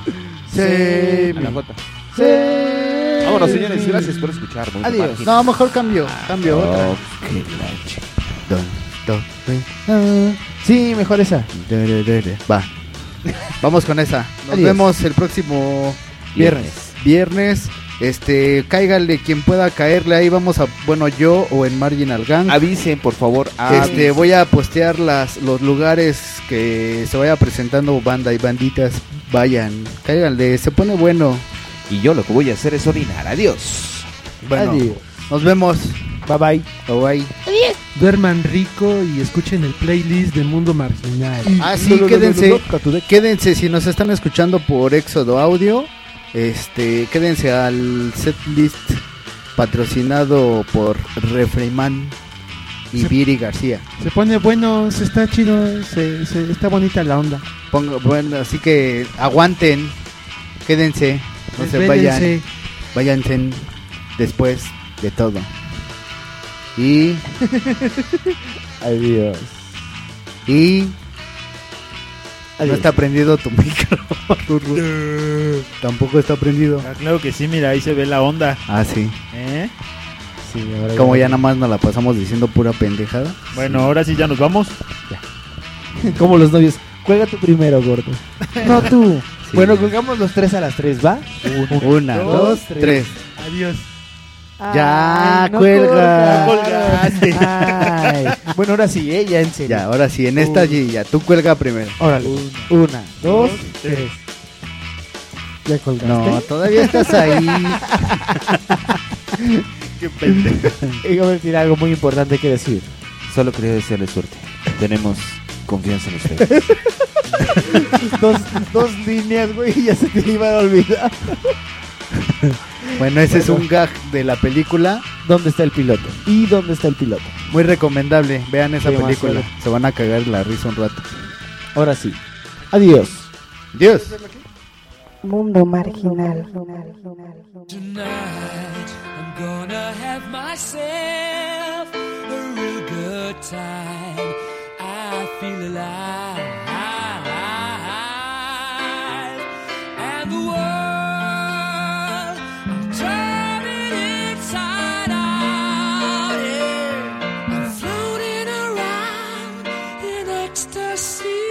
S5: Save
S3: A la
S5: Me.
S3: J.
S12: Save
S3: Vámonos,
S12: me.
S3: señores. Gracias por escucharnos.
S12: Adiós.
S5: No, a lo mejor cambió. Cambió otra.
S3: Oh, qué la ch-
S12: Ah, sí, mejor esa.
S5: Va. Vamos con esa. Nos
S12: Adiós.
S5: vemos el próximo
S12: Viernes.
S5: viernes. Viernes. Este, cáigale quien pueda caerle. Ahí vamos a, bueno, yo o en Marginal Gang.
S3: Avisen, por favor.
S12: Ah,
S5: Este,
S3: avisen.
S5: voy a postear las, los lugares que se vaya presentando banda y banditas. Vayan, cáiganle, se pone bueno.
S3: Y yo lo que voy a hacer es orinar. Adiós.
S5: Bueno,
S8: Adiós.
S5: nos vemos.
S12: Bye bye.
S5: Bye bye.
S8: Duerman rico y escuchen el playlist de Mundo Marginal.
S5: Ah, sí, quédense. Quédense, si nos están escuchando por Éxodo Audio, este, quédense al setlist patrocinado por Refreiman y
S8: Se-
S5: Viri García.
S8: Se pone bueno, se está chido, se, se- está bonita la onda.
S5: Ponga- bueno, así que aguanten, quédense, no se vayan,
S8: Desvélense.
S5: váyanse después de todo. Y
S12: Adiós.
S5: y no
S12: Adiós.
S5: está prendido tu [LAUGHS] micro. Rurru. Tampoco está prendido.
S11: Ah, claro que sí, mira, ahí se ve la onda.
S5: Ah, sí.
S11: ¿Eh?
S5: Como ya nada más nos la pasamos diciendo pura pendejada.
S11: Bueno, ahora sí ya nos vamos.
S12: Como los novios. Juega tú primero, gordo. No tú. Bueno, colgamos los tres a las tres, ¿va?
S5: Una, dos, tres.
S8: Adiós.
S4: Ah,
S5: Ya,
S12: Ay, no
S5: cuelga.
S12: [LAUGHS] colgas. Ay. Bueno, ahora sí, ¿eh? ya en serio.
S5: Ya, ahora sí, en esta y ya, tú cuelga primero.
S12: Órale. Una, dos, tres. Ya colgaste.
S5: No, todavía estás
S12: [LAUGHS]
S5: ahí.
S11: Qué pendejo.
S12: Dígame tiene algo muy importante que decir.
S3: Solo quería desearle suerte. Tenemos confianza en ustedes.
S12: dos, dos líneas, güey, y ya se te iban a olvidar.
S5: Bueno, ese es un gag de la película.
S12: ¿Dónde está el piloto? ¿Y dónde está el piloto?
S5: Muy recomendable. Vean esa
S12: Demasiado.
S5: película. Se van a cagar la risa un rato.
S12: Ahora sí. Adiós.
S5: Dios.
S13: Mundo marginal.
S14: Tonight I'm gonna have myself a real good time. I feel alive. And the world, I'm turning inside out. Yeah. I'm floating around in ecstasy.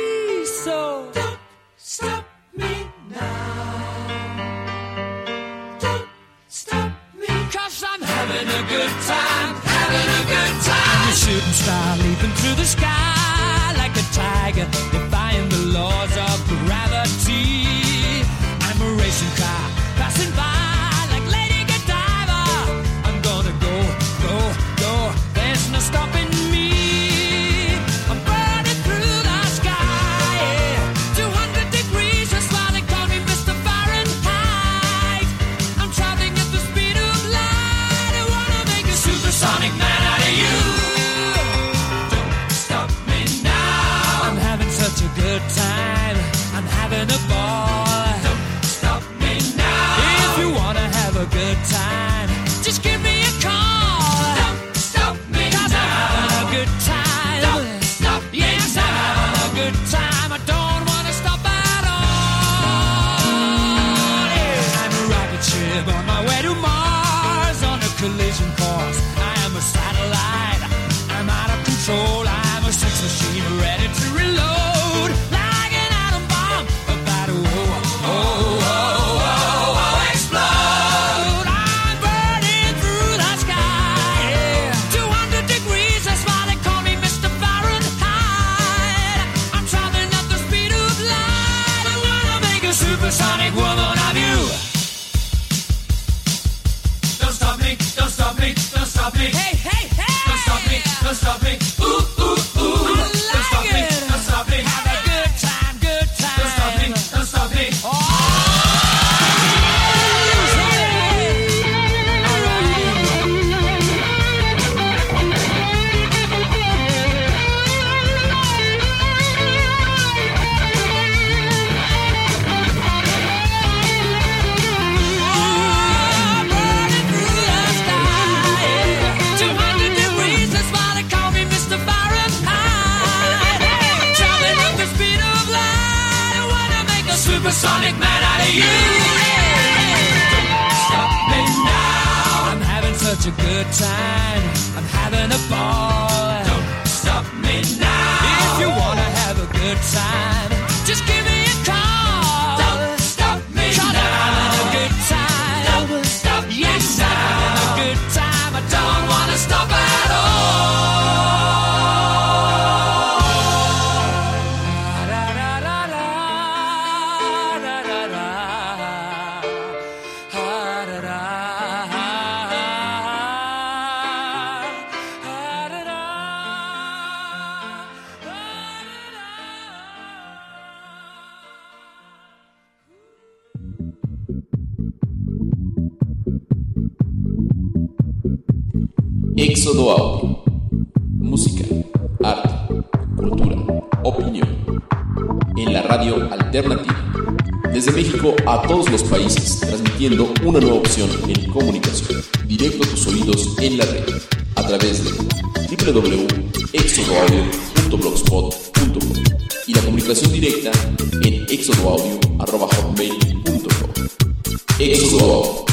S14: So don't stop me now. Don't stop me, cause I'm having a good time, having a good time. I'm a shooting star leaping through the sky like a tiger. If don't wanna stop at all. Yeah, I'm a rocket ship on my way to Mars on a collision course. I am a satellite. I'm out of control. I'm a sex machine ready to reload. Like an atom bomb about to oh, oh, oh, oh, oh, oh, explode. I'm burning through the sky. Yeah. 200 degrees, that's why they call me Mr. Fahrenheit. I'm traveling at the speed of light. I'm gonna make a supersonic woman of you. Don't stop me, don't stop me, don't stop me. Hey, hey, hey! Don't stop me, don't stop me. Ooh, ooh, ooh. I like don't stop it. me, don't stop me. Have a good time, good time. Oh. Don't stop me, don't stop me. Supersonic man out of you. Don't stop me now. I'm having such a good time. I'm having a ball. Don't stop me now. If you wanna have a good time, just give me a call. Don't stop me Cause now. I'm having a good time. Don't stop me yes, now. I'm having a good time. I don't wanna stop at all.
S23: Éxodo Audio. Música, arte, cultura, opinión. En la radio alternativa. Desde México a todos los países, transmitiendo una nueva opción en comunicación. Directo a tus oídos en la red. A través de www.exodoaudio.blogspot.com y la comunicación directa en exodoaudio.com. Éxodo Audio.